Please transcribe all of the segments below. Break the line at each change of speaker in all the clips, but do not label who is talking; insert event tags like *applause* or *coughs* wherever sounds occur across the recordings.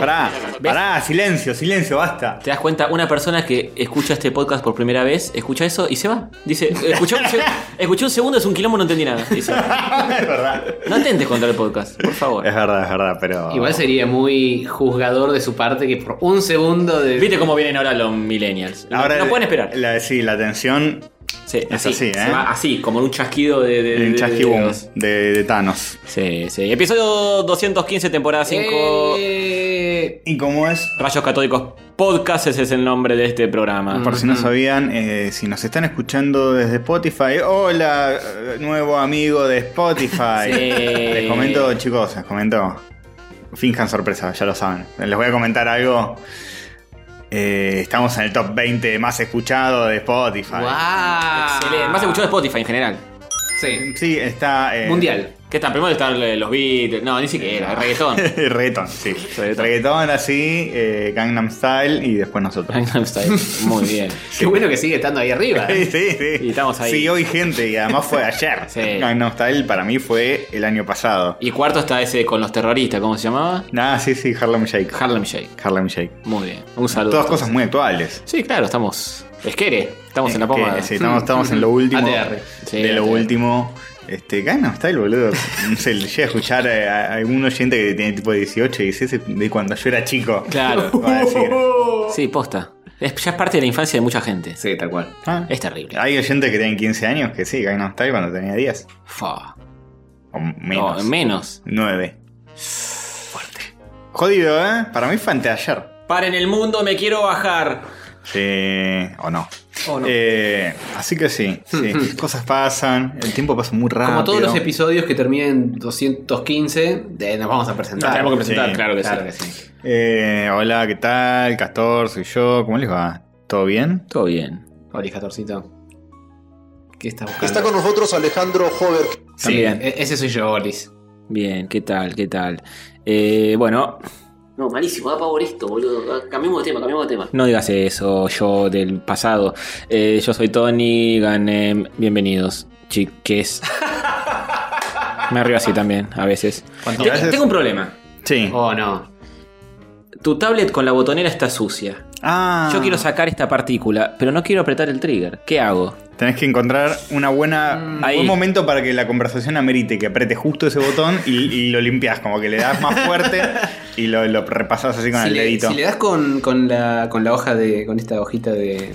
¿Ves?
Pará, silencio, silencio, basta.
Te das cuenta, una persona que escucha este podcast por primera vez, escucha eso y se va. Dice, escuchó, un se- escuchó un segundo, es un quilombo, no entendí nada. Dice,
*laughs* es verdad.
no intentes contra el podcast, por favor.
Es verdad, es verdad, pero.
Igual sería muy juzgador de su parte que por un segundo de.
¿Viste cómo vienen ahora los millennials? No-
Ahora
no
el-
pueden esperar.
La, sí, la tensión
Sí,
es así, ¿eh?
Se va así, como en un chasquido de... de, de-
en
de-
Chasquibum
de-
de, de Thanos.
Sí, sí. Episodio 215, temporada 5.
Eh,
Y como es,
Rayos Catódicos Podcast, ese es el nombre de este programa.
por si no sabían, eh, si nos están escuchando desde Spotify, hola, eh, nuevo amigo de Spotify.
Sí.
Les comento, chicos, les comento. Finjan sorpresa, ya lo saben. Les voy a comentar algo. Eh, estamos en el top 20 más escuchado de Spotify.
¡Wow!
Excelente. Más escuchado de Spotify en general.
Sí.
Sí, está. eh,
Mundial.
¿Qué están? Primero están eh, los Beatles. No, ni siquiera, el
*laughs*
reggaetón.
Reggaetón, sí.
Reggaetón.
Reggaetón, así, eh, Gangnam Style y después
*laughs*
nosotros.
Gangnam Style. Muy bien.
Qué bueno que sigue estando ahí arriba.
*laughs* Sí, sí, sí.
Y estamos ahí.
Sí, hoy gente, y además fue ayer.
*laughs* Sí.
Gangnam Style para mí fue el año pasado.
Y cuarto está ese con los terroristas, ¿cómo se llamaba?
Nada, sí, sí, Harlem Shake.
Harlem Shake.
Harlem Shake.
Muy bien. Un saludo.
Todas cosas muy actuales.
Sí, claro, estamos. Pesquere. Estamos en la
Que,
pomada. *laughs* Mm.
sí, estamos, estamos en lo último.
ATR.
Sí,
de lo
ATR.
último. Este, Gangnam Style, boludo. No sé, le llega a escuchar eh, a, a algún oyente que tiene tipo 18 y dice "Ese de cuando yo era chico.
Claro.
Va a decir.
Sí, posta. Es, ya es parte de la infancia de mucha gente.
Sí, tal cual.
"Ah".
Es terrible.
Hay oyentes que tienen 15 años que sí, Gangnam Style cuando tenía 10.
Fa.
O
No,
menos.
menos.
9. Fuerte. Jodido, ¿eh? Para mí fue anteayer.
Paren el mundo, me quiero bajar.
Eh, o no.
O no.
Eh, así que sí,
*laughs*
sí. cosas pasan, el tiempo pasa muy rápido.
Como todos los episodios que terminen en 215, de- nos vamos a presentar.
Ah, Tenemos que presentar, sí,
claro que sí.
sí.
Eh, hola, ¿qué tal? Castor, soy yo. ¿Cómo les va? ¿Todo bien?
Todo bien.
Hola, Castorcito. ¿Qué estás buscando?
Está con nosotros Alejandro Hover.
Sí,
También.
e- ese soy yo, Olis.
Bien, ¿qué tal? ¿Qué tal? Eh, bueno. No, malísimo, da pavor esto, boludo. Ah, Cambiemos de tema, cambiemos de tema. No digas eso, yo del pasado. Eh, yo soy Tony Ganem. Bienvenidos, *laughs* chiques. Me río así también, a veces.
¿Cuánto?
Te-
veces?
Tengo un problema.
Sí.
Oh, no.
Tu tablet con la botonera está sucia.
Ah,
Yo quiero sacar esta partícula, pero no quiero apretar el trigger. ¿Qué hago?
Tenés que encontrar una buena, un
Mm, ahí.
buen momento para que la conversación amerite, que apretes justo ese botón y, y lo limpias, como que le das más
*laughs*
fuerte y lo, lo repasas así con
Si
el
le,
dedito.
si le das con, con, la, con la hoja de. con esta hojita de.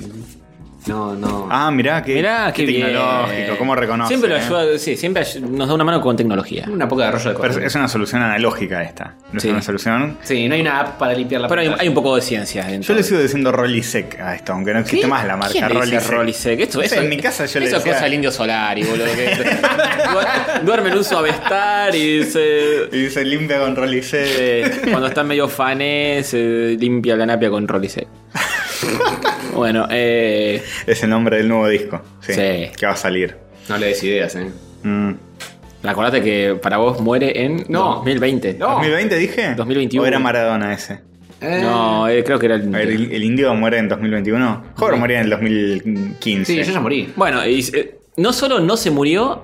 No, no.
Ah, mirá, qué,
Mirá, qué,
qué tecnológico,
bien.
cómo reconoce.
Siempre lo
eh.
ayuda, sí, siempre ay- nos da una mano con tecnología.
Una poca de rollo de
Pero
cosas.
es una solución analógica esta. No
Sí.
es una solución
Sí, no hay una app para limpiar la
Pero hay,
pantalla.
hay un poco de ciencia dentro.
Yo le sigo diciendo Rolisec a esto, aunque no existe
¿Qué?
más la marca
¿Quién le dice
Rolisec.
Rolisec? Esto,
No
eso,
sé, en mi casa yo le
eso es
decía-
cosa del indio Solari, boludo. que- Duer- *laughs* duerme en un suavestar y se.
Y dice limpia con Rolisec.
eh, cuando están medio fanes, se limpia la napia con Rolisec. Bueno, eh,
Es el nombre del nuevo disco. Sí.
Sí.
Que va a salir.
No le des ideas, eh.
Mm.
acordate que para vos muere en
No.
2020.
No.
¿2020 dije?
2021.
¿O era Maradona ese?
Eh,
No, eh, creo que era el.
A ver, ¿el, el indio muere en 2021? Joder, moría en el 2015.
Sí, yo ya morí.
Bueno, y, eh, no solo no se murió,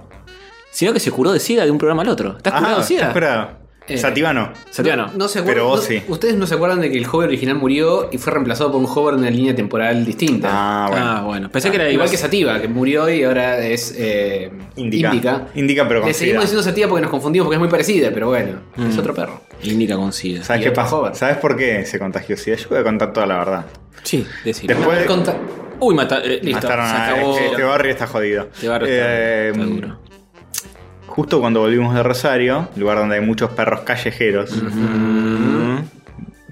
sino que se curó de SIDA de un programa al otro. ¿Estás
Ah,
curado de SIDA?
¿estás curado?
Eh.
Sativano.
Satiano.
No, no se acuerdan-
Pero vos
no-
sí.
Ustedes no se acuerdan de que el hover original murió y fue reemplazado por un hover en una línea temporal distinta.
Ah, bueno.
Ah, bueno. Pensé que era
Igual que Sativa, que murió y ahora es eh,
Indica. Indica, pero con
Le
sida.
seguimos diciendo Sativa porque nos confundimos porque es muy parecida, pero bueno,
Mm.
es otro perro.
Indica con SIDA.
¿Sabes
Y
qué
otro
pasó?
joven.
¿Sabes por qué se contagió? Sí, yo voy a contar toda la verdad.
Sí, decir.
Después
Conta-
Uy, mata, eh, listo.
mataron
se
a
acabó.
este, este barrio está jodido.
Este barrio
Eh,
está, está duro.
Justo cuando volvimos de Rosario, lugar donde hay muchos perros callejeros,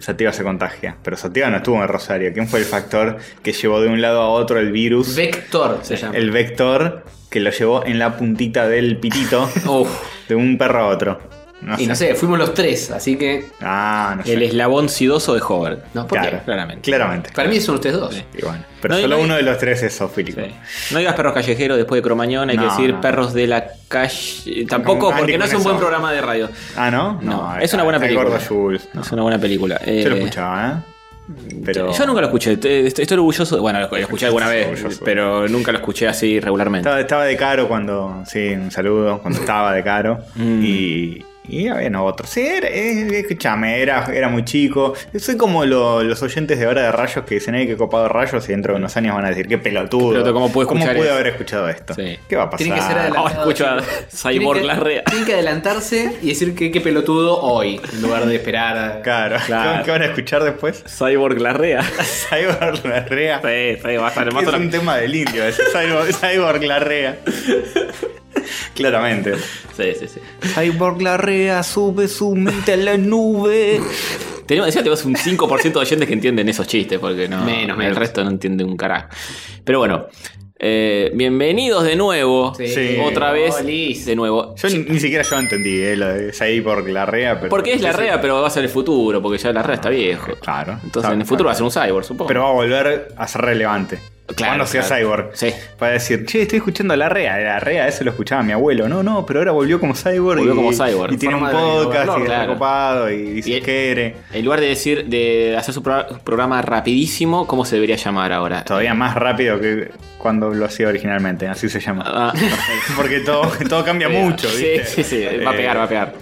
Sativa se contagia. Pero Sativa no estuvo en Rosario. ¿Quién fue el factor que llevó de un lado a otro el virus?
Vector se llama.
el vector que lo llevó en la puntita del
*laughs*
pitito
Uf,
de un perro a otro. No
y
sé.
no sé, fuimos los tres, así que.
Ah, no sé.
el eslabón sidoso de Hobart.
No, ¿por
Claro.
qué?
Claramente.
Claramente.
Para mí son ustedes dos.
Y bueno, pero
No, y
solo
no-
uno de los tres es zoofílico.
Sí. No digas perros callejeros después de Cromañón, hay que
No,
decir
no.
perros de la calle. Tampoco,
Con Andy
porque no
con
es un
eso.
buen programa de radio.
Ah, ¿no?
No, es una buena
está el
película.
gordo Jules. No.
Es una buena película.
Yo lo
Eh,
escuchaba, ¿eh? Pero
Yo nunca lo escuché, te- estoy, estoy orgulloso. de- Bueno, lo, lo escuché alguna vez,
Orgulloso.
pero nunca lo escuché así regularmente.
Estaba, estaba de caro cuando. Sí, un saludo. Cuando estaba de caro.
Mm.
Y, Y había no otro. Sí, era, eh, escuchame, era, era muy chico. Soy como lo- los oyentes de ahora de rayos que dicen, hay que copado de rayos y dentro de unos años van a decir, qué pelotudo.
Pelotudo, ¿cómo pude escuchar
pude
eso?
haber escuchado esto?
Sí.
¿Qué va a pasar?
Tiene que ser adelantado.
Ahora escucho a
chicos.
Cyborg
Tienen que-
Larrea.
Tienen que adelantarse y decir que qué pelotudo hoy, en lugar de esperar a...
Claro,
Claro.
¿qué van a escuchar
*laughs*
después? *laughs*
Cyborg Larrea. sí,
Cyborg Larrea.
sí, va a *laughs* ser más
Es
o
un
menos-
tema del indio, es Cyborg, Cyborg Larrea. *laughs* Claramente.
Sí, sí, sí.
Cyborg Larrea sube su mente a la nube.
Tenemos, decía, tenemos un 5% de oyentes que entienden esos chistes, porque no.
Menos, menos.
El resto no entiende un carajo. Pero bueno, eh, bienvenidos de nuevo.
Sí.
Otra vez.
Liz.
De nuevo.
Yo ni- ni siquiera yo entendí eh, lo de Cyborg Larrea. Pero,
Porque es la
Sí, sí.
REA, pero va a ser el futuro, porque ya la REA está viejo.
Claro.
Entonces
Claro,
en el futuro va a
claro.
ser un cyborg, supongo.
Pero va a volver a ser relevante.
Claro,
Cuando sea
claro.
Cyborg.
Sí.
Para decir, che, estoy escuchando a Larrea. Larrea, eso lo escuchaba mi abuelo. No, no, pero ahora volvió como Cyborg.
Volvió
y,
como cyborg.
Y tiene un
Forma de
podcast y
gobernador,
está
claro.
copado y dice
Y
que
el-
quiere.
En lugar de decir, de hacer su pro- programa rapidísimo, ¿cómo se debería llamar ahora?
Todavía más rápido que cuando lo hacía originalmente. Así se llama.
Ah,
Porque todo, todo
*laughs*
cambia mucho,
sí,
¿viste? Eh,
Sí, sí, va a pegar, va a pegar.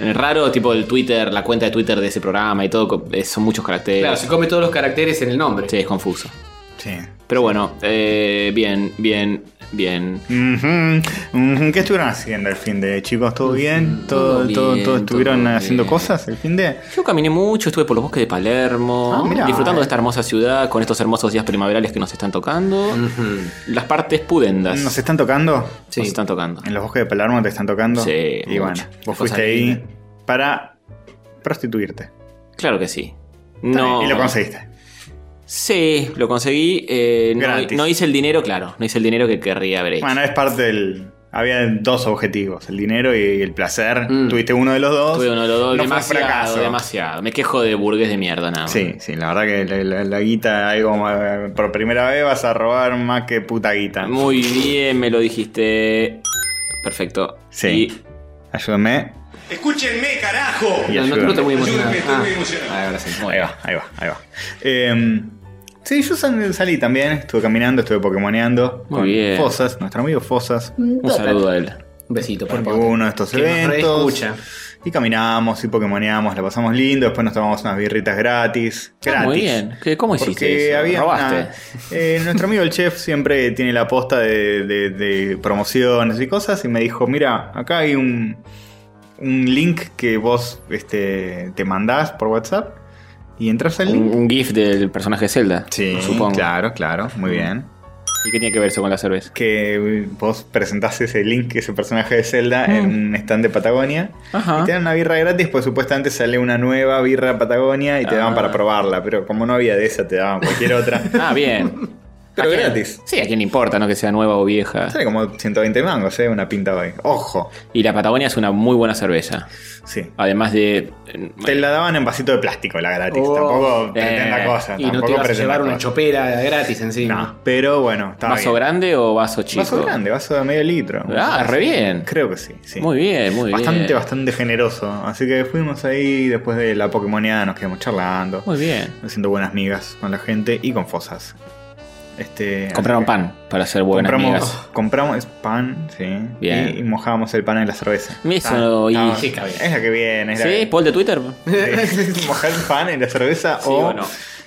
Eh, Raro, tipo el Twitter, la cuenta de Twitter de ese programa y todo, co- eh, son muchos caracteres.
Claro, se come todos los caracteres en el nombre.
Sí, es confuso.
Sí.
Pero bueno, eh, bien, bien, bien.
Ujú, ujú. ¿Qué estuvieron haciendo el fin de chicos? ¿Todo bien? ¿Todo,
todo
todo-
bien,
todo estuvieron
todo
haciendo
bien.
cosas el fin de?
Yo caminé mucho, estuve por los bosques de Palermo,
Ah, mirá.
disfrutando de esta hermosa ciudad con estos hermosos días primaverales que nos están tocando.
Mm.
Ujú.
Las partes pudendas
¿Nos están tocando?
nos están tocando.
¿En los bosques de Palermo te están tocando?
Sí,
Y bueno,
mucho.
vos
Cosas
fuiste ahí
lindas.
para prostituirte.
Claro que sí.
Está
No,
bien, Y lo conseguiste.
Sí, lo conseguí. eh, no,
Gratis.
no hice el dinero, claro. No hice el dinero que querría haber hecho.
Bueno, es parte del... Había dos objetivos, el dinero y el placer.
Mm.
Tuviste uno de los dos.
Tuve uno de los dos,
no fue un
demasiado,
fracaso.
demasiado. Me quejo de burgués de mierda, nada más.
Sí, sí, la verdad que la, la- la guita, algo más- por primera vez vas a robar más que puta guita.
Muy bien, me lo dijiste. Perfecto.
Sí.
Y-
Ayúdame.
Escúchenme, carajo.
Y
No, no,
ayúdame.
no te voy a emocionar.
Ayúdame, estoy
Ah.
muy emocionado.
Ah, ahora sí.
Ahí va, ahí va, ahí va. Eh, sí, yo sal- salí también, estuve caminando, estuve pokemoneando
Muy bien.
Fosas, nuestro amigo Fosas.
un saludo a él. Ah,
Un besito para
Porque hubo uno de estos
Que nos
eventos.
reescucha.
Y caminamos y pokemoneamos, la pasamos lindo, después nos tomamos unas birritas gratis.
Ah,
gratis.
muy bien. ¿Qué- ¿Cómo hiciste
Porque
eso?
había
¿Robaste?
una- eh, nuestro amigo el chef siempre tiene la posta de, de- de promociones y cosas y me dijo, mira, acá hay un, un link que vos este, te mandás por WhatsApp y entras al
Un,
link.
un GIF del personaje Zelda.
Uh, Sí,
supongo.
claro, claro, muy bien.
¿Y qué tiene que ver eso con la cerveza?
Que vos presentás ese link, ese personaje de Zelda en un stand de Patagonia.
Ajá.
Y te dan una birra gratis, pues supuestamente sale una nueva birra Patagonia y te daban
Ah.
para probarla. Pero como no había de esa, te daban cualquier *laughs* otra.
Ah, bien.
pero
¿A quién-
gratis.
Sí, a quién le importa, no que sea nueva o vieja.
Sale como 120 mangos, ¿eh? Una pinta hoy. Ojo.
Y la Patagonia es una muy buena cerveza.
Sí.
Además de. eh,
Te la daban en vasito de plástico la gratis.
Oh.
tampoco pretenda
Eh,
cosa.
Y no
tampoco
te vas a
pretenda
llevar una
cosa.
chopera gratis encima.
No, pero bueno, estaba
¿Vaso
bien.
grande o vaso chico?
Vaso grande, vaso de medio litro.
Ah, re bien.
Creo que sí, sí.
Muy bien, muy
bastante,
bien.
bastante generoso. Así que fuimos ahí, después de la Pokémoneada nos quedamos charlando,
Muy bien.
haciendo buenas migas con la gente y con fosas. Este,
Compraron
así que
pan para hacer buenas
compramos,
migas.
compramos pan, sí.
Bien.
Y, y mojábamos el pan en la cerveza.
Eso, y-
Ah,
sí, está bien.
es la que viene. Es la
¿Sí?
*laughs* que-
¿Paul de Twitter? *laughs*
Sí. mojar el pan en la cerveza
Sí
o,
o no.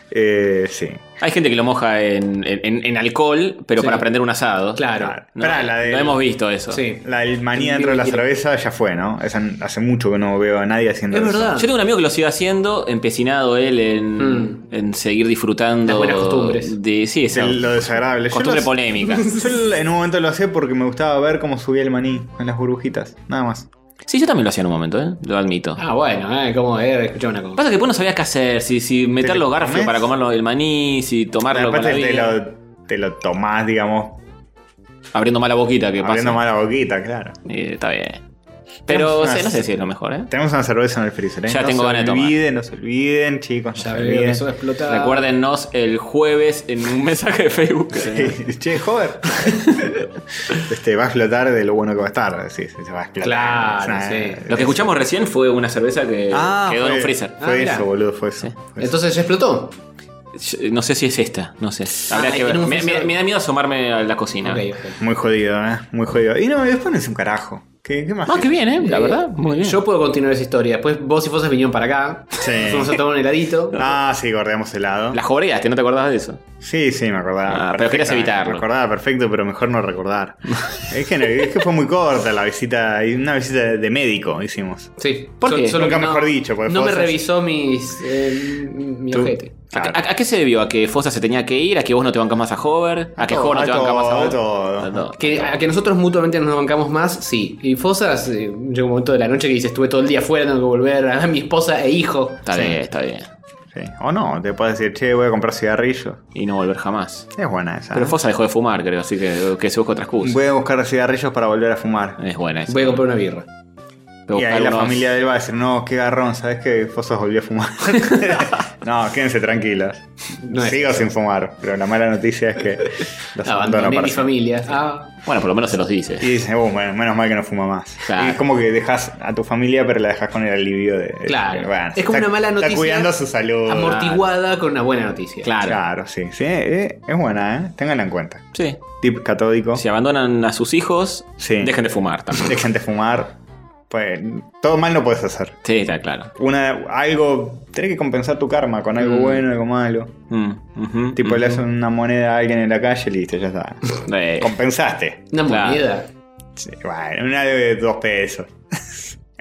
eh, sí.
Hay gente que lo moja en, en- en alcohol, pero
Sí.
para prender un asado.
Claro.
No,
Esperá, la de
no hemos visto eso.
Sí.
La del manía dentro de la cerveza ya fue, ¿no? Esa- hace mucho que no veo a nadie haciendo
Es
eso.
verdad.
Yo tengo un amigo que lo sigue haciendo, empecinado él en,
Mm.
en seguir disfrutando.
Las buenas costumbres.
De, sí,
Es
esa
el- lo desagradable. Yo
costumbre
lo-
polémica.
Yo en un momento lo hacía porque me gustaba ver cómo subía el maní con las burbujitas. Nada más.
Sí, yo también lo hacía en un momento, ¿eh? lo admito.
Ah, bueno, eh, como eh, escuchá una cosa.
Pasa que después no sabías qué hacer, si, si meter
lo
los garfios
comés?
para comerlo el maní, si tomarlo con la
Aparte te
vida.
lo, te lo tomás, digamos,
abriendo mala boquita que
abriendo
pasa.
más la boquita, claro.
Eh, está bien.
Tenemos
Pero
unas-
sí, no sé si es lo mejor, ¿eh?
Tenemos una cerveza en el freezer. ¿eh?
Ya
no
tengo
se
ganas de tomar.
olviden, no se olviden, chicos.
Ya
no se
veo que
olviden.
eso explota.
Recuérdenos el jueves en un mensaje de Facebook.
*laughs* Sí. Che,
*laughs*
joder. este, va a explotar de lo bueno que va a estar. Sí, sí, se va a explotar.
Claro,
O sea,
sí.
eh,
Lo que escuchamos recién fue una cerveza que
Ah,
quedó en un
fue-
freezer.
Ah,
Fue
mirá.
eso, boludo, fue eso.
Sí.
fue eso.
Entonces ya explotó.
Yo- No sé si es esta, no sé. Habría
Ah,
que ver.
en un
Me,
freezer.
me- me da miedo asomarme a la cocina.
Ok, ok.
Muy jodido, ¿eh? Muy jodido. Y no, después no es un carajo. ¿Qué, qué más?
Ah, qué bien, ¿eh? La verdad, muy bien.
Yo puedo continuar esa historia. Después vos y Fosas vinieron para acá.
Sí.
Nos fuimos a tomar un heladito.
Ah, sí, guardamos helado.
Las joreaste, ¿no te acordabas de eso?
Sí, sí, me acordaba.
Ah, pero querías
perfectamente,
evitarlo.
Me acordaba perfecto, pero mejor no
*laughs*
recordar. es, que, no- es que fue muy corta la visita, y una visita de- de médico hicimos.
Sí.
¿Por qué?
Nunca
que
mejor dicho, porque
No me
Fosas-
revisó mis, eh, mi
Tú-
ojete.
¿A,
Claro.
a- a qué se debió? ¿A que Fosa se tenía que ir? ¿A que vos no te bancas más a Hover? ¿A que
todo,
Hover no
a
te banca más a
todo,
vos?
a todo.
A todo.
Que, a que nosotros mutuamente nos bancamos más, sí. Y Fosas, eh, llegó un momento de la noche que dice, estuve todo el día afuera, tengo que volver a mi esposa e hijo.
Está bien, está bien.
Sí. O no, te puedes decir, che, voy a comprar cigarrillos.
Y no volver jamás.
Es buena esa.
Pero
¿eh?
Fosa dejó de fumar, creo, así que, que se busca otra excusa.
Voy a buscar cigarrillos para volver a fumar.
es buena esa.
Voy a comprar una birra.
Voy a
Y ahí
buscar
la
unos-
familia de él va a decir, no, qué garrón, ¿sabes que Fosas volvió a
*laughs*
fumar? no, quédense tranquilas.
No es
Sigo sin fumar, pero la mala noticia es
*laughs*
que los abandono
Ah, Abandoné
para
mi
siempre.
familia. Ah,
Bueno, por lo menos se los
Y
dice.
dice, "Uh, bueno, menos mal que no fuma más.
Claro.
Y es como que dejas a tu familia, pero la dejas con el alivio de. de-
Claro.
bueno,
Es como
está-
una mala noticia.
Está cuidando su salud.
amortiguada con una buena noticia.
Claro.
Claro, sí. sí eh, es buena, ¿eh? Ténganla en cuenta.
Sí.
Tip catódico.
Si abandonan a sus hijos,
Sí.
dejen de fumar también.
Dejen de fumar. Pues todo mal no puedes hacer.
sí, está claro.
Una, algo. Tenés que compensar tu karma con algo
Mm.
bueno, algo malo.
Mm, ujú,
Tipo,
ujú.
le hacen una moneda a alguien en la calle, listo, ya está.
Eh,
Compensaste.
Una
Claro.
moneda.
Sí, bueno, una de dos
*laughs*
pesos.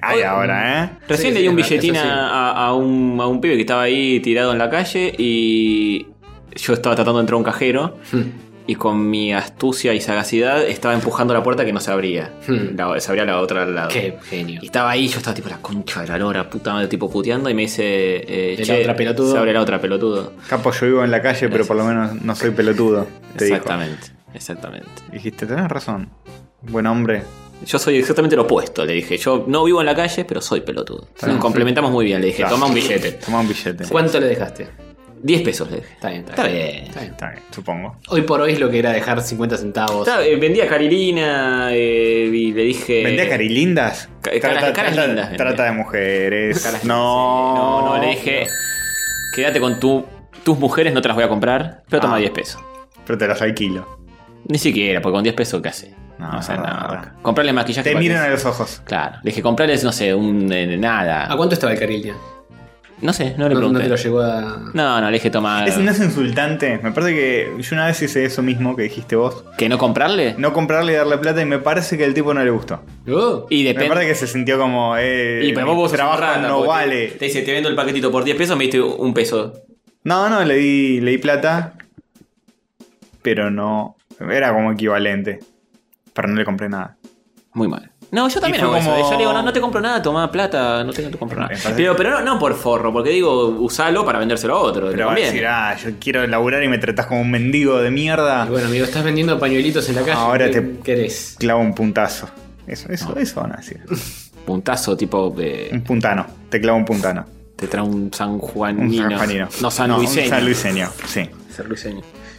Ay,
Oye,
ahora, ¿eh?
Recién
Sí,
leí
sí,
un
eso
billetín
sí.
a, a un, a un pibe que estaba ahí tirado en la calle y yo estaba tratando de entrar a un cajero
Hmm.
y con mi astucia y sagacidad estaba empujando la puerta que no se abría.
Hmm.
La- se abría la otra al lado.
Qué genio.
Y estaba ahí, yo estaba tipo la concha de la lora, puta madre, tipo puteando y me dice... eh,
De la otra pelotudo.
Se abre la otra pelotudo.
Capo, yo vivo en la calle, pero por lo menos no soy pelotudo. Te dijo.
exactamente, exactamente.
Dijiste, tenés razón. Buen hombre.
Yo soy exactamente lo opuesto, le dije. Yo no vivo en la calle, pero soy pelotudo. Nos complementamos muy bien, le dije.
Claro.
Toma un billete.
Toma un billete.
¿Cuánto le dejaste?
10 pesos, le dije.
Está bien,
Está bien.
Está bien.
Está bien, supongo.
Hoy por hoy es lo que era dejar 50 centavos.
Está, eh, vendía carilina eh, y le dije...
¿Vendía carilindas?
ca- caras- caras
trata-
lindas vendía.
trata de mujeres.
Caras-
no.
No, no, le dije... Quédate con tu, tus mujeres, no te las voy a comprar, pero toma
Ah.
10 pesos.
Pero te las alquilo.
Ni siquiera, porque con 10 pesos, ¿qué hace?
No,
o sea,
es verdad,
no.
es verdad.
Comprarle maquillaje.
Te
para
miran
que-
a los ojos.
Claro. Le dije, comprarles, no sé, un... eh,
¿A
nada.
cuánto estaba el caril ya?
No sé, no le
No, no
pregunté.
te lo llegó
*laughs*
a.
No, no, le dije, toma...
Es, no es insultante. Me parece que yo una vez hice eso mismo que dijiste vos.
¿Que no comprarle?
No comprarle y darle plata y me parece que al tipo no le gustó.
Oh.
Y
Me
depende...
parece que se sintió como, eh,
Y pero vos,
mi
vos sos
trabajo
un rata,
no
porque te-
vale.
Te dice, te vendo el paquetito por 10 pesos, me diste un peso.
No, no, le di, le di plata. Pero no. Era como equivalente. Pero no le compré nada.
Muy mal. No, yo también
Y
hago
fue
eso.
como-
Yo le digo, no, no te compro nada, toma plata, no te, no te compro nada.
Me parece-
Pero, pero no, no por forro, porque digo, usalo para vendérselo a otro.
Pero va a
también.
decir, ah, yo quiero laburar y me tratás como un mendigo de mierda.
Y bueno, amigo, estás vendiendo pañuelitos en la calle.
Ah. Ahora
¿qué
te-
querés?
Clavo un puntazo. Eso, eso, eso van a decir.
Puntazo tipo de.
Un puntano. Te clavo un puntano.
Te trae un
Mm. Un
sanjuanino.
sanjuanino.
No, san
Un sanluiseño, sí.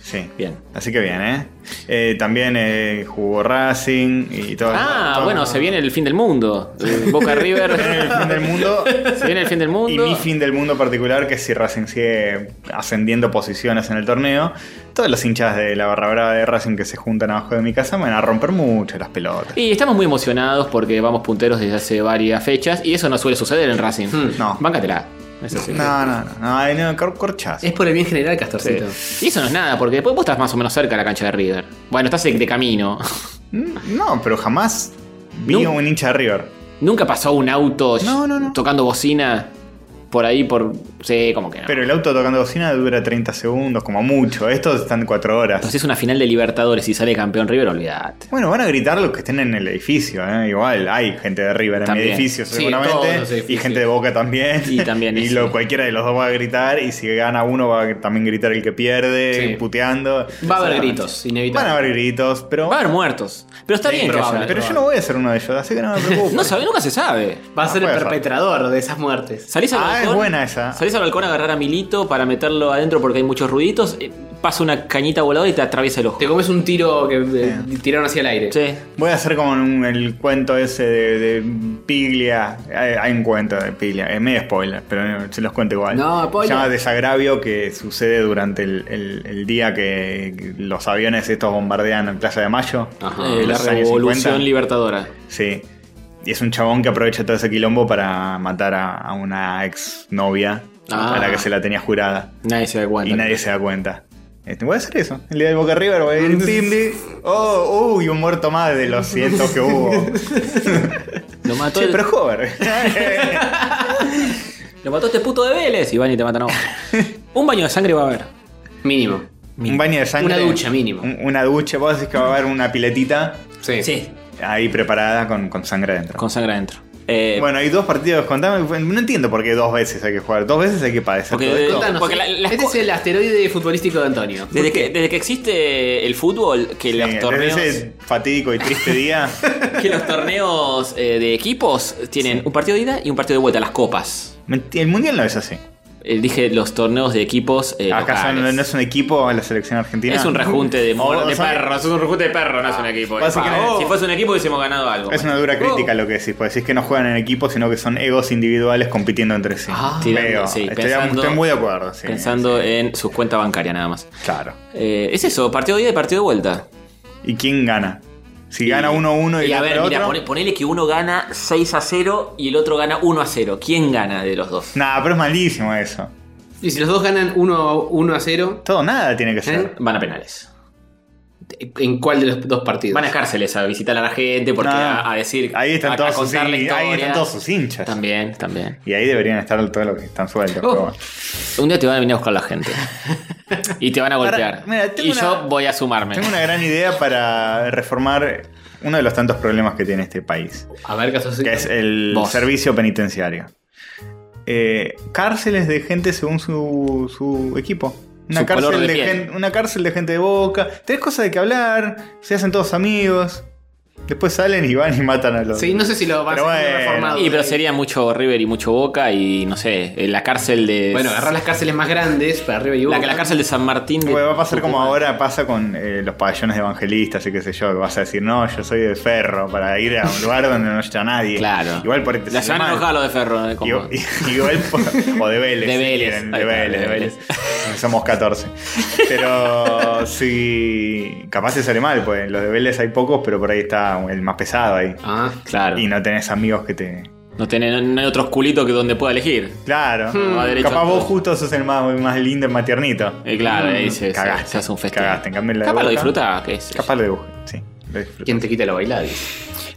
Sí.
Bien.
Así que bien, ¿eh? Eh, también eh, jugó Racing y todo.
Ah,
todo-
bueno, se viene el fin del mundo. Eh, Boca
El
River.
*laughs* fin del
*laughs*
mundo.
se viene el fin del
Y
mundo.
mi fin del mundo particular, que si Racing sigue ascendiendo posiciones en el torneo, todas las hinchas de la barra brava de Racing que se juntan abajo de mi casa me van a romper mucho las pelotas.
Y estamos muy emocionados porque vamos punteros desde hace varias fechas y eso no suele suceder en Racing.
Hmm,
no.
Báncatela. Eso sí. Eh.
No, no, no, no, ay, no, cor- corchas.
Es por el bien general,
Sí.
Castorcito.
Y eso no es nada, porque después vos estás más o menos cerca de la cancha de River. Bueno, estás de, de camino. *laughs*
Mm, No, pero jamás vi
No.
a un hincha de River.
Nunca pasó un auto
No, no, no.
tocando bocina por ahí, por. Sí, como que no.
Pero el auto tocando bocina dura 30 segundos, como mucho. Estos están 4 horas.
Entonces es una final de Libertadores y sale campeón River, olvidate.
Bueno, van a gritar los que estén en el edificio, ¿eh? Igual, hay gente de River en
También.
mi edificio
Sí, todos
seguramente.
los
y
edificios.
gente de Boca también.
Y
*laughs*
también,
y
sí.
lo, cualquiera de los dos va a gritar. Y si gana uno va a también gritar el que pierde,
Sí.
puteando.
Va a haber gritos,
Van a
inevitable.
haber gritos, pero...
Va a haber muertos. Pero está
Sí,
bien, que
probable,
haya-
pero yo no voy a ser uno de ellos, así que no
*laughs*
me preocupo.
No sabe, nunca se sabe.
Va a ser el
puede ser.
perpetrador de esas muertes.
Salís al
Ah,
balcón.
es buena esa.
Salís al balcón a agarrar a Milito para meterlo adentro porque hay muchos ruiditos. eh, Pasa una cañita voladora y te atraviesa el ojo.
Te comes un tiro que eh, tiraron hacia el aire.
Sí.
Voy a hacer como un- el cuento ese de, de Piglia. Hay, hay un cuento de Piglia, es medio spoiler, pero se los cuento igual.
No, spoiler.
Se llama Desagravio que sucede durante el, el- el día que los aviones estos bombardean en Plaza de Mayo.
Eh,
en
la
los años
revolución
50.
libertadora.
Sí. y es un chabón que aprovecha todo ese quilombo para matar a, a una ex novia
Ah.
a la que se la tenía jurada.
Nadie se da cuenta.
Y nadie se da cuenta. Este, voy a hacer eso. El día del Boca River voy a ir. tim, tim. Oh, uy, un muerto más de los cientos que hubo.
Lo mató,
*laughs* che,
el-
pero joven.
*laughs* lo mató este puto de Vélez. Y van y
*laughs*
te matan a vos. Un baño de sangre va a haber.
Mínimo.
un baño de sangre.
Una ducha mínimo.
Un- una ducha. Vos decís que va a haber una piletita
Sí.
Sí,
ahí preparada con, con sangre adentro.
con sangre adentro. Eh,
bueno, hay dos partidos. Contame. No entiendo por qué dos veces hay que jugar. Dos veces hay que padecer.
Porque
todo
de-
esto.
Contanos,
Porque la- la- este es el asteroide futbolístico de Antonio.
desde, que, desde que existe el fútbol, que
Sí,
los torneos.
Desde ese fatídico y triste día.
*laughs* Que los torneos eh, de equipos tienen un partido de ida y un partido de vuelta, las copas.
Menti- el mundial no es así.
Eh, dije los torneos de equipos. eh,
¿Acaso
locales.
no, no es un equipo la selección argentina?
Es
*laughs*
un rejunte de, mo-
O-
de
son-
perros, es un rejunte de perros, no es un equipo.
Básicamente-
Pa, Si fuese un equipo hubiésemos ganado algo. Uh,
Es una dura crítica lo que decís, porque decís que no juegan en equipo, sino que son egos individuales compitiendo entre sí.
Ah,
Tirando,
Veo.
sí,
estoy,
pensando-
estoy muy de acuerdo. sí.
Pensando en sus cuentas bancarias nada más.
Claro.
Eh, es eso, partido de ida y partido de vuelta.
¿Y quién gana? Si gana uno uno y,
Y a
el
ver,
otro
mira,
otro.
pone- ponele que uno gana 6 a 0 y el otro gana 1 a 0. ¿Quién gana de los dos?
Nah, pero es malísimo eso.
Y si los dos ganan 1 uno a 0,
Todo nada tiene que ser.
¿Eh?
Van a penales.
¿en cuál de los dos partidos?
Van a cárceles a visitar a la gente porque
No.
a, a decir.
Ahí están,
a- a
todos sus,
contar la
hin- ahí
historia.
están todos sus hinchas.
También, Uh. también.
Y ahí deberían estar todos los que están sueltos.
Oh.
pero bueno.
Un día te van a venir a buscar la
*laughs*
gente. y te van a
Ahora,
golpear.
mira, tengo
y
una-
yo voy a sumarme.
Tengo una gran idea para reformar uno de los tantos problemas que tiene este país.
A ver, caso
que es eh, el
Vos.
servicio penitenciario. Eh, cárceles de gente según su, su equipo. Una
Su color
cárcel
de
de,
piel.
gen- una cárcel de gente de boca. Tenés cosas de que hablar, se hacen todos amigos. Después salen y van y matan a los.
Sí, no sé si lo van
Pero
a hacer
bueno.
reformado.
Y pero sería mucho River y mucho Boca y no sé, eh, la cárcel de.
Bueno, agarrar las cárceles más grandes para arriba y
la,
Boca.
la cárcel de San Martín. de
Bueno, va a pasar como
Tucumán.
ahora pasa con eh, los pabellones de evangelistas y qué sé yo. que Vas a decir, no, yo soy de ferro para ir a un lugar donde no está nadie.
Claro.
Igual por este
La semana enojada lo de Ferro. eh, como-
Igual, *laughs* igual por- o de Vélez.
De
si
Vélez,
quieren,
ahí
De
está,
Vélez,
de
de Vélez. Somos 14. Pero sí. Capaz se sale mal, pues los de Vélez hay pocos, pero por ahí está el más pesado ahí.
Ah,
Claro.
Y no tenés amigos que te.
No, tiene, no hay otros culitos que donde pueda elegir.
Claro.
Va Hmm. derecho a
Capaz
todo.
vos justo sos el más, más lindo, el más tiernito.
Eh, claro, ahí se, se-
Mm, cagaste.
se hace un festival.
Cagaste. En cambio, la de
Capaz lo
Boca-
disfrutaba, que es.
Capaz lo dibujé, sí. lo disfruté.
¿quién te quita lo bailado?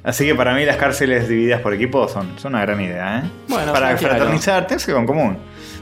Así que para mí las cárceles divididas por equipo son, son una gran idea, ¿eh?
Bueno,
para
yo quiero.
fraternizar, tenés algo en común.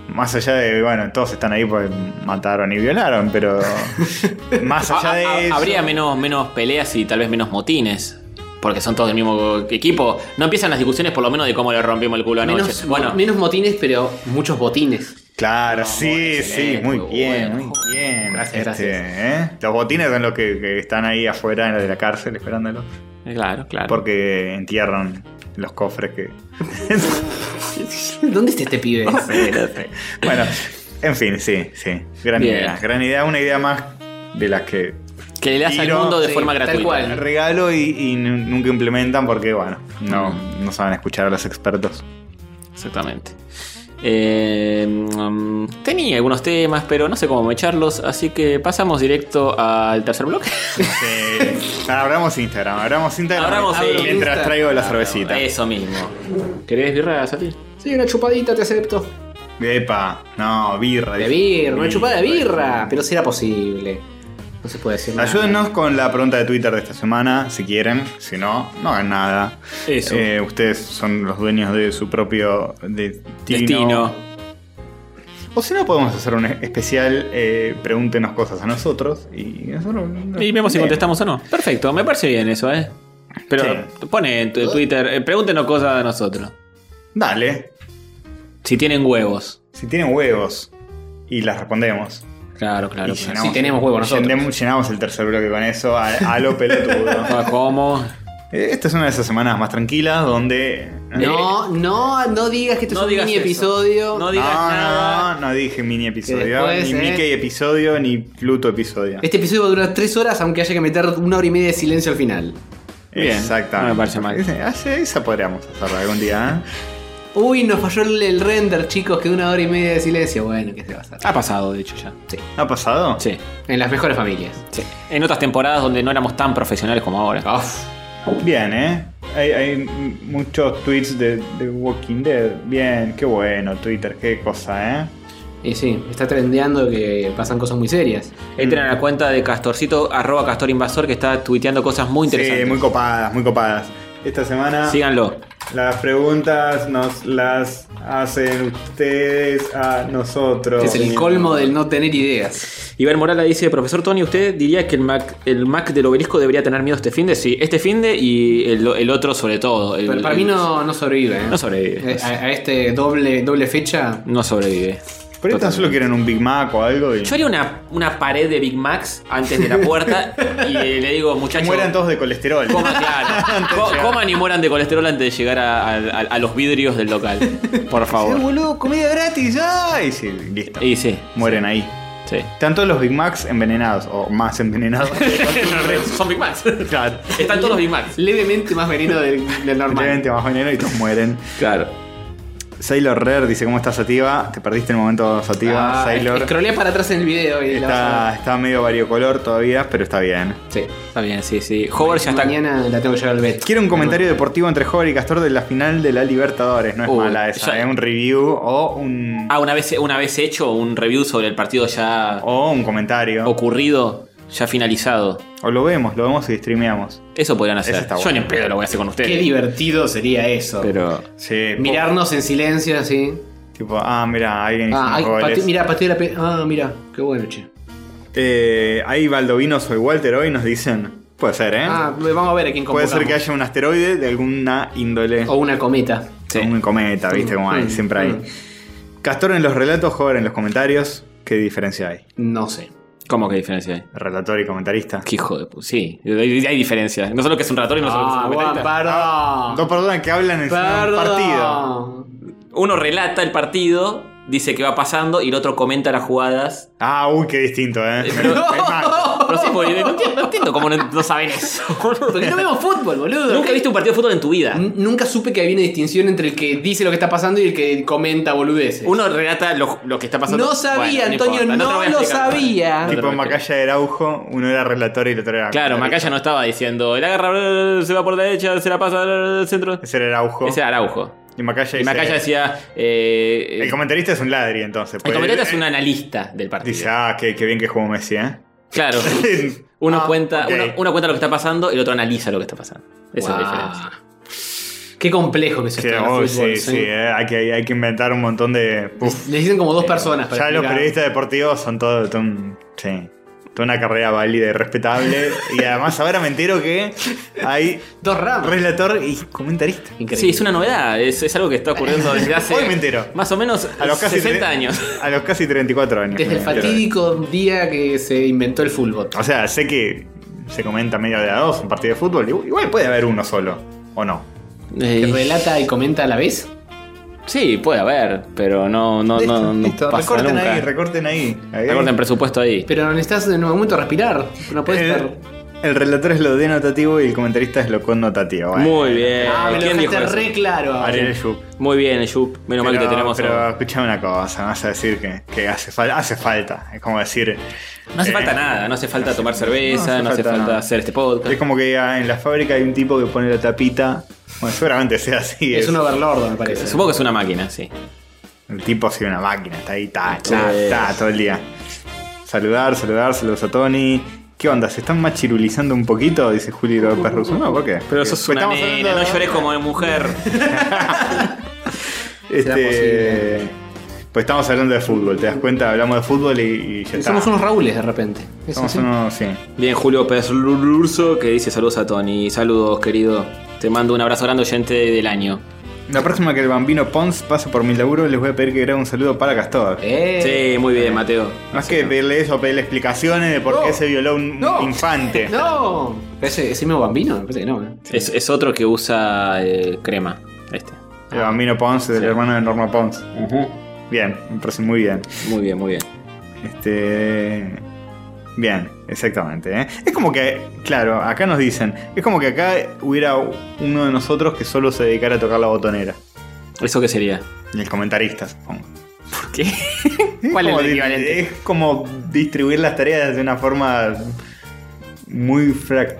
Más allá de, bueno, todos están ahí porque mataron y violaron, pero
*laughs*
más
Ah,
allá
ah, ah,
de eso.
Habría menos, menos peleas y tal vez menos motines. Porque son todos del mismo equipo. No empiezan las discusiones por lo menos de cómo le rompimos el culo anoche.
Menos,
bueno,
menos motines, pero
*laughs*
muchos botines.
Claro, sí, sí,
excelente,
muy
muy
bien,
bueno.
muy bien.
Gracias,
Este, ¿eh? Los botines son los que, que están ahí afuera de la cárcel esperándolo.
eh, claro, claro.
Porque entierran los cofres que.
¿Dónde está este pibe?
bueno, en fin, sí, sí. Gran
Bien.
idea. Gran idea, una idea más de las que
que le das al
Tiro,
mundo de
sí,
forma
tal
gratuita.
cual.
regalo y, y nu- nunca implementan porque, bueno, no,
Mm.
no saben escuchar a los expertos.
Exactamente. Eh, mm, tenía algunos temas, pero no sé cómo mecharlos, así que pasamos directo al tercer bloque. *laughs*
Sí. Ahora Este, abramos Instagram, abramos Instagram
Abramos,
mientras
sí.
mientras traigo la cervecita.
Eso mismo. ¿Querés birra, Sati?
Sí, una chupadita te acepto.
Epa, no, birra.
De birra, una chupada de birra. Pero si era posible. No se puede decir nada.
Ayúdennos con la pregunta de Twitter de esta semana, si quieren, si no, no hagan nada.
Eso.
Eh, ustedes son los dueños de su propio destino.
Destino.
O si no, podemos hacer un especial, eh, pregúntenos cosas a nosotros y nosotros...
Y vemos si
Bien.
contestamos o no. Perfecto, me parece bien eso, ¿eh? Pero
Sí.
pone en tu- Twitter, eh, pregúntenos cosas a nosotros.
Dale,
Si tienen huevos.
Si tienen huevos y las respondemos.
Claro, claro.
Y
claro.
llenamos-
Si tenemos huevos nosotros.
Llenemos, llenamos el tercer bloque con eso a, a lo
*laughs* Ah, *laughs*
pelotudo.
¿Cómo?
Eh, Esta es una de esas semanas más tranquilas donde.
No, no, no digas que esto
No
es un
digas
mini
eso.
episodio.
No
No,
digas nada.
no, no dije mini episodio,
después,
ni
eh.
Mickey episodio, ni Pluto episodio.
Este episodio va a durar tres horas, aunque haya que meter una hora y media de silencio al final.
Bien,
Exactamente.
no me parece mal.
Ese- esa- esa podríamos hacerla algún día. ¿eh?
Uy, nos falló el, el render, chicos, que una hora y media de silencio. Bueno, ¿qué se va a hacer?
Ha pasado, de hecho, ya. Sí.
¿Ha pasado?
Sí.
En las mejores familias.
En otras temporadas donde no éramos tan profesionales como ahora.
Uf.
Bien, ¿eh? Hay, hay muchos tweets de, de Walking Dead. Bien, qué bueno, Twitter, qué cosa, ¿eh?
Y sí, está trendeando que pasan cosas muy serias.
Entren a la cuenta de Castorcito, arroba Castorinvasor, que está tuiteando cosas muy interesantes.
Sí, muy copadas, muy copadas. Esta semana
Síganlo.
las preguntas nos las hacen ustedes a nosotros.
Este es el colmo del no tener ideas.
Iván Morala dice, profesor Tony, ¿usted diría que el Mac, el Mac del obelisco debería tener miedo este fin de? Sí, este fin de y el, el otro sobre todo. El-
Pero para mí no, no sobrevive. ¿eh?
No sobrevive.
Eh, A, a este doble, doble fecha.
No sobrevive.
Pero tan solo quieren un Big Mac o algo y
Yo haría una, una pared de Big Macs antes de la puerta y le digo, muchachos...
mueran todos de colesterol.
Coman, claro. Co- coman y mueran de colesterol antes de llegar a, a- a- a los vidrios del local.
*laughs*
Por
Sí,
favor.
boludo, comida gratis ya. Y sí, listo.
Y sí,
Mueren ahí.
*laughs*
sí.
Están todos los Big Macs envenenados, o más envenenados. *laughs*
Son Big Macs.
claro.
Están todos los Big Macs.
Levemente más veneno del, del normal.
Obviamente más veneno y todos mueren.
Claro.
Sailor Rare dice: ¿Cómo estás, Sativa? Te perdiste el momento, Sativa.
Ah,
Sailor.
scrollea para atrás en el video y la vas a
Está, está medio variocolor todavía, pero está bien.
Sí, está bien, sí, sí. Hover ya está.
Mañana la tengo que llevar al vet.
Quiero un comentario deportivo entre Hover y Castor de la final de la Libertadores. No es
Uh,
Uy,
mala esa,
ya-
¿eh? Un review o un,
Ah, una vez, una vez hecho un review sobre el partido ya
o un comentario. O,
ocurrido, ya finalizado.
lo vemos, lo vemos y streameamos.
Eso podrían
Eso
hacer.
está
Yo
bueno.
ni en pedo lo voy a hacer con ustedes.
Qué divertido sería eso.
Pero.
Sí,
Mirarnos en silencio así.
tipo, ah, mira, alguien hizo
Ah,
unos
hay,
goles.
pati- mirá, pateó la pe- Ah, mirá, qué bueno, che.
Eh, ahí Valdovinos o el Walter hoy nos dicen. Puede ser, ¿eh?
Ah, vamos a ver a quién
Puede
convocamos.
ser que haya un asteroide de alguna índole.
O una cometa.
Sí.
Un cometa, ¿viste? Como hay,
Mm,
siempre hay.
mm.
Castor en los relatos, Hover en los comentarios. ¿Qué diferencia hay?
No sé.
¿Cómo que diferencia hay?
Relator y comentarista.
Qué hijo de pu- Sí, hay, hay diferencia. No solo que es un ratón y no solo que es
Ah,
un
Juan,
comentarista.
No, Ah,
perdón.
perdón, que hablan en un partido.
Perdón.
Uno relata el partido, dice que va pasando y el otro comenta las jugadas.
Ah, uy, qué distinto, ¿eh?
Pero-
*laughs* Es más,
*laughs* Pero sí, porque no entiendo, no entiendo cómo no, no saben eso. *laughs*
Porque no vemos fútbol, boludo.
Nunca viste un partido de fútbol en tu vida.
N- Nunca supe que había una distinción entre el que dice lo que está pasando y el que comenta boludeces.
Uno relata lo, lo que está pasando.
No sabía,
Bueno,
Antonio,
importa, te
no
voy a
lo
explicar.
sabía.
No te lo
tipo
voy a explicar.
Macaya era Araujo, uno era relator y el otro era.
Claro,
comentarista.
Macaya no estaba diciendo, el agarra, brr, se va por la derecha, se la pasa al centro.
Ese era Araujo.
Ese era Araujo.
Y Macaya
Y Macaya decía, eh,
El
el,
comentarista es un ladri, entonces. pues,
comentarista
eh,
es un analista del partido.
Dice, ah, qué, qué bien que jugó Messi,
*laughs*
¿eh?
Claro. Uno,
Ah,
cuenta,
ok.
uno, uno cuenta lo que está pasando y el otro analiza lo que está pasando. Esa es la
Guau.
diferencia.
Qué complejo que es esto
Que,
del
oh,
fútbol.
sí, sí, eh, hay, que, hay que inventar un montón de. Uf,
Le dicen como dos personas para
ya los
explicar.
periodistas deportivos son todo. todo un- sí, toda una carrera válida y respetable.
*laughs*
y además, ahora me entero que hay
Dos ramas.
relator y comentarista.
Increíble.
Sí, es una novedad, es, es algo que está ocurriendo desde hace
Hoy me entero.
más o menos
A los casi
60
tre-
años.
A los casi 34 años.
Desde el
me entero.
fatídico día que se inventó el fútbol.
O sea, sé que se comenta medio de a dos un partido de fútbol. Igual igual puede haber uno solo, ¿o no?
Que
Eh,
relata y comenta a la vez.
sí, puede haber, pero no, no, no, no
Listo,
pasa
recorten
nunca.
ahí, recorten ahí. Ahí.
Recorten presupuesto ahí.
Pero necesitas en un momento respirar. No puedes
El,
estar.
el relator es lo denotativo y el comentarista es lo connotativo. ¿eh? bueno.
Muy bien.
Ah, me lo
eh, ¿Quién dijo
dejaste
eso?
re claro. ahora.
Ariel Yup.
Muy bien, Yup. Menos mal que te tenemos.
pero
ahora.
escuchame una cosa, me vas a decir que, que hace, fal- hace falta. Es como decir.
No hace
eh,
falta nada, no hace falta tomar cerveza, no hace, falta
nada.
hacer este
Es
podcast.
como que ah, en la fábrica hay un tipo que pone la tapita. Bueno, seguramente sea así.
Es un overlord, me parece.
Supongo que es una máquina, sí.
El tipo sigue una máquina, está ahí, ta, ta,
Sí.
ta, todo el día. Saludar, saludar, saludos a Tony. ¿Qué onda? ¿Se están machirulizando un poquito? Dice Julio López Russo. No, ¿por qué?
Pero
Porque
sos una
estamos hablando
nena, no
de-
llores como mujer.
Será
Este,
posible.
pues estamos hablando de fútbol, ¿te das cuenta? Hablamos de fútbol y, y ya está.
Somos unos Raúles de repente. Es
Somos
así.
unos- sí.
Bien, Julio Pérez Lurso que dice saludos a Tony. Saludos, querido. Te mando un abrazo grande oyente del año.
La próxima que el bambino Pons pase por mi laburo, les voy a pedir que grabe un saludo para Castor.
Eh.
Sí, muy bien, Mateo.
Más que pedirle eso, pedirle explicaciones de por
No.
qué se violó un
No.
infante.
No. Ese, ese mismo bambino, me parece que no. eh.
Es, es otro que usa eh, crema. Este.
El bambino Pons, el
Sí.
hermano de Norma Pons. Bien, me parece muy bien.
Muy bien, muy bien.
Este. Bien, exactamente. ¿eh? Es como que, claro, acá nos dicen, es como que acá hubiera uno de nosotros que solo se dedicara a tocar la botonera.
¿Eso qué sería?
Y el comentarista, supongo.
¿Por qué? ¿Cuál es
como
el
di-
equivalente?
Es como distribuir las tareas de una forma muy frac-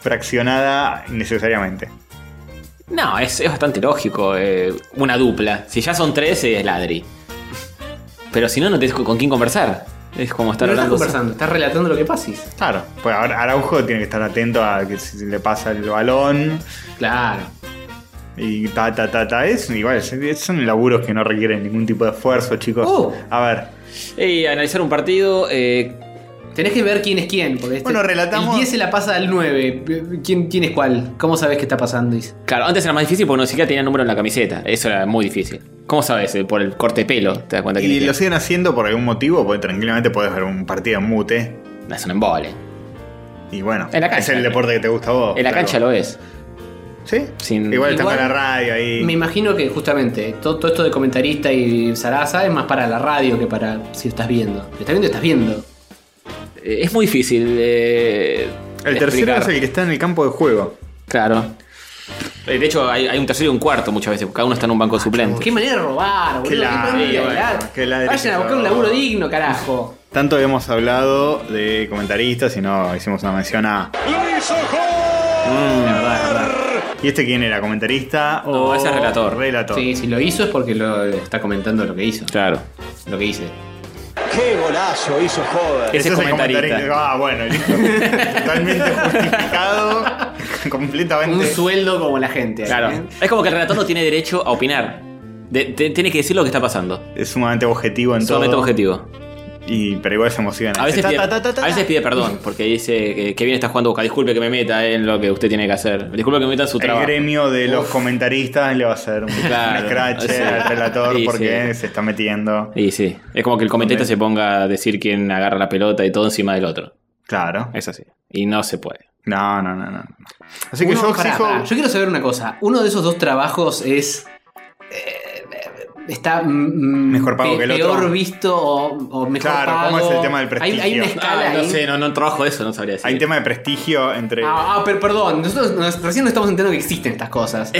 fraccionada innecesariamente.
No, es, es bastante lógico. eh, una dupla. Si ya son tres, es ladri. Pero si no, no tenés con quién conversar. Es como estar
no estás
hablando.
conversando, estás relatando lo que pases.
Claro, pues ahora Araujo tiene que estar atento a que si le pasa el balón
Claro.
y ta, ta, ta, ta. Es igual, es- son laburos que no requieren ningún tipo de esfuerzo, chicos.
Oh.
A ver,
Y analizar un partido. eh,
Tenés que ver quién es quién. Porque este-
Bueno, relatamos-
El 10 se la pasa al 9. ¿Quién, quién es cuál? ¿Cómo sabés qué está pasando? Dice.
claro, antes era más difícil porque no siquiera tenía número en la camiseta. Eso era muy difícil. ¿Cómo sabes? Eh, Por el corte de pelo. ¿Te das cuenta que
y lo siguen haciendo por algún motivo, porque tranquilamente puedes ver un partido en mute.
es un embole?
Y bueno,
En la cancha.
es el deporte que te gusta a vos.
En la
claro.
cancha lo ves.
¿Sí?
Sin-
Igual está
Igual-
para la radio ahí.
Me imagino que justamente eh, todo, todo esto de comentarista y zaraza es más para la radio que para si estás viendo. Si estás viendo, estás viendo.
Eh, Es muy difícil. eh,
El
de
tercero
explicar.
es el que está en el campo de juego.
Claro. Eh, De hecho, hay, hay un tercero y un cuarto muchas veces. Cada uno está en un
Ah,
banco suplente.
Qué manera de robar, boludo.
Qué ladri,
manera de
bueno,
ladrar.
qué ladri que
Vayan a buscar un
sos.
laburo digno, carajo.
Tanto habíamos hablado de comentaristas y no hicimos una mención a.
¡Lo hizo
Mm,
gol!
¿Y este quién era? ¿Comentarista?
No,
o
ese es relator.
Relator.
Sí, si lo hizo es porque lo está comentando lo que hizo.
Claro.
Lo que hice.
¡Qué golazo hizo Hover!
Ese es
el
comentarista.
Ah, bueno,
*laughs*
listo. Totalmente justificado. completamente.
Un sueldo como la gente. ¿eh?
Claro. Es como que el relator no tiene derecho a opinar. De- te- tiene que decir lo que está pasando.
es sumamente objetivo en todo.
Solamente objetivo.
Y, pero igual se emociona.
A veces,
Ta,
pide,
ta, ta, ta, ta.
a veces pide perdón porque dice que, que bien está jugando Boca. Disculpe que me meta en lo que usted tiene que hacer. Disculpe que me meta en su
El
trabajo.
gremio de los comentaristas le va a hacer un,
Claro.
un scratch
Sí.
al relator
Sí,
porque
sí.
se está metiendo.
Y sí. Es como que el comentarista se ponga a decir quién agarra la pelota y todo encima del otro.
Claro.
Es así. Y no se puede.
No, no, no, no. Así que
Uno-
yo
pará,
exijo.
pará, yo quiero saber una cosa. Uno de esos dos trabajos es. eh, Está mm,
Mejor pago que
pe-
el
peor
otro.
visto o, o mejor
Claro,
pago.
¿cómo es el tema del prestigio?
Hay, hay una escala
Ah, no
ahí.
sé, no, no trabajo eso, no sabría decir.
Hay un tema de prestigio entre.
Ah, ah, pero perdón, nosotros nos- recién no estamos entendiendo que existen estas cosas.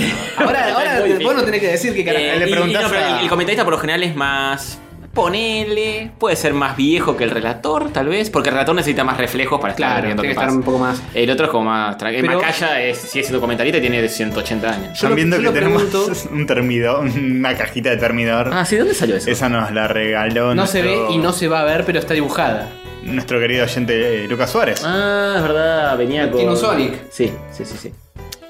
*laughs*
Ahora,
Es
ahora
muy difícil.
vos no tenés que decir que carajo.
Eh,
le
y- y
preguntás
no, pero
a-
el, el comentarista por lo general es más. Ponele. Puede ser más viejo que el relator, tal vez. Porque el relator necesita más reflejos para estar
claro,
viendo
tiene
qué
que estar
pasa.
un poco más.
El otro es como más tranquilo.
Pero-
Macaya es, sigue siendo comentarista y tiene 180 años.
yo
Están
lo-
viendo
yo
que
lo
tenemos
pregunto-
*laughs* un termidor, una cajita de termidor.
Ah, sí, ¿de ¿dónde salió eso?
Esa nos la regaló.
No se ve
nuestro-
y no se va a ver, pero está dibujada.
Nuestro querido oyente eh, Lucas Suárez.
Ah, es verdad, venía con.
Tiene un Sonic.
Sí, sí, sí, sí.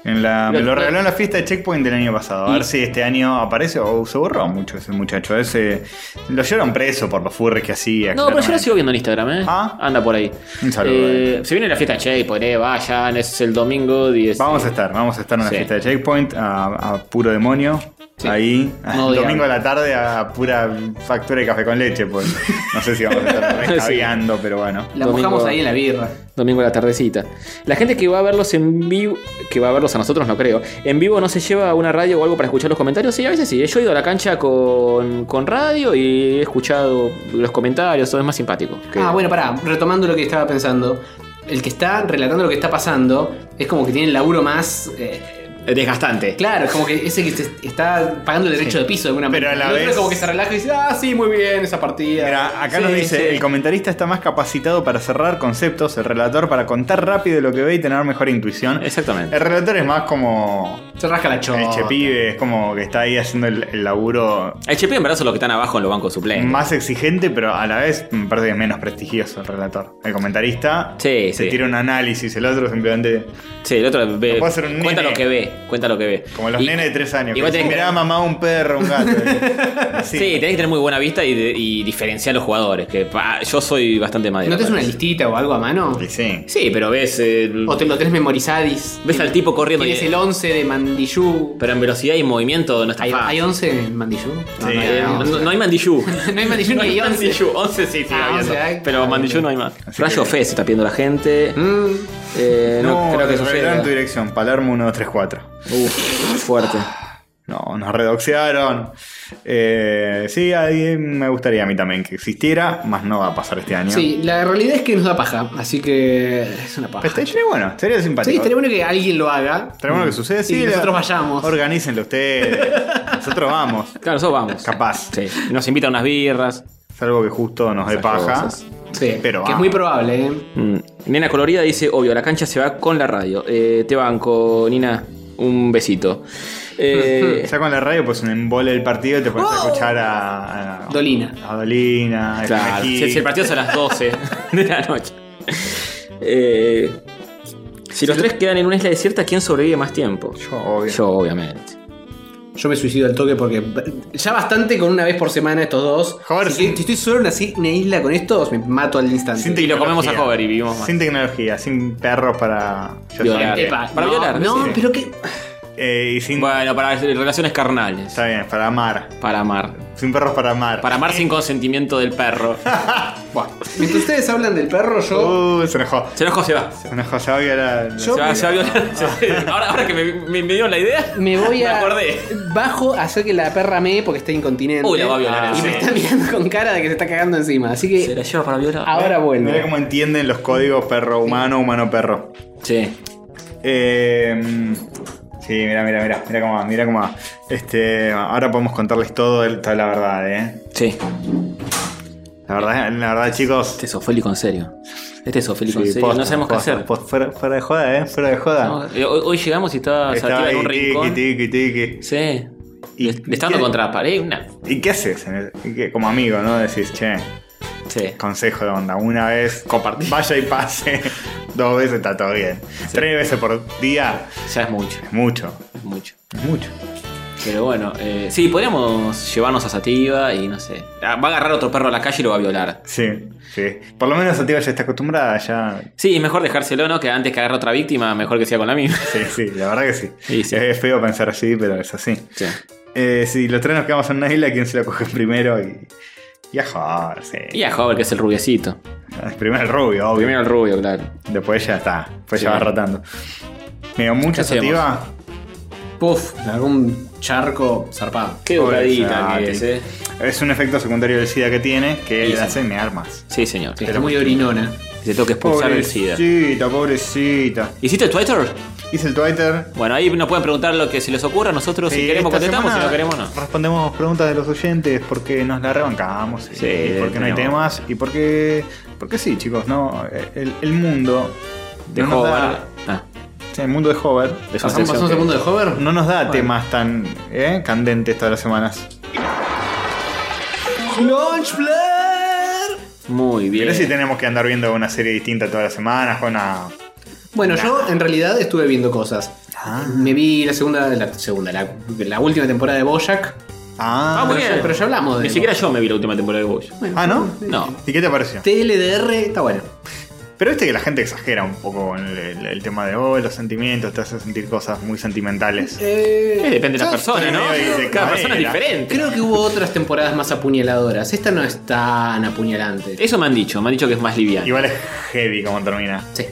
En la- me
Lo-
lo regaló en la fiesta de Checkpoint del año pasado. A ver si este año aparece o se borró mucho ese muchacho. Ese, lo llevaron preso por los furries que hacía.
No, pero yo lo
claramente.
sigo viendo en Instagram, ¿eh?
Ah.
Anda por ahí.
Un saludo,
Eh, Se viene la fiesta de Che, poné, vayan, es el domingo 10.
Vamos a estar, vamos a estar en la
Sí.
fiesta de Checkpoint a, a puro demonio.
Sí.
Ahí,
No odiable.
domingo a la tarde a pura factura de café con leche, pues no sé si vamos a
*laughs*
estar recabeando, pero bueno.
La
Domingo-
mojamos ahí en la birra.
Domingo a la tardecita. La gente que va a verlos en vivo, que va a verlos a nosotros, no creo. En vivo no se lleva una radio o algo para escuchar los comentarios. Sí, a veces sí. Yo he ido a la cancha con, con radio y he escuchado los comentarios, todo es más simpático. que-
Ah, bueno, pará, retomando lo que estaba pensando. El que está relatando lo que está pasando es como que tiene el laburo más. eh,
Es desgastante.
claro, es como que ese que se- está pagando el derecho de piso de alguna
Pero
manera.
a la
El otro
vez-
es como que se relaja y dice, ah, sí, muy bien, esa partida.
Mira, acá
Sí,
nos dice,
sí.
el comentarista está más capacitado para cerrar conceptos, el relator para contar rápido lo que ve y tener mejor intuición.
Exactamente.
El relator es más como
Se rasca la chota.
el chepibe, es como que está ahí haciendo el, el laburo
El Chepe en verdad son los que están abajo en los bancos suplentes.
más exigente, pero a la vez me parece que es menos prestigioso el relator. El comentarista
Sí,
se
sí.
tira un análisis, el otro simplemente...
Sí, el otro ve,
No puede ser un
cuenta
nene.
lo que ve, cuenta lo que ve.
Como los
Y-
nenes de 3 años.
y
que
vos
dicen,
tenés que-
Mirá, mamá, un perro, un
*laughs*
gato.
Sí, tenés que tener muy buena vista y, de- y diferenciar a los jugadores. Que pa, yo soy bastante madera.
¿No tenés una
para eso.
listita o algo a mano?
Y sí.
Sí, pero ves. eh,
¿O te lo tenés memorizadis?
ves al tipo corriendo. y-
Tienes el 11 de Mandillú.
Pero en velocidad y movimiento no está
¿Hay,
fácil.
hay 11 en Mandillú? No,
Sí,
no,
Eh,
hay
no,
11.
no hay Mandillú.
*laughs* No
*laughs*
*laughs*
hay Mandillú ni hay 11.
11 sí,
Ah, 11 hay.
Pero Mandillú no hay más.
Así
Rayo
que-
Fe se está pidiendo la gente.
Mm,
Eh, no, creo que
nos revelaron
suceda.
tu dirección, Palermo 1234.
Uf, fuerte.
Ah.
No, nos redoxearon. Eh, sí, ahí me gustaría a mí también que existiera, más no va a pasar este año.
Sí, la realidad es que nos da paja, así que es una
Pero
paja.
estaría bueno, sería simpático.
Sí, estaría bueno que alguien lo haga.
Estaría bueno que
Mm.
suceda. Sí,
que
la-
nosotros vayamos.
Organícenlo
*laughs*
ustedes. nosotros vamos.
Claro, nosotros vamos.
Capaz.
Sí. Nos invita a unas birras.
Salvo que justo nos dé
Esas
paja.
cosas.
Sí,
Pero
que es
vamos.
muy probable, ¿eh?
Mm. Nena Colorida dice, obvio, la cancha se va con la radio. Eh, te banco, Nina. un besito.
*laughs*
Eh,
Ya con la radio, pues en embole del partido te pones a escuchar a, a
Dolina.
A Dolina, a
claro,
Snacky.
si, si el partido es a
*laughs*
las 12 de la noche. Eh, si los tres quedan en una isla desierta, ¿quién sobrevive más tiempo?
Yo, obvio.
Yo, obviamente.
Yo me suicido al toque porque ya bastante con una vez por semana estos dos.
Joder,
si,
sí.
si estoy solo en una, si- una isla con estos, me mato al instante.
Sin
Y lo comemos a
tecnología.
Hover y vivimos más.
Sin tecnología, sin perros para. yo
Violar.
sé.
Epa,
Para
no,
violar,
No,
sí.
pero que.
Eh, y sin.
Bueno, para relaciones carnales.
Está bien, para amar.
Para amar.
Sin perros para amar.
Para amar sin consentimiento
*laughs*
del perro.
Mientras ustedes hablan del perro, yo.
Uh, se enojó.
Se enojó, se va.
Se enojó, se va a violar.
Se va, se va
*laughs*
a violar. ahora, ahora que me, me, me dio la idea,
Me voy a.
acordé.
Bajo a hacer que la perra me porque está incontinente.
Uy, la va a violar.
Ah,
Y
sí.
me está mirando con cara de que se está cagando encima. Así que
Se la lleva para violar.
ahora
Mira
vuelvo.
cómo entienden los códigos perro humano, humano perro.
Sí.
Eh, mm, sí, mira, mira, mira, mira cómo va, mira cómo va. Este, ahora podemos contarles todo, el- toda la verdad, eh.
Sí.
La
Eh,
verdad, la verdad, chicos.
Este es Ofélico en serio. Este es Ofélico en
sí,
serio.
posta,
no sabemos qué
posta,
hacer.
posta, fuera, fuera de joda, eh, fuera de joda.
No, eh, Hoy, hoy llegamos y estaba
Está
Sativa en
ahí,
un
tiki,
rincón.
tiki, tiki.
Sí.
Y-
Le está dando
¿qué-
contra la pared. Una...
¿Y qué haces? en el- y qué- como amigo, ¿no? Decís, che,
Sí.
consejo de onda, una vez
*laughs*
vaya y pase, dos veces está todo bien. Tres veces por día
Ya es mucho.
es mucho,
Es mucho.
es mucho.
Pero bueno, eh, sí, podríamos llevarnos a Sativa y no sé. Ah, Va a agarrar otro perro a la calle y lo va a violar.
Sí, sí. Por lo menos Sativa ya está acostumbrada, ya.
Sí, es mejor dejárselo, ¿no? Que antes que agarre otra víctima, mejor que sea con la misma. *laughs*
Sí, sí, la verdad que sí.
Sí, sí.
Es feo pensar así, pero es así.
Sí.
Eh, si los tres nos quedamos en una isla, ¿quién se la coge primero? Y, y a joder, sí.
Y a Hover, que es el rubiecito.
Primero el rubio, obvio.
Primero el rubio, claro.
Después ya está. Después
Sí.
ya va rotando. Me dio mucha
¿Qué hacemos?
Sativa.
Puff, largó un charco zarpado.
Qué
Pobre
bocadita
Sati.
que es, ¿eh?
Es un efecto secundario del SIDA que tiene que
Sí,
le
sí.
hace mear más.
Sí, señor.
Está muy orinona.
Se tengo que expulsar el SIDA.
Pobrecita, pobrecita.
¿Hiciste Twitter?
Hice el Twitter.
Bueno, ahí nos pueden preguntar lo que se les ocurra. Nosotros, si
Sí,
queremos,
esta
contestamos. Si
semana
no queremos, no.
Respondemos preguntas de los oyentes porque nos la rebancamos. y-
Sí,
y porque no hay
tenemos.
temas. Y porque. Porque sí, chicos, no. El, el mundo.
De
no nos
Hover.
da-
Ah,
sí, el mundo de Hover.
Pasamos
¿Pasó un segundo de hover?
No nos da temas tan eh, candentes todas las semanas.
¡Launch Blair!
muy bien.
Pero sí tenemos que andar viendo una serie distinta todas las semanas. Con una.
Bueno, yo en realidad estuve viendo cosas.
Ah.
Me vi la segunda, la segunda, la, la última temporada de Bojack.
Ah,
Ah, muy
pero
bien.
ya- pero ya hablamos de-
Ni siquiera yo me vi la última temporada de Bosch.
Ah, ¿no?
No.
¿Y qué te pareció?
TLDR está bueno.
Pero viste que la gente exagera un poco con el, el- el tema de oh, los sentimientos, te hace sentir cosas muy sentimentales.
Eh, depende de la persona, ¿no?
medio de cadera.
Cada persona es diferente.
Creo que hubo otras temporadas más apuñaladoras. Esta no es tan apuñalante.
Eso me han dicho. Me han dicho que es más liviano.
Igual es heavy como termina.
Sí.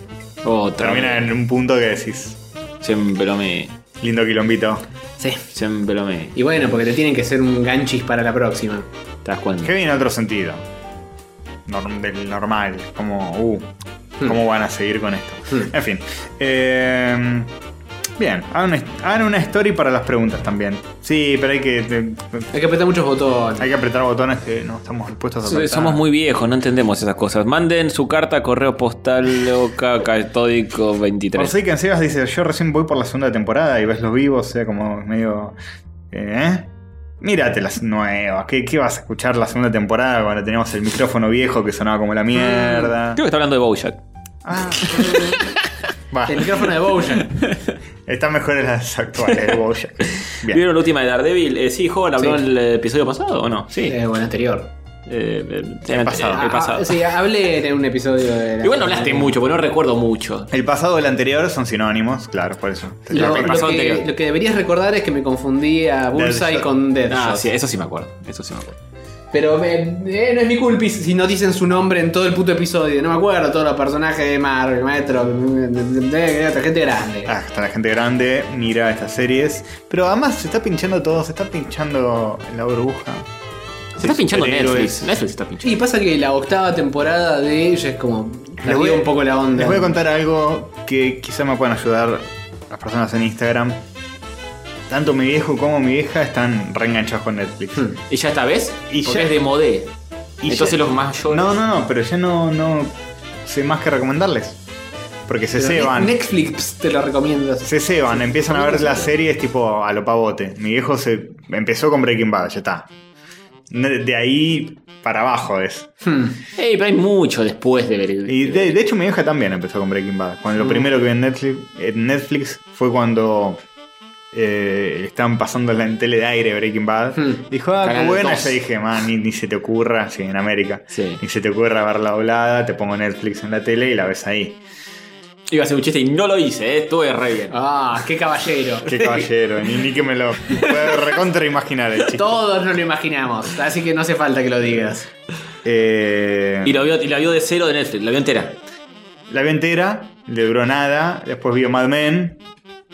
Otra.
Termina en un punto que decís,
Siempre lo me.
lindo quilombito.
Sí.
Siempre lo me.
Y bueno, porque te tienen que hacer un ganchis para la próxima.
¿Te das cuenta?
Heavy en otro sentido. Norm- del normal, como, uh, ¿cómo van a seguir con esto?
Hmm.
En fin. eh, bien, hagan una, hagan una story para las preguntas también. Sí, pero hay que,
Hay que apretar muchos botones.
hay que apretar botones que no estamos dispuestos a
So-
apretar.
Somos muy viejos, no entendemos esas cosas. Manden su carta, correo postal, loca, *laughs* catódico 23.
Forsaken Sebas dice, yo recién voy por la segunda temporada y ves los vivos, o sea, como medio... ¿Eh? Mírate las nuevas, ¿Qué, qué vas a escuchar la segunda temporada cuando teníamos el micrófono viejo que sonaba como la mierda?
Creo que está hablando de Bojack.
Ah. Va,
El micrófono de Bojack.
están mejores las actuales de
*laughs*
Bojack. Bien.
¿Vieron la última de Daredevil? Eh, sí, Howard habló
Sí.
en el episodio pasado o no? *laughs* Sí.
Eh, bueno, anterior.
Eh, eh, el
pasado.
el pasado.
Ah, sí, hablé en un episodio de la-
Igual no hablaste mucho, porque no recuerdo mucho.
El pasado del anterior son sinónimos, claro, por eso. Te
Lo,
tengo que
lo
pasado
que,
anterior.
lo que deberías recordar es que me confundí a Bullseye
Deadshot.
con Deadshot.
Ah, sí, eso sí me acuerdo. Eso sí me acuerdo.
Pero eh, eh, no es mi culpa si no dicen su nombre en todo el puto episodio. No me acuerdo todos los personajes de Marvel, maestro. de- de- de- de- Gente grande.
Ah, está la gente grande, mira estas series. Pero además se está pinchando todo, se está pinchando en la burbuja.
Se está pinchando
superhéroes.
Netflix. Netflix está pinchando.
Y pasa que la octava temporada de ella es como.
Les
Le
voy-
un poco la onda.
Les voy a contar algo que quizá me puedan ayudar las personas en Instagram. Tanto mi viejo como mi vieja están reenganchados con Netflix.
Hmm.
¿Y ya esta vez?
Y
porque
ya-
es de modé.
Y
Entonces
ya-
los mayores.
No, no, no, pero ya no, no sé más que recomendarles. Porque se
Pero
ceban.
Netflix te lo recomiendo.
Se ceban, empiezan a ver las series tipo a lo pavote. Mi viejo se empezó con Breaking Bad, ya está. Ne- De ahí para abajo es.
Hmm.
Ey, pero hay mucho después de ver el-
Y de, de hecho mi vieja también empezó con Breaking Bad. Cuando lo primero que vi en Netflix, en Netflix fue cuando eh, estaban pasando en la tele de aire Breaking Bad.
Hmm.
Dijo, ah, qué
Canal
buena.
dos.
Yo dije, man, ni, ni se te ocurra, sí, en América.
Sí.
Ni se te ocurra verla doblada, te pongo Netflix en la tele y la ves ahí.
Iba a hacer un chiste y no lo hice, eh, estuve re bien.
Ah, qué caballero.
*laughs*
Qué caballero, ni, ni que me lo puedo recontra imaginar el chiste.
Todos nos lo imaginamos, así que no hace falta que lo digas.
Eh,
Y, lo vio, y la vio de cero de Netflix, la vio entera.
La vi entera, le duró nada, después vio Mad Men.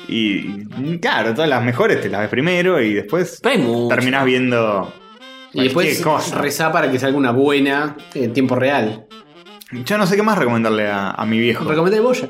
Y y, claro, todas las mejores te las ves primero y después
Pero hay mucho.
terminás viendo.
Y después
cualquier cosa.
rezá para que salga una buena en tiempo real.
Yo no sé qué más recomendarle a, a mi viejo.
Recomendé Boya.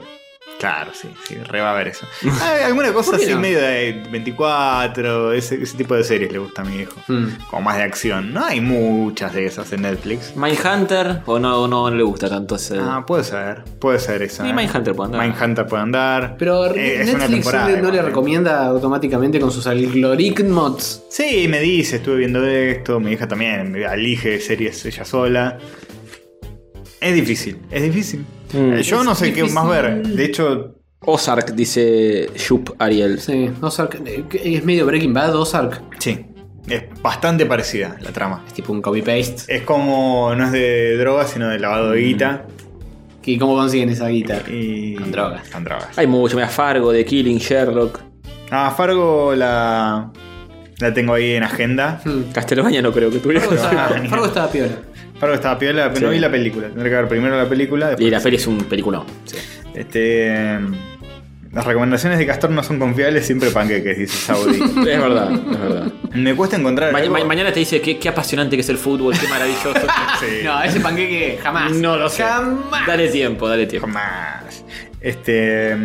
claro, sí, sí, re va a ver
*laughs*
eso. Ah, alguna cosa
¿Por qué
así
no?
medio de 24, ese, ese tipo de series le gusta a mi viejo.
Hmm.
Como más de acción. No hay muchas de esas en
Eh.
Netflix.
Mindhunter, o no, no, no le gusta tanto ese.
Ah, puede ser, puede ser esa.
Sí,
eh.
Mindhunter puede andar.
Mindhunter puede andar.
Pero
Eh, es una
Netflix
temporada,
no le- no le
igual.
recomienda automáticamente con sus algoritmos.
eh. Sí, me dice, estuve viendo esto, mi hija también elige series ella sola. Es difícil, es difícil.
Hmm.
Mm.
Eh, Yo no sé qué más ver. De hecho,
Ozark, dice Shup Ariel.
Sí, Ozark. eh, Es medio Breaking Bad, Ozark.
sí, es bastante parecida la trama.
Es tipo un copy-paste.
Es como, no es de drogas, sino de lavado de guita.
¿Y cómo consiguen esa guita?
Y...
Con drogas.
Con drogas.
Hay mucho, mira, Fargo, The Killing, Sherlock.
Ah, Fargo la, la tengo ahí en agenda.
Hmm.
Castlevania no creo que
Fargo
tuviera.
estaba-
no.
Fargo estaba piola.
Fargo estaba piola, pero no
Sí.
vi la película. Tendré que ver primero la película.
Y
Después...
la peli es un peliculón.
Este, em, las recomendaciones de Castor no son confiables, siempre panqueques, dice Saudi.
Es verdad, es verdad.
Me cuesta encontrar.
*laughs* Ma-
algo-
ma- mañana te dice qué, qué apasionante que es el fútbol, qué maravilloso.
Sí,
No, ese panqueque jamás.
No lo sé. *laughs*
Jamás.
dale tiempo, dale tiempo.
jamás. Este.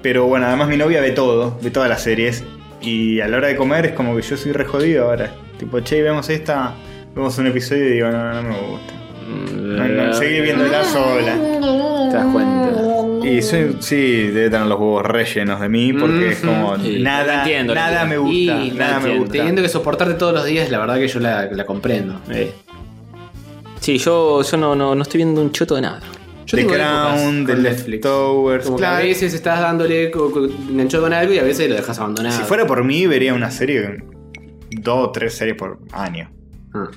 Pero bueno, además mi novia ve todo, ve todas las series. Y a la hora de comer es como que yo soy re jodido ahora. Tipo, che, vemos esta, vemos un episodio y digo, no, no me gusta. No, no, seguí viéndola sola.
Te das cuenta.
Y soy, sí, debe tener los huevos rellenos de mí porque es como
Sí, la
nada,
entiendo, la
nada me gusta,
Y la
nada me
entiendo.
gusta.
Teniendo que soportarte todos los días, la verdad que yo la, la comprendo.
Eh. Sí, yo, yo no, no, no estoy viendo un choto de nada.
Yo
The
tengo épocas
Crown,
con
The
Netflix.
Leftovers.
Como que
Claro,
a veces estás dándole co- co- enganchado con algo y a veces lo dejas abandonado.
si fuera por mí, vería una serie, dos o tres series por año.
Ah.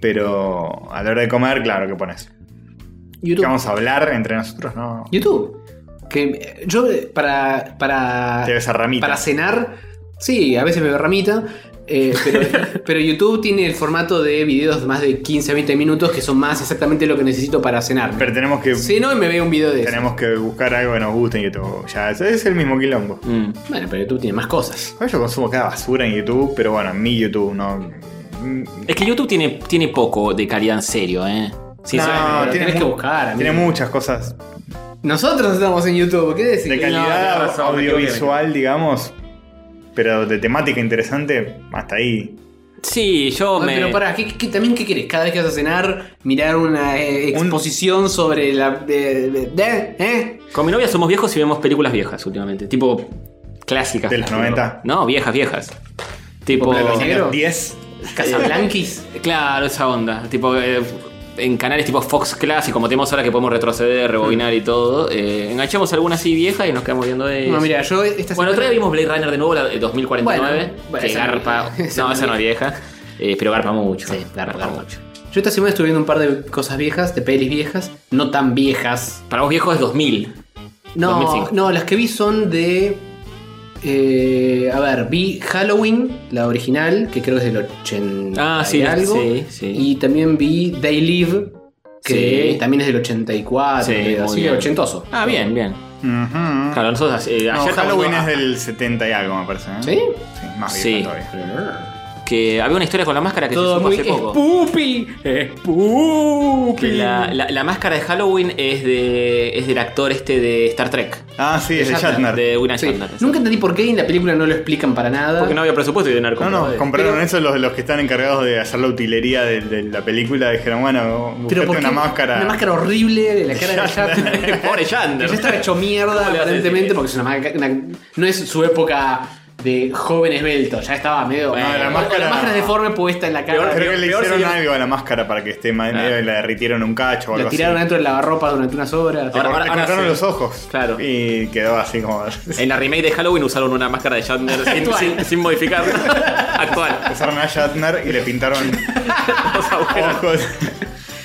Pero a la hora de comer, claro que pones. Que
YouTube.
vamos a hablar entre nosotros, no.
YouTube. Que eh, yo eh, para. para.
Te ves a ramita.
para cenar. Sí, a veces me veo ramita. eh, pero,
*laughs*
pero YouTube tiene el formato de videos más de 15 a 20 minutos que son más exactamente lo que necesito para cenar.
Pero tenemos que,
Si no, y me veo un video de eso.
tenemos que buscar algo que nos guste en YouTube. Ya, es, es el mismo quilombo.
Mm.
Bueno, pero YouTube tiene más cosas.
Ahora Yo consumo cada basura en YouTube, pero bueno, en mi YouTube no.
Es que YouTube tiene, tiene poco de calidad en serio, ¿eh? Sinceramente.
pero tenés
mu-
que buscar, amigo.
Tiene muchas cosas
Nosotros estamos en YouTube, ¿qué decís?
de
tenés
calidad
razón, me equivoqué, me
audiovisual, digamos. Pero de temática interesante, hasta ahí.
Sí, yo
No,
me.
Pero pará, ¿qué, qué- también qué querés? Cada vez que vas a cenar, mirar una eh,
Un-
exposición sobre la. de- de- de- ¿eh?
Con mi novia somos viejos y vemos películas viejas últimamente. Tipo clásicas.
De los 90.
No, viejas, viejas. Tipo.
Blanco y negro.
10.
Casablanquis.
Claro, esa onda. Tipo. eh, en canales tipo Fox Classic, como tenemos ahora que podemos retroceder, rebobinar y todo, eh, enganchamos alguna así vieja y nos quedamos viendo eso.
No, mira, yo esta
Bueno, otra vez
semana-
vimos Blade Runner de nuevo, la de 2049.
Bueno, bueno,
que
esa no-
garpa.
esa
no,
no
esa no es vieja. eh, pero garpa mucho.
Sí, garpa, garpa.
mucho.
Yo esta semana estuve viendo un par de cosas viejas, de pelis viejas, no tan viejas.
Para vos viejo es 2000.
No,
2005.
no, las que vi son de. eh, a ver, vi Halloween, la original, que creo que es del 80
Ah, sí,
y algo.
sí, sí.
Y también vi They Live, que
Sí.
también es del 84,
Sí,
creo,
muy
eh, así que
bien.
ochentoso.
Ah, bien, bien. Claro, nosotros eh,
No,
ayer
Halloween
cuando-
es del 70 y algo, me parece. ¿eh?
¿Sí?
más
Sí.
vieja todavía.
que había una historia con la máscara que se
Todo
supo
muy
hace poco.
Spoopy.
Que
Spoopy.
la, la- la máscara de Halloween es de es del actor este de Star Trek.
Ah, sí, es de
Shatner.
Shatner.
De William
Sí.
Shatner.
Nunca entendí por qué en la película no lo explican para nada.
Porque no había presupuesto y de narco.
No, no, compraron
Pero-
eso los, los que están encargados de hacer la utilería de, de la película. Dijeron, bueno,
Pero
buscate
¿por qué?
una máscara.
Una máscara horrible de la cara de
Shatner. *laughs*
Shatner.
Pobre
Que
Yander.
ya estaba hecho mierda,
¿Cómo le vas a
aparentemente,
decir?
porque es una marca- una- no es su época de joven esbelto, ya estaba medio.
Bueno, la
o-
máscara-
La máscara deforme puesta en la cara.
Peor-
Creo que le
peor
hicieron
sería-
algo a la máscara para que esté más medio que la derritieron un cacho o algo
la tiraron
así.
dentro del lavarropa durante unas horas.
Ahora-
Le
ahora- ahora
cortaron
sí.
los ojos.
Claro.
Y quedó así como. *laughs*
En la remake de Halloween usaron una máscara de Shatner sin,
Actual.
sin- sin modificar.
*laughs*
Actual.
Usaron a Shatner y le
*laughs*
pintaron
Los agujeros.
ojos.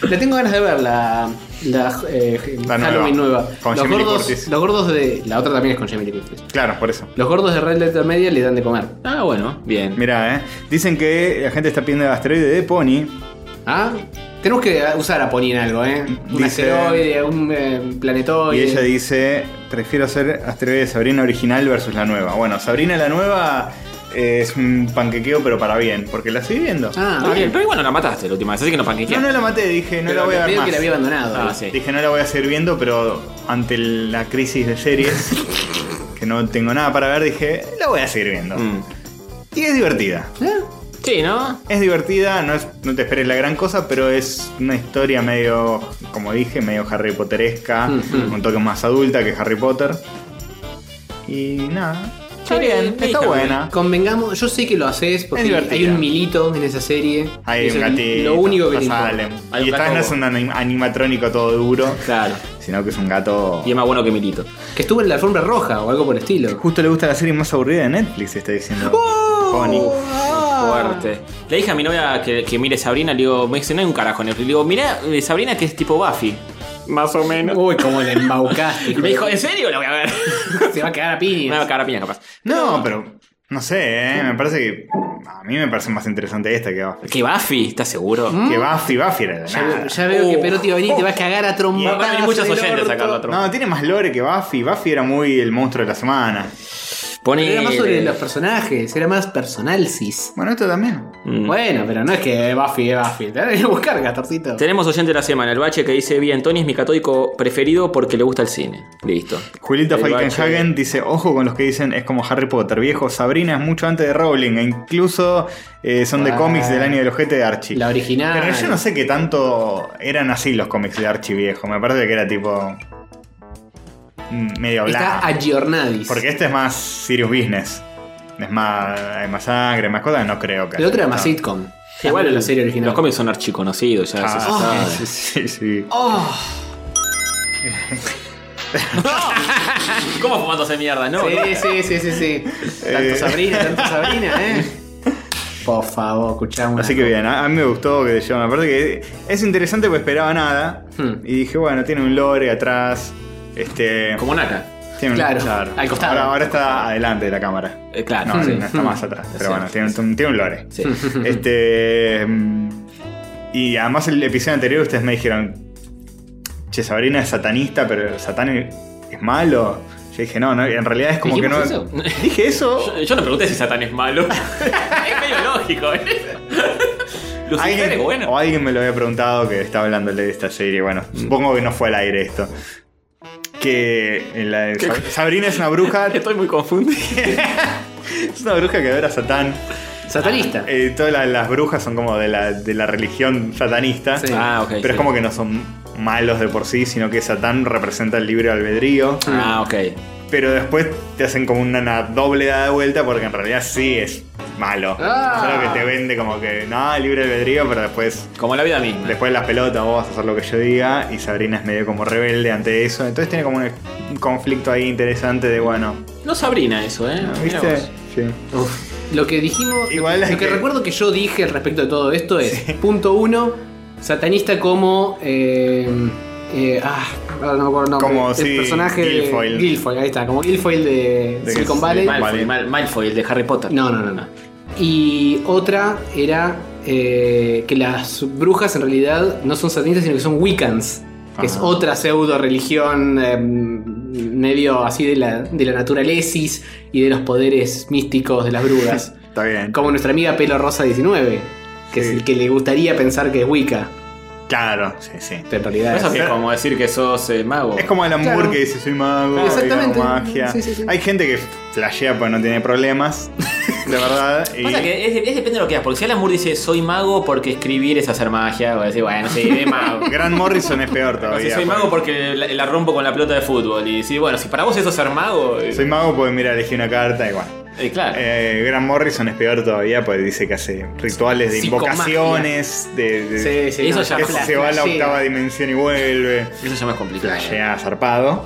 Le tengo ganas de ver la, la, eh,
La nueva.
Halloween nueva.
Con
los,
Jamie Lee
gordos,
Curtis.
los gordos de. La otra también es con Jamie Lee Curtis.
claro, por eso.
Los gordos de Red Letter Media le dan de comer.
Ah, bueno, bien.
Mirá, eh. Dicen que la gente está pidiendo el asteroide de Pony.
¿Ah? Tenemos que usar a Pony en algo, ¿eh? Un
Dice-
asteroide, un eh, planetoide.
Y ella dice: Prefiero hacer asteroide de Sabrina original versus la nueva. Bueno, Sabrina la nueva eh, es un panquequeo, pero para bien, porque la estoy viendo.
Ah,
Ah, bien,
bien.
Pero igual no la mataste la última vez, así que no
No,
panquequeaste.
no la maté, dije, no
Pero
la voy a ver
medio
más.
que la había abandonado.
Ah,
¿eh?
sí.
Dije, no la voy a seguir viendo, pero ante la crisis de series,
*laughs*
que no tengo nada para ver, dije, la voy a seguir viendo.
Mm.
Y es divertida.
¿Eh?
Sí, ¿no?
Es divertida, no, es, no te esperes la gran cosa, pero es una historia medio, como dije, medio Harry Potteresca,
Mm,
un toque más adulta que Harry Potter. Y nada,
Está bien,
está,
está
buena.
Convengamos, yo sé que lo haces porque
Ah. Es divertida.
hay un milito en esa serie.
Hay
Eso
un
es
gatito,
Lo único que te
está
importa.
Salem.
Hay un
Y esta
gato.
no es un anim- animatrónico todo duro,
Claro.
sino que es un gato...
Y es más bueno que Milito.
Que estuvo en la alfombra roja o algo por el estilo.
Justo le gusta la serie más aburrida de Netflix, está diciendo.
¡Oh!
Pony. Ah.
Ah.
Fuerte. Le dije a mi novia que, que mire Sabrina, le digo, me dice, no hay un carajo en el. Le digo, mira Sabrina que es tipo Buffy. Más o menos.
Uy, como la embaucaste.
Y me
hijo de-
dijo, ¿en serio la voy a ver?
se va a
me va
quedar a
a
piñas.
cagar a piña capaz.
No, pero no sé, ¿eh? me parece que a mí me parece más interesante esta que Buffy.
¿Que Buffy? ¿Estás *laughs* seguro?
Que Buffy, Buffy era de
¿Mm? Ya,
nada.
ya veo que
Uh.
Perotti va a venir y te va a cagar a
Va
trompar.
a venir muchos oyentes a sacarlo a trompar.
No, tiene más lore que Buffy. Buffy era muy el monstruo de la semana.
Pone.
Era más sobre los personajes, era más personal cis.
Bueno, esto también.
Mm.
Bueno, pero no es que Buffy es Buffy. Te van a ir a buscar, Gastorcito.
Tenemos oyente de la semana, el bache que dice, bien, Tony es mi católico preferido porque le gusta el cine. Listo.
Julita
El
Falkenhagen dice, ojo con los que dicen es como Harry Potter, viejo. Sabrina es mucho antes de Rowling, e incluso eh, son de
Ah.
cómics del año del ojete de Archie.
La original.
Pero yo no sé qué tanto eran así los cómics de Archie viejo. Me parece que era tipo. mm, medio bla.
Está a Giornadis.
Porque este es más serious business. Es más. Hay más sangre, más cosas. No creo que.
El otro era más
no.
sitcom. Igual la serie original.
Los cómics son archiconocidos, ya se
Ah,
sabe.
sí, sí, sí.
¿Cómo fumándose mierda? No, no.
Sí, sí, sí, sí, sí. Tanto
Eh.
Sabrina, tanto Sabrina, ¿eh? *laughs* Por favor, escuchamos.
Así que bien, a, a mí me gustó que yo. Aparte que es interesante porque esperaba nada.
Hmm.
Y dije, bueno, tiene un lore atrás. Este.
Como Naka.
tiene un-
Claro, al costado. Hmm.
Ahora, ahora está adelante de la cámara.
Eh, claro.
No,
sí.
no está más atrás. Pero bueno, tiene, un- tiene un
*laughs*
lore.
Sí.
Este. mm, Y además el episodio anterior ustedes me dijeron. Che, Sabrina es satanista, pero Satán es malo. Yo dije, no, no, en realidad es como que no.
¿Dijimos eso?
*laughs* Dije eso.
Yo, eh, yo no pregunté si Satán es *laughs* malo. es medio lógico, ¿eh? Lucifer es
Alguien,
bueno. Mm.
O alguien me lo había preguntado que estaba hablándole de esta serie. Bueno, supongo que no fue al aire esto. Que la- Sab- Sabrina es una
*laughs*
bruja.
Estoy muy confundido.
es una bruja que adora a Satán.
Satanista.
Eh, todas la- las brujas son como de la, de la religión satanista.
Sí.
Ah, ok.
Pero es como que no son malos de por sí, sino que Satán representa el libre albedrío.
Ah, ok.
Pero después te hacen como una, una doble dada de vuelta porque en realidad sí es malo.
Ah.
Solo que te vende como que, no, libre albedrío, pero después,
Como la vida misma.
después las pelotas vos vas a hacer lo que yo diga. Y Sabrina es medio como rebelde ante eso. Entonces tiene como un, un conflicto ahí interesante de, bueno,
No Sabrina eso, ¿eh? Mira
¿viste?
vos.
Sí.
Lo que dijimos.
Igual
lo que,
es
lo que
que-
recuerdo que yo dije respecto de todo esto es: punto uno, satanista como. eh, eh, ah, ahora no me acuerdo el nombre.
Como,
el
sí,
personaje
Guilfoyle.
de. Guilfoyle, ahí está, como Guilfoyle de,
De
Silicon
que-
Valley.
Vale.
Malfoy, Mal- Malfoy, el de Harry Potter.
No, no, no, no. Y otra era eh, que las brujas en realidad no son satanistas, sino que son Wiccans. Que es
Ajá.
otra pseudo religión eh, *laughs* medio así de la, de la naturalesis y de los poderes místicos de las brujas.
Está bien.
Como nuestra amiga Pelo Rosa 19, que es
Sí.
el que le gustaría pensar que es Wicca,
Claro, sí, sí.
pero en realidad
Eso
es-
que es como decir que sos eh, mago.
Es como el Moore
Claro.
que dice soy mago, y
Exactamente.
hago magia.
Sí, sí, sí.
Hay gente que flashea porque no tiene problemas, de verdad. y-
Pasa que es, es depende de lo que hagas, porque si Alan Moore dice soy mago porque escribir es hacer magia, voy a decir, bueno, *laughs* sí, de mago.
Grant Morrison es peor
O si
todavía.
soy mago porque la, la rompo con la pelota de fútbol. Y si, bueno, si para vos eso es ser mago, eh,
Soy mago porque mira, elegí una carta y bueno.
eh, claro.
Eh, Grant Morrison es peor todavía porque dice que hace rituales de
Psicomagia.
invocaciones, de, de-
Sí, sí,
Eso
no,
ya
que
no
es-
se va a la
flashea.
octava dimensión y vuelve.
eso ya más complicado. ¿eh?
Flashea zarpado.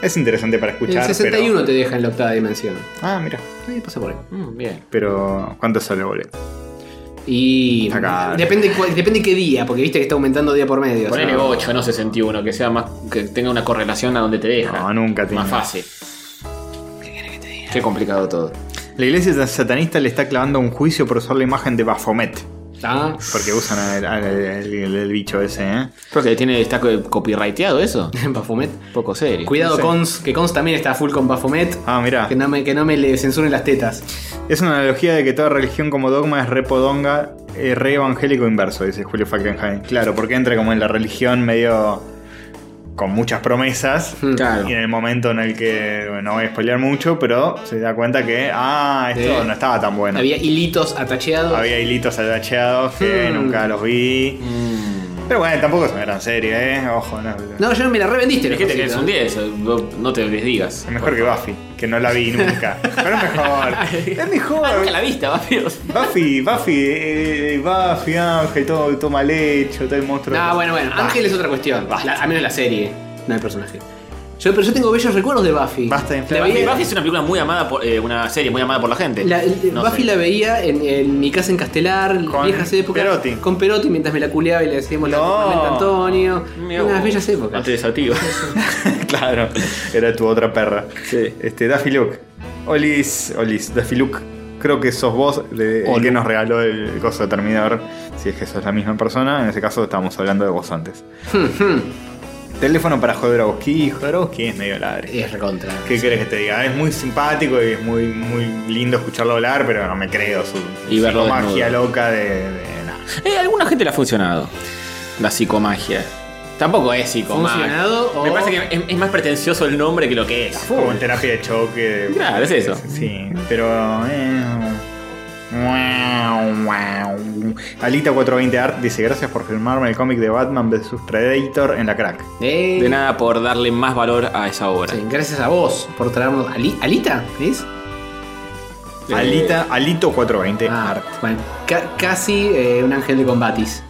Es interesante para
En
escuchar.
el 61 te deja en la octava dimensión.
Pero... Ah, mira.
Ahí pasa por ahí.
Mm, bien.
Pero ¿cuánto sale, boludo?
Y
Está caro.
depende, cuál- depende qué día, porque viste que está aumentando día por medio. o sea.
Ponele 8, no 61, que sea más, que tenga una correlación a donde te deja.
No, nunca tiene.
Más fácil. Qué complicado todo.
La iglesia satanista le está clavando un juicio por usar la imagen de Baphomet.
Ah,
Porque usan al, al- al- al- al bicho ese, ¿eh?
Porque tiene, está co- copyrighteado
*laughs*
eso.
Baphomet.
Poco serio.
Cuidado,
Sí.
Cons, que Cons también está full con Baphomet.
Ah, mira.
Que no, me, que no me le censuren las tetas.
Es una analogía de que toda religión como dogma es repodonga, re evangélico inverso, dice Julio Falkenhayn. Claro, porque entra como en la religión medio con muchas promesas.
Mm. Claro.
Y en el momento en el que, bueno, no voy a spoilear mucho, pero se da cuenta que, ah, esto
Sí.
no estaba tan bueno.
Había hilitos atacheados.
Había hilitos atacheados que
Hmm.
nunca los vi. Pero bueno, tampoco es una gran serie, ¿eh? Ojo, no.
No, yo me la revendiste.
Pero dijiste que es
Rosita.
un 10, eh, no- no te desdigas.
Es mejor que Buffy, que no la vi nunca. Pero es mejor. Es
Ah,
mejor.
nunca la vista, va, pero-
Buffy, Buffy, eh, Buffy, Ángel, todo, todo mal hecho, todo el monstruo.
No, bueno, bueno.
Basta.
Ángel es otra cuestión.
Basta.
La- a menos la serie, no el personaje. Yo, pero yo tengo bellos recuerdos de Buffy.
Basta de
la
inflar.
Buffy,
veía,
Buffy es una película muy amada por. eh, una serie muy amada por la gente.
la- el-
No
Buffy
sé.
la veía en, en mi casa en Castelar,
Con
viejas épocas.
Perotti.
Con Perotti, mientras me la culeaba y le decíamos la
No.
tormenta Antonio.
Mira
Unas
vos.
bellas épocas.
No te
*laughs*
desactivas.
claro. *laughs* Era tu otra perra.
Sí.
Este, Daffy Luke. Olis, Olis, Daffy Luke. Creo que sos vos de- el
Olu.
que nos regaló el coso de Terminador. Si es que sos la misma persona, en ese caso estábamos hablando de vos
*laughs*
antes. Teléfono para Jodorowsky. Jodorowsky es medio ladre.
Es recontra.
¿Qué querés que te diga? Es muy simpático y es muy, muy lindo escucharlo hablar, pero no me creo su
Y verlo
magia
desnudo.
loca de. de- no.
Eh, alguna gente le ha funcionado. La psicomagia. Tampoco es psicomagia.
¿Funcionado o-
Me parece que es, es más pretencioso el nombre que lo que es.
Como en terapia de choque.
Claro, es eso.
Sí, pero. eh, guau, guau. Alita420 Art dice: Gracias por firmarme el cómic de Batman vs Predator en la crack.
Eh,
De nada por darle más valor a esa obra.
sí, gracias a vos por traernos. Ali- ¿Alita? ¿Es?
Alita, Alito420
Ah.
Art.
Ah, bueno, ca- casi eh, un ángel de combatis.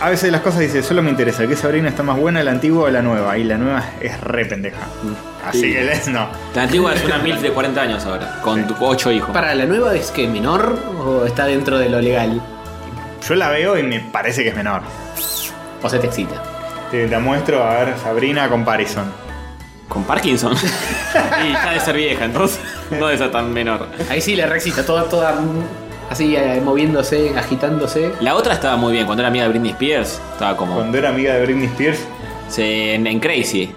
A veces las cosas dice: Solo me interesa que Sabrina está más buena, la antigua o la nueva. Y la nueva es re pendeja.
Mm,
Así que les no.
La antigua es *laughs* una MILF de 40 años ahora, con tu- ocho hijos.
Para la nueva es que menor o está dentro de lo legal.
Yo la veo y me parece que es menor.
O sea, te excita.
Te la muestro, a ver, Sabrina Comparison.
Con *laughs* Parkinson. y ya de ser vieja, entonces. *laughs* No de ser tan menor.
Ahí sí le reexcita, toda, toda mm, así eh, moviéndose, agitándose.
La otra estaba muy bien, cuando era amiga de Britney Spears, estaba como.
Cuando era amiga de Britney Spears.
se- en, en Crazy.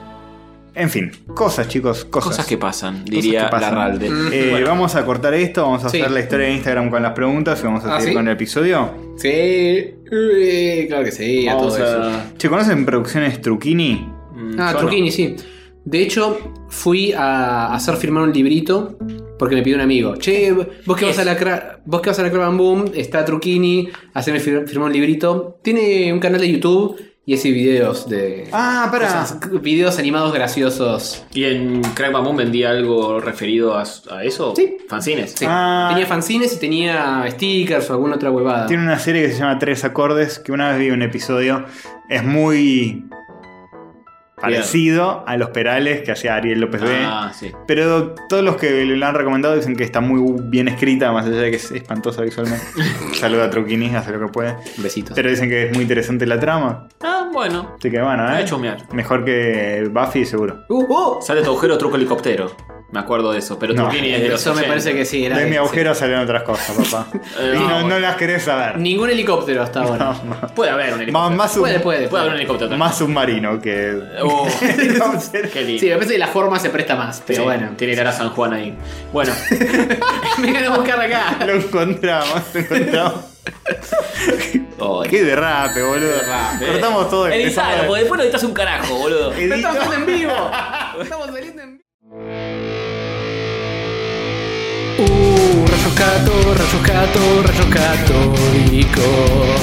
En fin, cosas, chicos, cosas.
Cosas que pasan, Mm. diría
que pasan.
Larralde.
Eh, Vamos a cortar esto, vamos a
Sí.
hacer la historia de Instagram con las preguntas y vamos a
Ah,
seguir
¿sí?
con el episodio.
Sí, eh, claro que sí, a
Vamos
todo eso.
a-
Che, ¿conocen producciones Truquini?
Mm,
Ah,
yo
Truquini, sí. De hecho, fui a hacer firmar un librito porque me pidió un amigo. Che, vos que vas a la cra- vos que vas a la Craban Boom, está Truquini, haceme fir- firmar un librito. Tiene un canal de YouTube y hace videos de
Ah, pará.
cosas- videos animados graciosos.
¿Y en Crack Bamboo vendía algo referido a, a eso?
Sí.
¿Fanzines?
Sí.
Ah.
Tenía fanzines y tenía stickers o alguna otra huevada.
Tiene una serie que se llama Tres Acordes, que una vez vi un episodio. Es muy parecido a los perales que hacía Ariel López B.
Ah, sí.
Pero todos los que le han recomendado dicen que está muy bien escrita, más allá de que es espantosa visualmente. Saluda a Truquini, hace lo que puede.
Besitos.
Pero dicen que es muy interesante la trama.
Ah, bueno.
Así que bueno,
Me ha
¿eh?
hecho humear.
Mejor que Buffy, seguro.
Uh, oh,
Sale tu agujero, truco helicóptero. Me acuerdo de eso, pero
No,
Turquini es de los
Eso me
80.
parece que sí. Era
de mi
sí.
agujero salieron otras cosas, papá.
*laughs* Eh,
y no,
no.
no las querés *laughs* saber.
Ningún helicóptero hasta ahora.
Puede haber un
Más,
helicóptero.
más
Puede,
sub-
puede.
Puede haber un helicóptero.
más submarino que. *laughs*
*laughs* Oh,
Entonces,
qué lindo.
Sí, me parece que la forma se presta más, pero
Sí, Ah,
bueno.
Tiene cara San Juan ahí. Bueno,
Me van a
*laughs*
buscar acá.
lo encontramos, lo encontramos.
oh,
Qué derrape, boludo. Cortamos todo y empezamos
Editalo, pues.
de-
porque después lo editas un carajo, boludo.
Pero
Edito.
estamos saliendo en vivo.
*laughs*
Estamos saliendo en vivo. Uh, rayos gato, rayos gato, rayos católicos.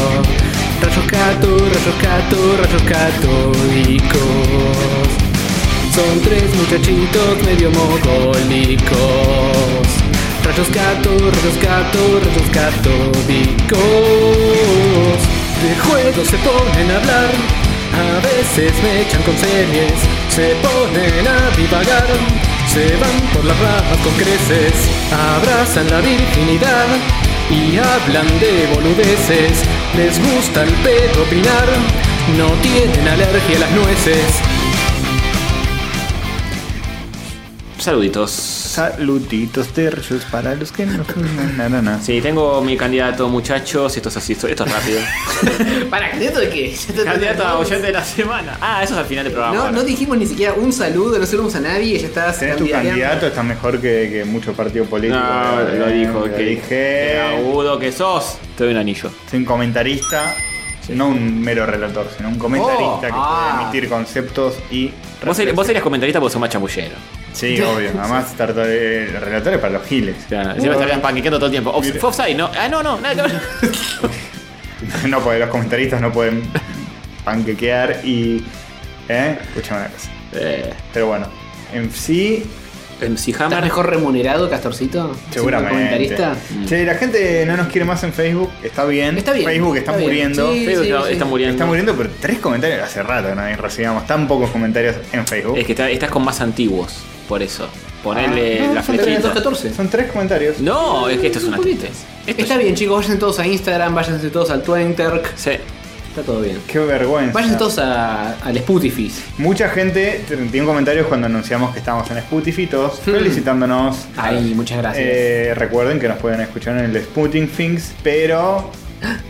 Rayos gato, rayos gato, rayos católicos. Son tres muchachitos medio mogólicos. Rayos gato, rayos gato, rayos católicos. De juego se ponen a hablar. A veces me echan con series. Se ponen a divagar. Se van por las ramas con creces. Abrazan la virginidad. Y hablan de boludeces. Les gusta el pedo opinar. No tienen alergia a las nueces.
Saluditos.
Salutitos tercios para los que no. Na, na, na.
Sí, tengo mi candidato, muchachos. Esto es así, esto, esto es rápido.
Para, ¿candidato de qué? Ya
*laughs*
te-
candidato a
no,
oyente de la semana. Ah, eso es al final del programa.
No, no dijimos ni siquiera un saludo, no saludamos a nadie, ya estás
Tenés tu
candidateando.
candidato, está mejor que, que mucho partido político.
No,
Eh,
lo dijo, que qué
dije.
agudo que sos. Te doy un anillo.
Soy un comentarista, no un mero relator, sino un comentarista
Oh,
que
ah.
puede emitir conceptos y.
Vos, eres- vos eres comentarista porque sos más chamullero.
Sí, obvio. Además, trato de relatores para los giles.
Claro, encima estarías panquequeando todo el tiempo. Off-
Mire.
offside, no. Ah, no, no, nada que ver.
*laughs* No, porque los comentaristas no pueden panquequear y. ¿Eh? Escuchame una cosa.
Eh,
Pero bueno, en sí,
MC
¿Estás
Hammer.
mejor remunerado, Castorcito?
seguramente. Mm.
Siendo comentarista. Mm.
Che, la gente no nos quiere más en Facebook. Está bien.
Está bien.
Facebook está,
bien.
muriendo.
Sí,
Facebook
sí,
está,
sí.
está muriendo.
Está muriendo, pero tres comentarios hace rato que nadie recibíamos tan pocos comentarios en Facebook.
Es que está- estás con más antiguos, por eso. Ponele
Ah, no,
la
son
Pero en el
flechita.
214.
Son tres comentarios.
No, es que esto es
Un
una
poquito.
tristeza. Esto
Está
es-
bien, chicos, váyanse todos a Instagram, váyanse todos al Twitter.
Sí.
Está todo bien.
Qué vergüenza.
Váyanse todos a- al Spotify.
Mucha gente tiene comentarios cuando anunciamos que estamos en Spotify, todos
Hmm.
felicitándonos.
Ah,
Ay, muchas gracias.
Eh, recuerden que nos pueden escuchar en el Spooting Things, pero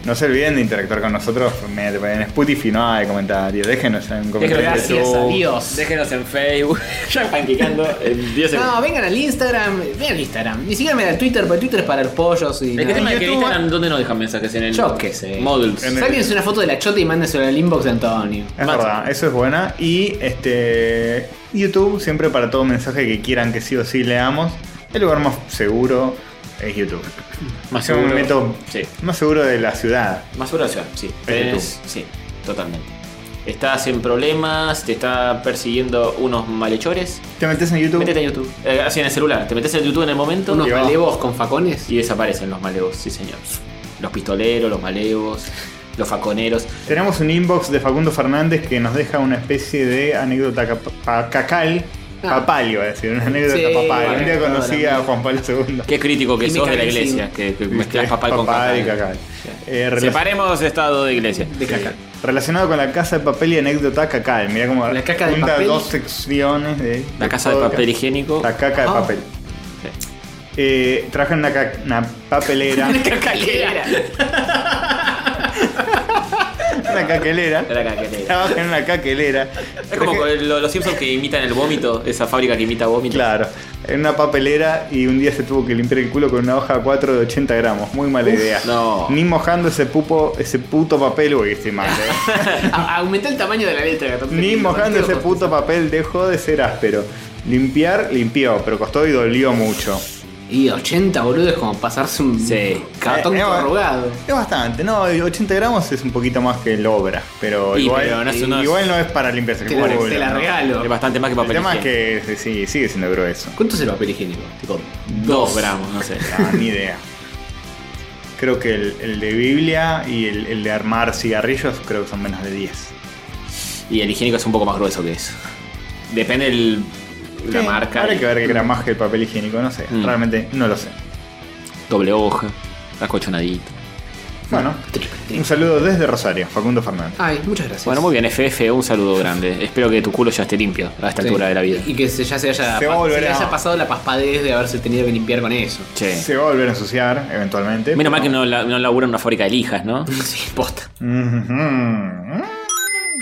no se olviden de interactuar con nosotros mediante- en Spotify, no hay comentarios. Déjenos en comentarios.
Déjenos en
Gracias a
YouTube.
Dios.
Déjenos en Facebook. *laughs* ya panqueando en 10 segundos.
No, vengan al Instagram, vengan al Instagram. Y síganme al Twitter, porque Twitter es para los pollos y.
El que
nada.
tema es que
YouTube-
Instagram, ¿dónde nos dejan mensajes? En el.
Yo qué sé.
Models.
En el-
Sáquense una foto de la chota y mándensela al inbox de Antonio.
Es
Más.
verdad, eso es buena. Y este YouTube, siempre para todo mensaje que quieran que sí o sí leamos, el lugar más seguro es YouTube.
Más
Yo me
seguro.
meto
Sí.
más seguro de la ciudad.
Más oración, sí.
Este
Es
sí, totalmente. Estás en problemas, te está persiguiendo unos malhechores.
Te metes en YouTube.
Métete en YouTube. Eh, así en el celular. Te metes en YouTube en el momento
Unos
Y va.
malevos con facones.
y desaparecen los malevos, sí señor. Los pistoleros, los malevos, los faconeros.
Tenemos un inbox de Facundo Fernández que nos deja una especie de anécdota capa- pa- cacal.
Ah.
Papal, iba a decir, una anécdota
Sí,
papal.
bueno,
Un día conocí
ahora.
a Juan Pablo II.
Qué crítico que
Y me
sos de la
cagué
iglesia,
encima.
que, que mezclas papal con
Papal y
cacal.
cacal. Eh, relacion-
Separemos estado de iglesia.
De caca.
Relacionado con la casa de papel y anécdota cacal. Mira cómo
La caca de
junta
papel.
dos secciones de.
La casa de papel
podcast.
higiénico.
La caca de
Ah.
papel. Eh, traje una, ca- una
*laughs*
papelera,
cacalera.
una caquelera.
La caquelera.
Traje en una caquelera.
Es como
Traje-
lo- los Simpsons que imitan el vómito, esa fábrica que imita vómito.
Claro, en una papelera y un día se tuvo que limpiar el culo con una hoja 4 de 80 gramos. Muy mala idea.
no.
Ni mojando ese pupo, ese puto papel, güey, estoy mal.
*laughs*
eh.
A- Aumenta el tamaño de la letra. Gato.
Ni mojando ese puto papel dejó de ser áspero. Limpiar, limpió, pero costó y dolió mucho.
Y 80 boludo es como pasarse un
Sí.
cartón
Eh, eh,
corrugado.
Es bastante, no, y 80 gramos es un poquito más que el obra, pero,
Y,
igual,
pero no es-
eh,
no es-
igual no es para limpiarse el
Te la,
culo.
te la
¿no?
regalo.
Es bastante más que
El
papel
tema es
higiénico.
que sí, sigue siendo grueso.
¿Cuánto es el papel higiénico? Tipo,
Dos gramos, no sé.
Ah, ni idea. Creo que el, el de Biblia y el, el de armar cigarrillos creo que son menos de 10.
Y el higiénico es un poco más grueso que eso. Depende el, la
Sí,
marca.
Habrá que ver qué gramaje el papel higiénico, no sé.
Mm.
Realmente no lo sé.
Doble hoja, la colchonadita.
Bueno, un saludo desde Rosario, Facundo Fernández.
Ay, muchas gracias.
Bueno, muy bien, FF, un saludo grande. Espero que tu culo ya esté limpio a esta
Sí.
altura de la vida.
Y que se- ya se haya,
Se
pa-
va a volver
se le
a-
haya pasado la paspadez de haberse tenido que limpiar con eso.
Che.
Se va a volver a ensuciar eventualmente.
Menos mal que no, la- no labura en una fábrica de lijas, ¿no? Sí, posta.
Ujú.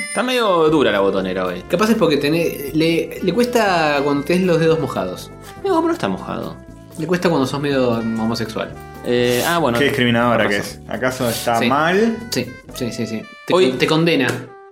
Está medio dura la botonera hoy.
Capaz es porque tenés- le, le cuesta cuando tenés los dedos mojados.
No, pero no está mojado.
Le cuesta cuando sos medio homosexual.
Eh, ah, bueno.
Qué discriminadora
no
que
pasó.
es. ¿Acaso está
Sí.
mal?
Sí, sí, sí, sí. Te,
Hoy-
con- te condena.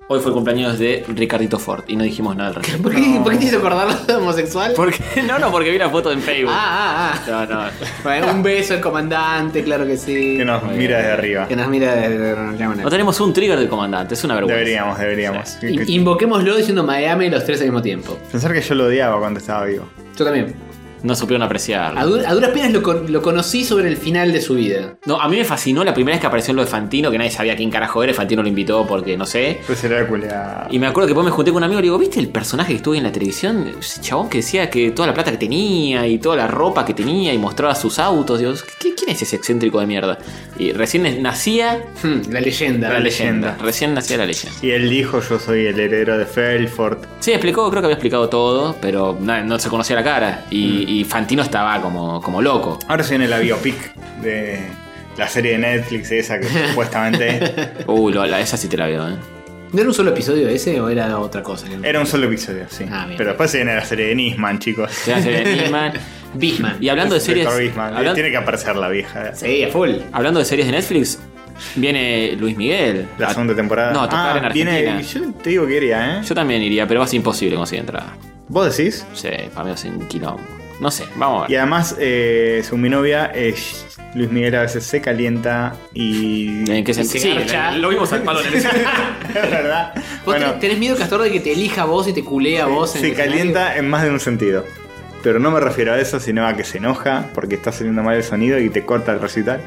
Hoy fue el cumpleaños de Ricardito Ford y no dijimos nada al respecto.
¿Por qué, ¿por qué te hizo acordar lo de homosexual?
¿Por qué? No, no, *laughs* porque vi la foto en Facebook.
Ah, ah, ah.
No, no.
Bueno, un beso al comandante, claro que sí.
Que nos
Muy
mira
bien.
desde arriba.
Que nos mira desde Ronald Reagan.
No tenemos un trigger del comandante, es una vergüenza.
Deberíamos, deberíamos. Que-
In-
que-
Invoquémoslo diciendo Miami los tres al mismo tiempo.
Pensar que yo lo odiaba cuando estaba vivo.
Yo también.
No supieron
A,
apreciarlo.
du- a duras penas lo, con- lo conocí sobre el final de su vida.
No, a mí me fascinó la primera vez que apareció lo de Fantino, que nadie sabía quién carajo era, y Fantino lo invitó porque no sé.
Pues era culiado.
Y me acuerdo que después me junté con un amigo y le digo, ¿viste el personaje que estuve en la televisión? Ese chabón que decía que toda la plata que tenía y toda la ropa que tenía y mostraba sus autos. Digo, "¿Qui- ¿quién es ese excéntrico de mierda? Y recién nacía
Hmm, la leyenda.
la
leyenda.
leyenda. Recién nacía la leyenda.
Y él dijo, yo soy el heredero de Felford.
Sí, explicó, creo que había explicado todo, pero na- no, se conocía la cara. Y, y Fantino estaba como, como loco.
Ahora se viene la biopic de la serie de Netflix esa
*laughs*
que supuestamente
Uy, lo- la- esa sí te la veo, ¿eh?
¿No era un solo episodio ese o era otra cosa?
era un solo episodio, sí.
Ah, bien.
Pero después se viene la serie de Nisman, chicos.
Se hace Nisman.
Bisman.
Y hablando de series.
Dr. Nisman.
hablan-
Tiene que aparecer la vieja.
Sí, a full.
hablando de series de Netflix, viene Luis Miguel.
La
A-
segunda temporada.
No, a tocar
Ah,
en Argentina.
viene- Yo te digo que iría, ¿eh?
Yo también iría, pero va a ser imposible conseguir entrada.
¿Vos decís?
Sí, para mí va a ser un quilombo. No sé, vamos a
Y
ver.
además, eh, según mi novia, eh, Luis Miguel a veces se calienta y. *laughs*
¿En qué
se
sentido? Sí,
garcha.
lo vimos al
*laughs*
palo en el
Es verdad.
¿Vos
Bueno,
tenés- tenés miedo, Castor, de que te elija a vos y te culea a vos? en
se
el escenario?
calienta en más de un sentido. Pero no me refiero a eso, sino a que se enoja porque está saliendo mal el sonido y te corta el recital.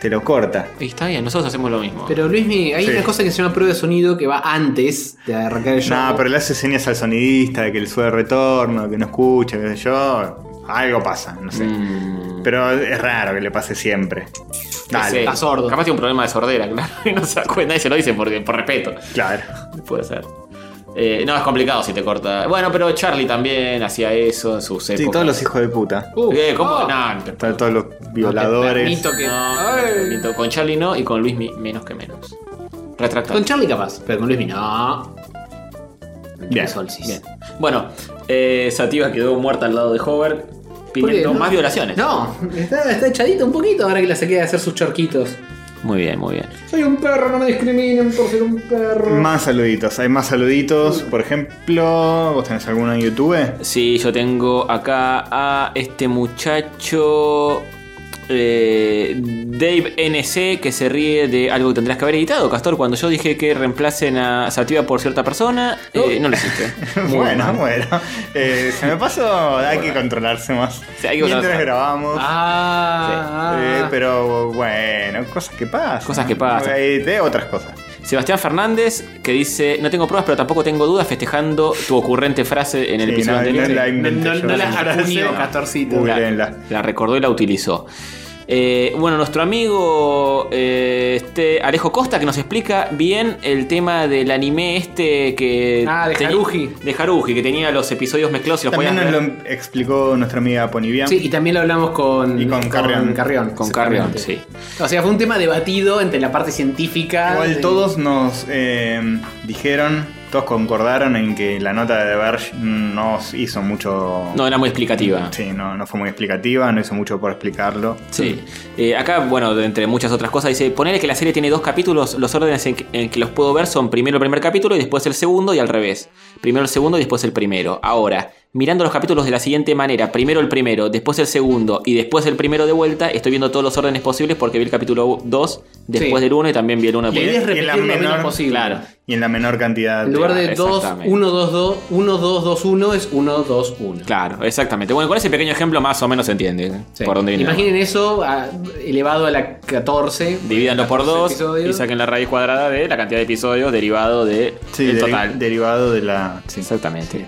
Te lo corta.
Y está bien, nosotros hacemos lo mismo.
Pero Luismi, hay
Sí.
una cosa que se llama prueba de sonido que va antes de arrancar el show.
No, pero le hace señas al sonidista de que le sube el retorno, que no escucha, qué sé yo. Algo pasa, no sé.
Mm,
Pero es raro que le pase siempre.
no sé.
Dale,
está sordo.
Capaz tiene un problema de sordera, *laughs* claro. Y no se da cuenta, nadie se lo dice porque, por respeto.
claro.
Puede ser. Eh, no, es complicado si te corta. Bueno, pero Charlie también hacía eso en sus épocas.
Sí, todos los hijos de puta.
Uh,
Eh, ¿cómo?
oh,
No, no,
Todos todos los violadores.
permito que-
no,
Ay.
permito. Con Charlie no y con Luis mi- menos que menos. Retractado.
Con Charlie capaz, pero con Luismi no.
Bien,
Qué solsis.
Bien. Bueno, eh, Sativa quedó muerta al lado de Hover pidiendo
Porque no-
más violaciones.
No, está, está echadito un poquito ahora que la saqué de hacer sus chorquitos.
Muy bien, muy bien.
Soy un perro, no me discriminen por ser un perro.
Más saluditos, hay más saluditos. Por ejemplo, ¿vos tenés alguno en YouTube?
Sí, yo tengo acá a este muchacho. eh, Dave NC que se ríe de algo que tendrás que haber editado, Castor. Cuando yo dije que reemplacen a Sativa por cierta persona,
Oh.
eh, no
*laughs*
lo hiciste.
bueno, bueno. Eh, se me pasó, hay que controlarse más.
Sí, hay que
Mientras
controlarse.
grabamos. eh,
Ah,
pero bueno, cosas que pasan.
Cosas que pasan.
Eh, de otras cosas.
Sebastián Fernández que dice: No tengo pruebas, pero tampoco tengo dudas, festejando tu ocurrente frase en el
Sí,
episodio
no,
anterior.
no la inventé
No- no-
yo,
no
esa
las
frase.
acuñó, Castorcito.
Googleenla.
La recordó y la utilizó. Eh, bueno, nuestro amigo eh, este Alejo Costa que nos explica bien el tema del anime este que.
Ah, de
teni-
Haruhi.
De Haruhi, que tenía los episodios mezclados y los
También nos
podías ver
lo explicó nuestra amiga Ponivian.
sí, y también lo hablamos con,
Y con Carrión.
con Carrion, sí.
O sea, fue un tema debatido entre la parte científica.
Igual
de-
todos nos eh, dijeron, todos concordaron en que la nota de Verge nos hizo mucho.
No, era muy explicativa.
Sí, no, no fue muy explicativa, no hizo mucho por explicarlo.
Sí. Eh, acá, bueno, de entre muchas otras cosas, dice: Ponele que la serie tiene dos capítulos, los órdenes en que, en que los puedo ver son primero el primer capítulo y después el segundo, y al revés. Primero el segundo y después el primero. Ahora, mirando los capítulos de la siguiente manera: primero el primero, después el segundo y después el primero de vuelta, estoy viendo todos los órdenes posibles porque vi el capítulo 2, después
Sí.
del 1 y también vi el 1
La idea es
después
Y
repetir
en la
lo menos
menor-
posible.
Claro.
Y en la menor cantidad
En lugar de
Claro,
2,
exactamente.
1, 2, 2, 1, 2, 2, 1 es 1, 2, 1.
Claro, exactamente. Bueno, con ese pequeño ejemplo más o menos se entiende
Sí.
por dónde viene. la
Imaginen eso a- elevado a la 14.
Divídanlo por
14
dos y
episodios. *laughs*
saquen la raíz cuadrada de la cantidad de episodios derivado de
Sí,
el
deri-
total.
derivado de la. sí,
Exactamente.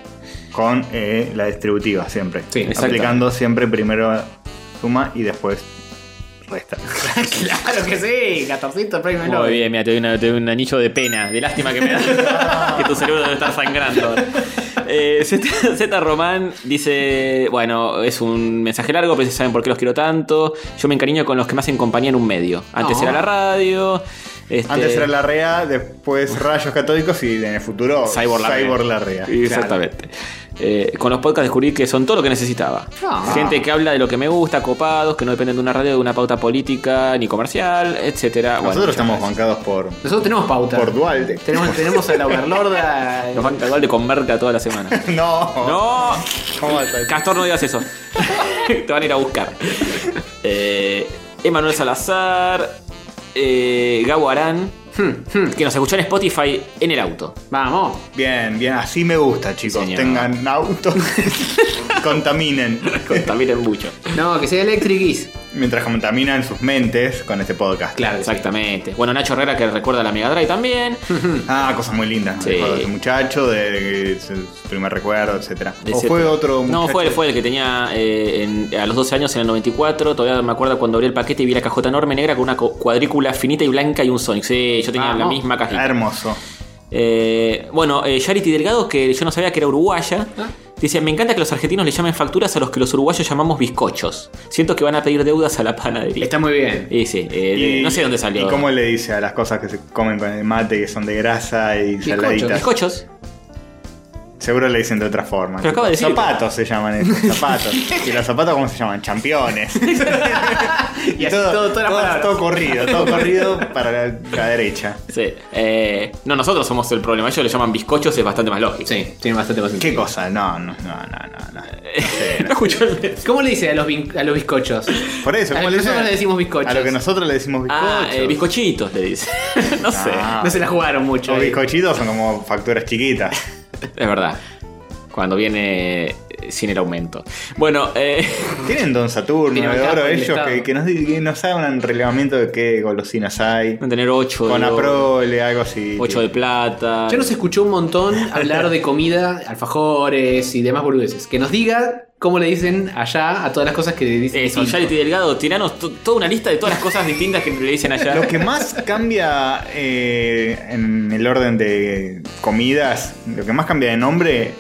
con eh, la distributiva siempre.
Sí,
exacto. Este-
Aplicando siempre primero suma y después Resta.
claro que sí, Castorcito, Prime
Muy
Love.
bien, mira, te doy, una- te doy un anillo de pena, de lástima que me da. que tu cerebro debe estar sangrando. Eh, Z, Z Román dice, bueno, es un mensaje largo, pero si saben por qué los quiero tanto. Yo me encariño con los que me hacen compañía en un medio. Antes
No.
era la radio. este,
Antes era la REA, después Rayos Católicos y en el futuro
Cyborg Larrea.
Larrea.
Exactamente. Eh, con los podcasts descubrí que son todo lo que necesitaba.
Ah.
Gente que habla de lo que me gusta, copados, que no dependen de una radio, de una pauta política ni comercial, etcétera. Bueno,
Nosotros
muchas
estamos
gracias.
bancados por,
Nosotros tenemos pauta.
por Dualde.
Tenemos, tenemos a la
*laughs*
Overlorda.
Nos van a cargar de converta toda la semana.
*laughs* No.
¡No!
¿Cómo vas a decir?
Castor, no digas eso. Te van a ir a buscar. Eh, Emanuel Salazar. eh, Gabo Arán. hmm, Que nos escuchó en Spotify en el auto.
Vamos.
Bien, bien, así me gusta, chicos.
Señor.
Tengan auto, *laughs*
*laughs*
contaminen.
También en mucho.
No, que sea Electric Ease.
Mientras contaminan sus mentes con este podcast.
Claro. que sí.
Exactamente. Bueno, Nacho Herrera que recuerda la Mega Drive también.
Ah, cosas muy lindas. ¿no?
Sí.
Recuerdo de ese muchacho, de, de su su primer recuerdo, etcétera. O
Etcétera.
fue otro muchacho.
No, fue él, fue el que tenía eh, en- a los 12 años en el 94. Todavía me acuerdo cuando abrí el paquete y vi la cajota enorme negra con una co- cuadrícula finita y blanca y un Sonic. Sí, yo tenía la
Vamos.
misma cajita.
Hermoso.
Eh, bueno, eh, Charity Delgado, que yo no sabía que era uruguaya,
Ah.
dice: Me encanta que los argentinos le llamen facturas a los que los uruguayos llamamos bizcochos. Siento que van a pedir deudas a la panadería.
Está muy bien.
Y sí, eh,
Y-
no sé dónde salió.
¿Y cómo le dice a las cosas que se comen con el mate, que son de grasa y
Bizcocho,
saladitas?
Bizcochos.
Seguro le dicen de otra forma.
Pero acaba de decir-
Zapatos se llaman
*laughs*
esos, zapatos. ¿Y los zapatos cómo se llaman? Championes.
Y así todo, todas las palabras.
todo corrido, todo corrido
*laughs*
para la, la derecha.
Sí. Eh, no, nosotros somos el problema. Ellos le llaman bizcochos, es bastante más lógico.
Sí, tiene bastante más
¿Qué
sentido.
cosa? No, no, no, no, no. *laughs* no.
no escuchó el-
¿Cómo le dice a los, vin- a los bizcochos?
Por eso,
A
¿cómo
lo que
dicen?
Eh, nosotros le decimos bizcochos.
A lo que nosotros le decimos
Ah,
bizcochos.
eh, bizcochitos, le dice. *laughs* no sé.
Ah.
No se la jugaron mucho. eh.
Los
ahí.
bizcochitos son como facturas chiquitas.
*laughs* Es verdad. Cuando viene eh, sin el aumento. Bueno, eh, *laughs*
Tienen Don Saturno,
Tienen
de
acá
oro,
por el
ellos
estado.
que, que nos, di- que nos hagan un relevamiento de qué golosinas hay.
van a tener 8
Con
de,
la
oro,
prole, algo así.
ocho de plata.
Ya nos escuchó un montón hablar de comida, alfajores y demás boludeces. Que nos diga cómo le dicen allá a todas las cosas que dicen.
Eso,
distinto.
Charity Eh, Delgado, tiranos to- toda una lista de todas las cosas distintas que le dicen allá.
Lo que más cambia eh, en el orden de comidas, lo que más cambia de nombre,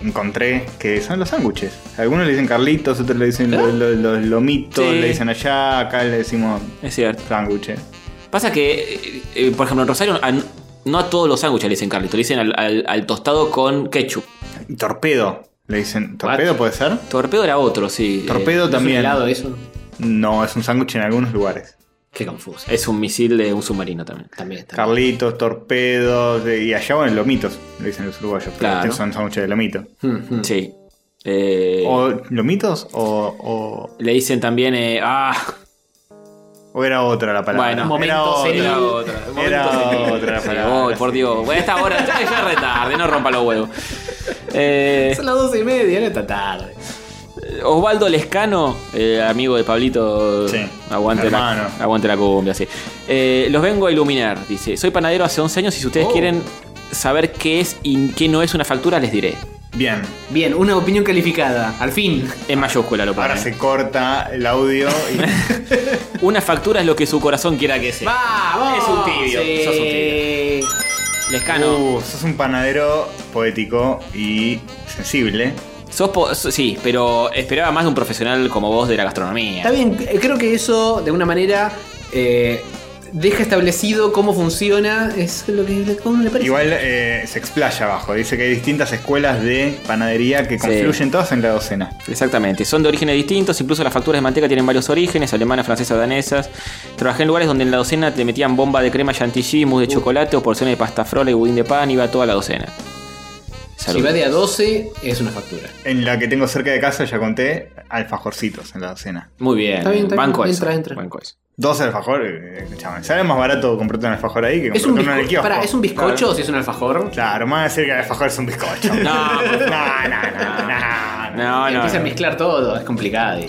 encontré que son los sándwiches. Algunos le dicen Carlitos, otros le dicen los, los- los lomitos,
Sí.
le dicen allá, acá le decimos
Es cierto.
sándwiches.
Pasa que, eh, eh, por ejemplo, en Rosario a- no a todos los sándwiches le dicen Carlito, le dicen al, al- al tostado con ketchup.
Y Torpedo, le dicen. ¿Torpedo
What?
puede ser?
Torpedo era otro, sí. eh,
Torpedo
¿No es un
también.
helado eso?
No, es un sándwich en algunos lugares.
Qué confuso.
es un misil de un submarino también.
También está.
Carlitos, torpedos, eh, y allá bueno, lomitos, le dicen los uruguayos, pero
Claro.
estos son sándwiches de lomito.
Mm, mm.
Sí. Eh,
¿O lomitos? O, o,
Le dicen también. eh,
*laughs*
ah,
o era otra la palabra?
Bueno,
era
momento
otra.
senil.
era otra. Momento
Era
senil.
otra
Sí,
palabra,
voy, por
sí.
Dios. Bueno, esta hora ya, ya es retarde, no rompa los huevos. Eh,
Son las doce y media, no está tarde.
Osvaldo Lescano, eh, amigo de Pablito,
Sí,
aguante,
hermano.
la, aguante la cumbia, sí. Eh, los vengo a iluminar, dice. Soy panadero hace 11 años y si ustedes
Oh.
quieren saber qué es y qué no es una factura, les diré.
Bien,
Bien, una opinión calificada. Al fin.
En mayúscula lo
ahora
pone.
se corta el audio y
Una factura es lo que su corazón quiera que sea.
¡Vamos!
Es un tibio, sos un tibio. Lescano,
Uh, sos un panadero poético y sensible.
sos po- so- sí, pero esperaba más de un profesional como vos de la gastronomía.
Está bien, eh, creo que eso de una manera eh, deja establecido cómo funciona. Es lo que ¿cómo le parece.
Igual eh, se explaya abajo, dice que hay distintas escuelas de panadería que confluyen todas en la docena.
Exactamente, son de orígenes distintos, incluso las facturas de manteca tienen varios orígenes, alemanas, francesas, danesas. Trabajé en lugares donde en la docena te metían bomba de crema chantilly, mousse de chocolate o porciones de pasta frola y budín de pan, iba toda la docena.
Si
Salud.
va de a 12, es una factura.
En la que tengo cerca de casa, ya conté, alfajorcitos en la docena.
Muy bien,
Está bien, está bien.
banco
Entra,
eso,
entra.
banco eso.
Dos alfajores, eh, chaval, sale más barato comprarte un alfajor ahí que
¿Es
comprarte
un,
uno en el
bizco-
kiosco.
pará, ¿Es un bizcocho
Claro.
o si es un alfajor?
Claro, más decir que el alfajor es un bizcocho. no, *laughs* no, no, no, no.
No, no.
Empieza a mezclar todo, es complicado.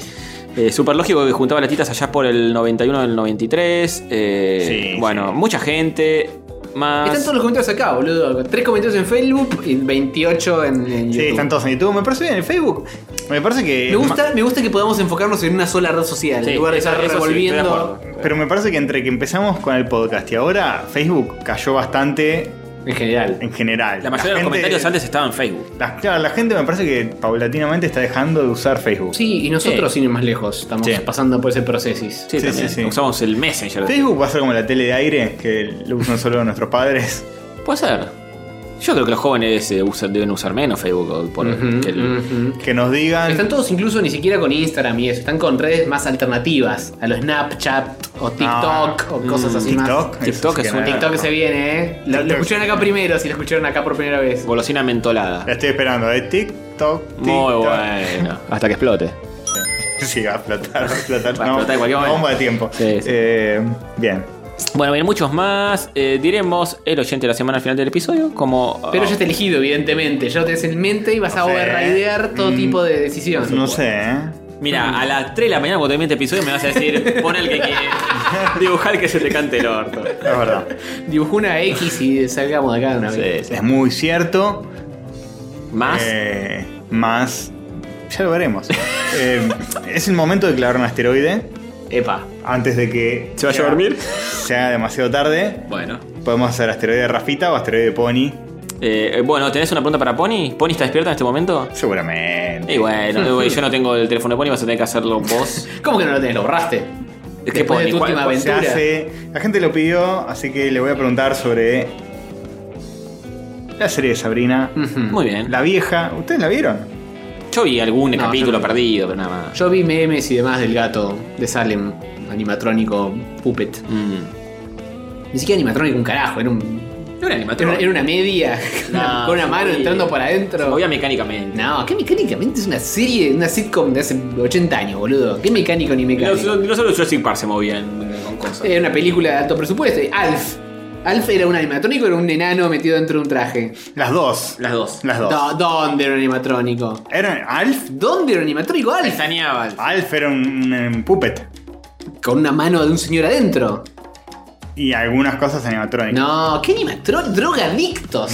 Eh, Súper lógico que juntaba latitas allá por el 91 del 93. eh,
Sí,
bueno,
sí.
mucha gente. más.
Están todos los comentarios acá, boludo. Tres comentarios en Facebook y 28 en, en YouTube.
Sí, están todos en YouTube. Me parece bien en Facebook. Me parece que.
Me gusta, me gusta que podamos enfocarnos en una sola red social,
Sí,
en lugar de estar
eso sí, estoy de
revolviendo.
acuerdo.
Pero me parece que entre que empezamos con el podcast y ahora, Facebook cayó bastante
en general.
en general.
La mayoría de los
gente-
comentarios antes estaban en Facebook.
La, claro, la gente me parece que paulatinamente está dejando de usar Facebook.
Sí, y nosotros
Sí.
sin ir más lejos. Estamos
Sí.
pasando por ese proceso.
Sí,
Sí,
también.
sí, sí.
Usamos el Messenger.
Facebook va a ser como la tele de aire que lo usan solo nuestros padres.
Puede ser. Yo creo que los jóvenes eh, usan- deben usar menos Facebook hoy por hoy
Ujú,
que el-
ujú.
Que nos digan.
Están todos incluso ni siquiera con Instagram y eso. Están con redes más alternativas. A los Snapchat o TikTok o cosas así más.
Ah, mm, TikTok. eso
TikTok
sí
es
que
un
no.
TikTok se viene, ¿eh? Lo, lo
TikTok.
escucharon acá primero si lo escucharon acá por primera vez.
golosina mentolada.
La estoy esperando, de TikTok. TikTok.
Muy bueno. Hasta que explote.
*laughs* Sí, va a explotar, va a explotar.
Va a
no,
explotar en cualquier
una
momento.
bomba de tiempo.
Sí, sí.
Eh, bien.
Bueno, bien, muchos más. Eh, diremos el oyente de la semana al final del episodio. Como. eh,
Pero ya está elegido, evidentemente. Ya lo tenés en mente y vas a
sé.
overridear todo
Mm,
tipo de decisión.
No sé, ¿eh?
Mira, a las 3 de la mañana cuando termine este episodio me vas a decir, pon el que quieres. Dibujar que se te cante el orto.
Es verdad.
Dibujó una X y salgamos de acá de una vez.
Sí, Ah, sí.
Es muy cierto.
Más.
Eh, más. Ya lo
*laughs*
veremos. Eh, es el momento de clavar un asteroide.
Epa.
Antes de que.
¿Se vaya a
sea-
dormir?
Sea demasiado tarde.
Bueno.
Podemos hacer asteroide Rafita o asteroide Pony.
Eh, bueno, ¿tenés una pregunta para Pony? ¿Pony está despierta en este momento?
Seguramente.
Y bueno, eh, güey, yo no tengo el teléfono de Pony, vas a tener que
*laughs*
hacerlo vos.
¿Cómo que no lo tenés? Lo borraste.
Es que
pues,
Después de
Pony,
tu
¿cuál-
última
cuál
Se
aventura.
hace. La gente lo pidió, así que le voy a preguntar sobre. La serie de Sabrina.
Ujú.
Muy bien.
La vieja. ¿Ustedes la vieron?
Yo vi algún
No,
capítulo
yo no.
perdido, pero nada más.
Yo vi memes y demás del gato de Salem, animatrónico puppet.
Mm.
Ni siquiera animatrónico, un carajo, era un.
No
Era
era animatrónico.
una, era una media *laughs*
No,
con una mano
sí.
entrando por adentro.
Movía mecánicamente.
No, ¿qué mecánicamente? Es una serie, una sitcom de hace 80 años, boludo. ¿Qué mecánico ni
No,
mecánico?
solo- no solo Jurassic Park se movía en- con cosas.
Era una película de alto presupuesto. Alf. Alf era un animatrónico, era un enano metido dentro de un traje.
Las dos.
Las dos.
Las dos.
Do- ¿Dónde era un animatrónico?
¿Eran Alf?
¿Dónde era un animatrónico? Alf.
Pestañeaba.
Alf era un, un puppet.
Con una mano de un señor adentro.
Y algunas cosas animatrónicas.
No, ¿qué
*laughs*
animatrónicos? Drogadictos.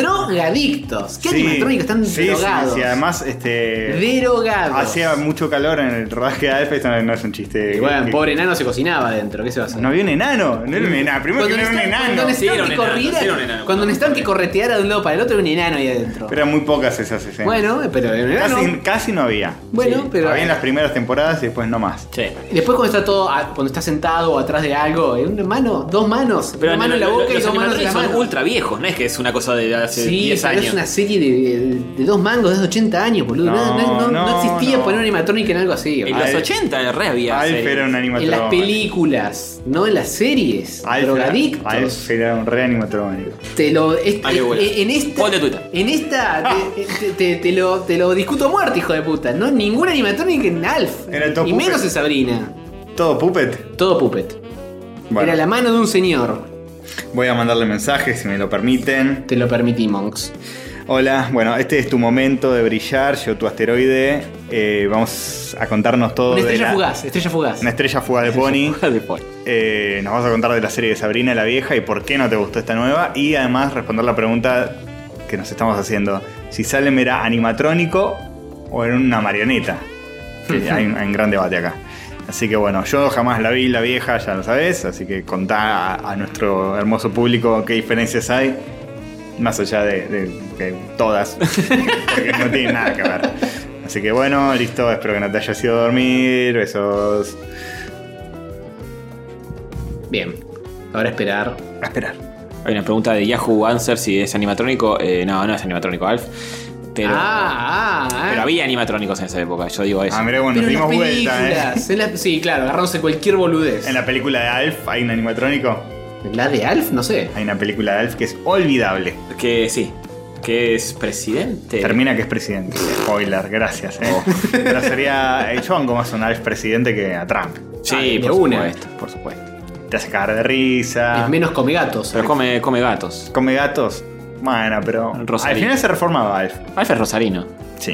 Drogadictos. ¿Qué
Sí,
animatrónicos están
sí,
drogados?
Sí, sí, además, este.
Drogados.
Hacía mucho calor en el rodaje de Alf, esto no, no es un chiste.
Y bueno,
que-
pobre enano se cocinaba adentro. ¿Qué se va a hacer?
No había un enano. No era un enano. Primero que no era un
Stan-
enano.
cuando
Sí, era
Stan
un
que
enano,
corriera-
sí, era un enano.
Cuando Stan que correteara de un lado para el otro, era un enano ahí adentro.
Pero eran muy pocas esas escenas.
bueno, pero era un enano.
casi, casi no había.
Bueno,
sí,
pero. eh,
había en las primeras temporadas y después no más.
Sí.
Después cuando está todo, a- cuando está sentado o atrás de algo, en una mano, dos manos,
Pero
una mano en la
lo-
boca
lo-
y
los
dos manos en la
animatrónicos son
mano.
ultra viejos, no es que es una cosa de hace
Sí,
10
pero es
años.
una serie de, de- de dos mangos de hace 80 años, boludo. No,
No,
no, no- no
no,
existía
no.
poner un animatrónico en algo así.
En
boludo.
los
Alf-
80 re había.
Alf
series.
era un
En las
animatrónico.
películas, no en las series.
Alf
drogadictos.
era, Alf era un re animatrónico.
Te lo. est-
Ay, Ah, qué bueno.
en esta.
Ponte tuita.
En esta. te, te- te- te lo, te lo discuto a muerte, hijo de puta. No, ningún animatrónico en Alf.
Era todo
y menos
puppet.
en Sabrina.
¿Todo puppet?
Todo puppet.
Bueno,
Era la mano de un señor.
voy a mandarle mensajes si me lo permiten.
Te lo permití, Monks.
Hola, bueno, este es tu momento de brillar, yo tu asteroide. Eh, vamos a contarnos todo
Una
de
estrella
la-
fugaz, estrella fugaz.
Una estrella fugaz de Pony.
Hija de pol.
Eh, nos vas a contar de la serie de Sabrina la vieja y por qué no te gustó esta nueva. Y además responder la pregunta que nos estamos haciendo: si Salem era animatrónico o era una marioneta. Que hay, un- hay un gran debate acá. Así que bueno, yo jamás la vi, la vieja, ya lo sabes. Así que contá a, a nuestro hermoso público qué diferencias hay. Más allá de, de- de todas, porque no tiene nada que ver. Así que bueno, listo, espero que no te hayas ido a dormir. Besos.
Bien. Ahora esperar.
A esperar.
Hay una pregunta de Yahoo Answer si es animatrónico. Eh, no, no es animatrónico, Alf. Pero,
ah, ah,
pero
ah.
había animatrónicos en esa época, yo digo eso.
Ah, mirá, bueno,
Pero
nos
en las
dimos vuelta, ¿eh?
películas. en las- sí, claro, agarrándose cualquier boludez.
En la película de Alf hay un animatrónico.
¿La de Alf? No sé.
Hay una película de Alf que es olvidable.
Que sí, que es presidente.
Termina que es presidente. Spoiler, gracias. ¿eh?
Oh.
Pero sería. eh, Yo banco más a un Alf presidente que a Trump.
Sí,
Ah, de
por
una.
supuesto, por supuesto.
Te hace cagar de risa.
Es menos come gatos.
Pero come, come gatos.
Come gatos. Bueno, pero.
Rosarino.
Al final se reformaba Alf.
Alf es rosarino.
Sí,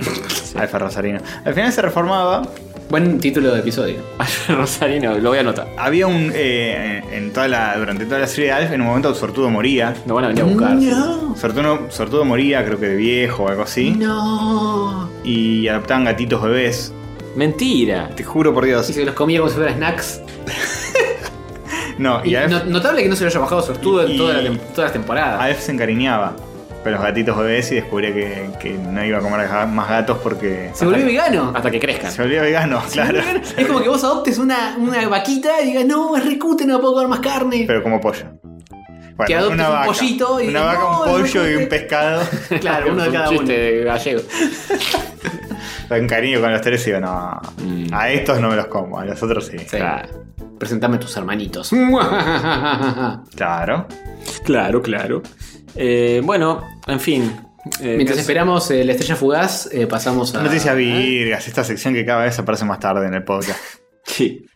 Alfa Rosarino. Al final se reformaba
Buen título de episodio.
*laughs*
Rosarino, lo voy a anotar.
Había un. eh, en toda la, durante toda la serie de Alf, en un momento Sortudo moría.
Lo van a venir a buscar.
Sortudo, Sortudo moría, creo que de viejo o algo así.
No.
Y adoptaban gatitos bebés.
Mentira.
Te juro por
Y
Dios.
se los comía como si fueran snacks.
No, y
Y
Alf,
no- notable que no se lo haya bajado sortudo
Y-
en toda la tem- todas las temporadas.
Alf se encariñaba con los gatitos bebés y descubría que, que no iba a comer ga- más gatos porque.
se volvió vegano.
Hasta que crezcan.
Se volvió vegano, claro.
Es como que vos adoptes una, una vaquita y digas, no, es recute, no puedo comer más carne.
Pero como pollo. Bueno,
Que adoptes un pollito y
una
digas,
vaca,
"No,
un
no
pollo y
puede
un
ser". *laughs*
pescado.
claro, uno de
Es un
cada uno.
chiste de gallego.
en cariño con los tres y digo, no.
Mm.
A estos no me los como, a los otros sí.
Sí.
Ah.
Claro.
Presentame a tus
*laughs*
hermanitos.
Claro.
Claro, claro. Eh, bueno, en fin. Eh,
Mientras
que-
esperamos eh, la estrella fugaz, eh, pasamos a.
Noticias virgas, esta sección que cada vez aparece más tarde en el podcast.
*laughs*
Sí.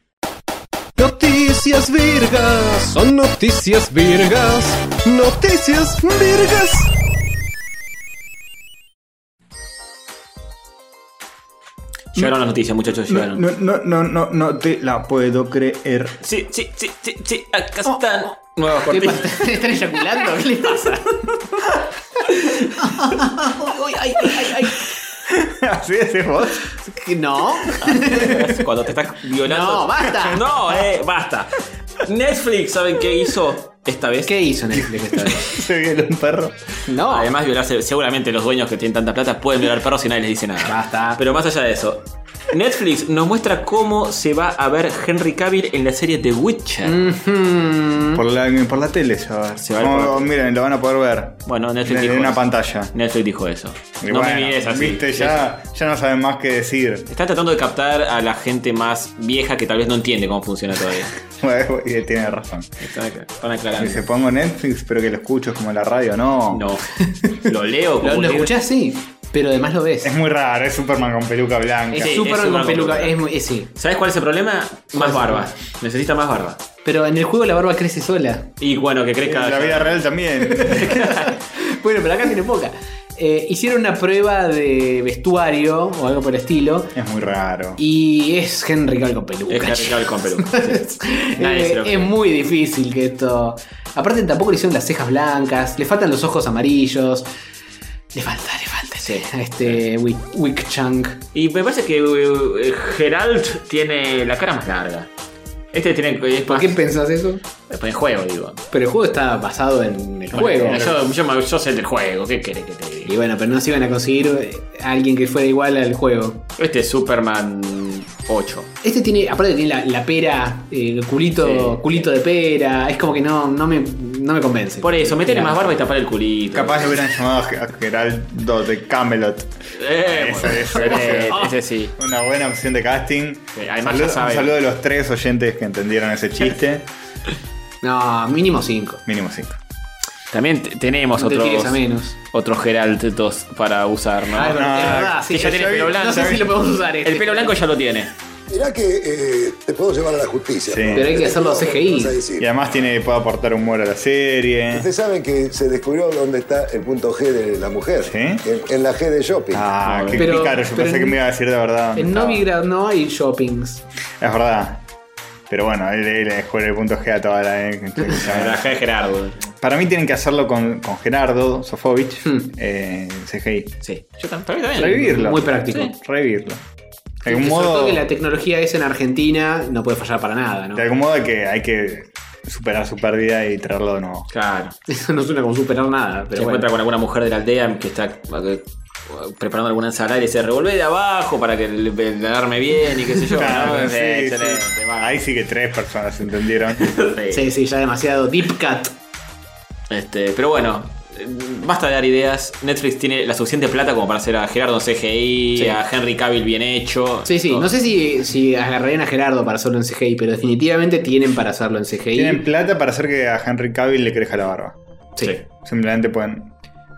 Noticias virgas, son noticias virgas, noticias virgas.
Llegaron las noticias, muchachos, llegaron.
no, no, no, no te la puedo creer.
Sí, sí, sí, sí, sí, acá están. Nuevas
Oh, ¿Qué
cortinas.
pasa? *laughs* ¿Están eyaculando? ¿Qué les pasa? Uy, ay, ay, ay,
*laughs* ¿Así es vos?
ay. No.
Cuando te estás violando.
No, basta.
No, eh, basta. Netflix, ¿saben qué hizo esta vez?
¿Qué hizo Netflix esta vez?
Se viene un perro.
No.
Además, violarse, seguramente los dueños que tienen tanta plata pueden violar perros y nadie les dice nada.
Basta.
Pero más allá de eso, Netflix nos muestra cómo se va a ver Henry Cavill en la serie The Witcher.
Mm. Ujú.
Por la, por la tele se va a ver.
Se va a ver
Como,
por-
miren, lo van a poder ver.
Bueno, Netflix
En
dijo
una
eso.
pantalla.
Netflix dijo eso.
Y
no
bueno,
me mires así.
Viste, ya, ya no saben más qué decir. *laughs*
Están tratando de captar a la gente más vieja que tal vez no entiende cómo
*laughs*
funciona todavía.
Bueno, y tiene razón.
Están, ac- están
Si
aclarando.
se pongo Netflix, pero que lo escucho es como la radio, no.
No. Lo leo
*laughs* Lo,
como
lo
un libro.
escuchás, sí. Pero además lo ves.
Es muy raro, es Superman con peluca blanca.
Es
Sí,
súper
es
con
una
peluca.
computadora.
Es muy, es, sí.
¿Sabes cuál es el problema? Más barba. Necesita más barba.
Pero en el juego la barba crece sola.
Y bueno, que crezca.
En la vida real
*laughs*
también.
Bueno, pero acá tiene poca. Eh, hicieron una prueba de vestuario o algo por el estilo.
es muy raro.
Y es Henry Cavill con peluca.
Es Henry Cavill con peluca.
*laughs*
sí.
*laughs*
Nadie
Eh,
se lo cree.
es muy difícil que esto. Aparte, tampoco le hicieron las cejas blancas, le faltan los ojos amarillos. Le falta, le falta
Sí.
a este Wick, Wick Chang.
Y me parece que eh, Geralt tiene la cara más larga. Este tiene. Es
¿Por
más,
qué pensás eso?
En juego, digo.
Pero el juego está basado en el juego.
Bueno, Yo, yo, me- yo sé del juego, ¿qué querés que te
Y
diga?
bueno, pero no se iban a conseguir eh, a alguien que fuera igual al juego.
Este es Superman 8.
Este tiene, aparte tiene la, la pera, eh, el culito,
Sí.
culito de pera. Es como que no, no, me, no me convence.
Por eso, metele
Claro.
más barba y tapar el culito.
Capaz lo hubieran llamado a Ge- a Geraldo de Camelot.
Eh, bueno,
Ese, ese,
eh,
ese.
ese sí.
Una buena opción de casting.
Sí, además
Saludo-
ya saben.
Un saludo de los tres oyentes que entendieron ese
*laughs*
chiste.
No, mínimo 5.
Mínimo cinco.
También t- tenemos
No te
otros,
tires a menos.
otros Geralt dos para usar, ¿no?
Ah, es verdad, es verdad, sí,
que ya tiene
vi-
pelo blanco.
No sé si lo podemos usar este.
El pelo blanco ya lo tiene.
Mirá que eh, te puedo llevar a la justicia.
Sí.
¿no?
Pero hay que hacerlo
No,
CGI.
vas a decir.
Y además tiene, puede aportar humor a la serie.
Ustedes saben que se descubrió dónde está el punto G de la mujer.
¿Sí?
En, en la G de shopping.
Ah, qué
Pero-
pícaro. Yo
pero
pensé
en-
que me iba a decir de verdad. dónde
En
estaba.
Novigrad no hay shoppings.
Es verdad. Pero bueno, él, él le juega el punto G a toda la. eh,
*laughs*
La de Gerardo.
Para mí tienen que hacerlo con, con Gerardo Sofovich,
Hmm.
eh, CGI.
Sí. Yo tam- también. también.
Revivirlo.
Muy práctico.
Sí, Revivirlo. De algún
Sobre todo
modo.
que la tecnología es en Argentina, no puede fallar para nada, ¿no?
De algún modo hay que, hay que superar su pérdida y traerlo de nuevo.
Claro.
Eso no suena como superar nada,
Se
pero bueno.
encuentra con alguna mujer de la aldea que está eh, preparando alguna ensalada y se revuelve de abajo para que el- el arme bien y qué sé yo.
Claro,
¿no? Este,
sí,
Sí,
sí.
excelente. va.
Ahí sí que tres personas
*laughs*
entendieron.
Sí.
Sí, sí, ya demasiado deep cut.
Este, pero bueno, eh, basta de dar ideas. Netflix tiene la suficiente plata como para hacer a Gerardo en CGI,
Sí.
a Henry Cavill bien hecho.
Sí, sí,
todo.
no sé si, si agarrarían a Gerardo para hacerlo en CGI, pero definitivamente tienen para hacerlo en CGI.
Tienen plata para hacer que a Henry Cavill le crezca la barba.
Sí.
Sí.
Simplemente pueden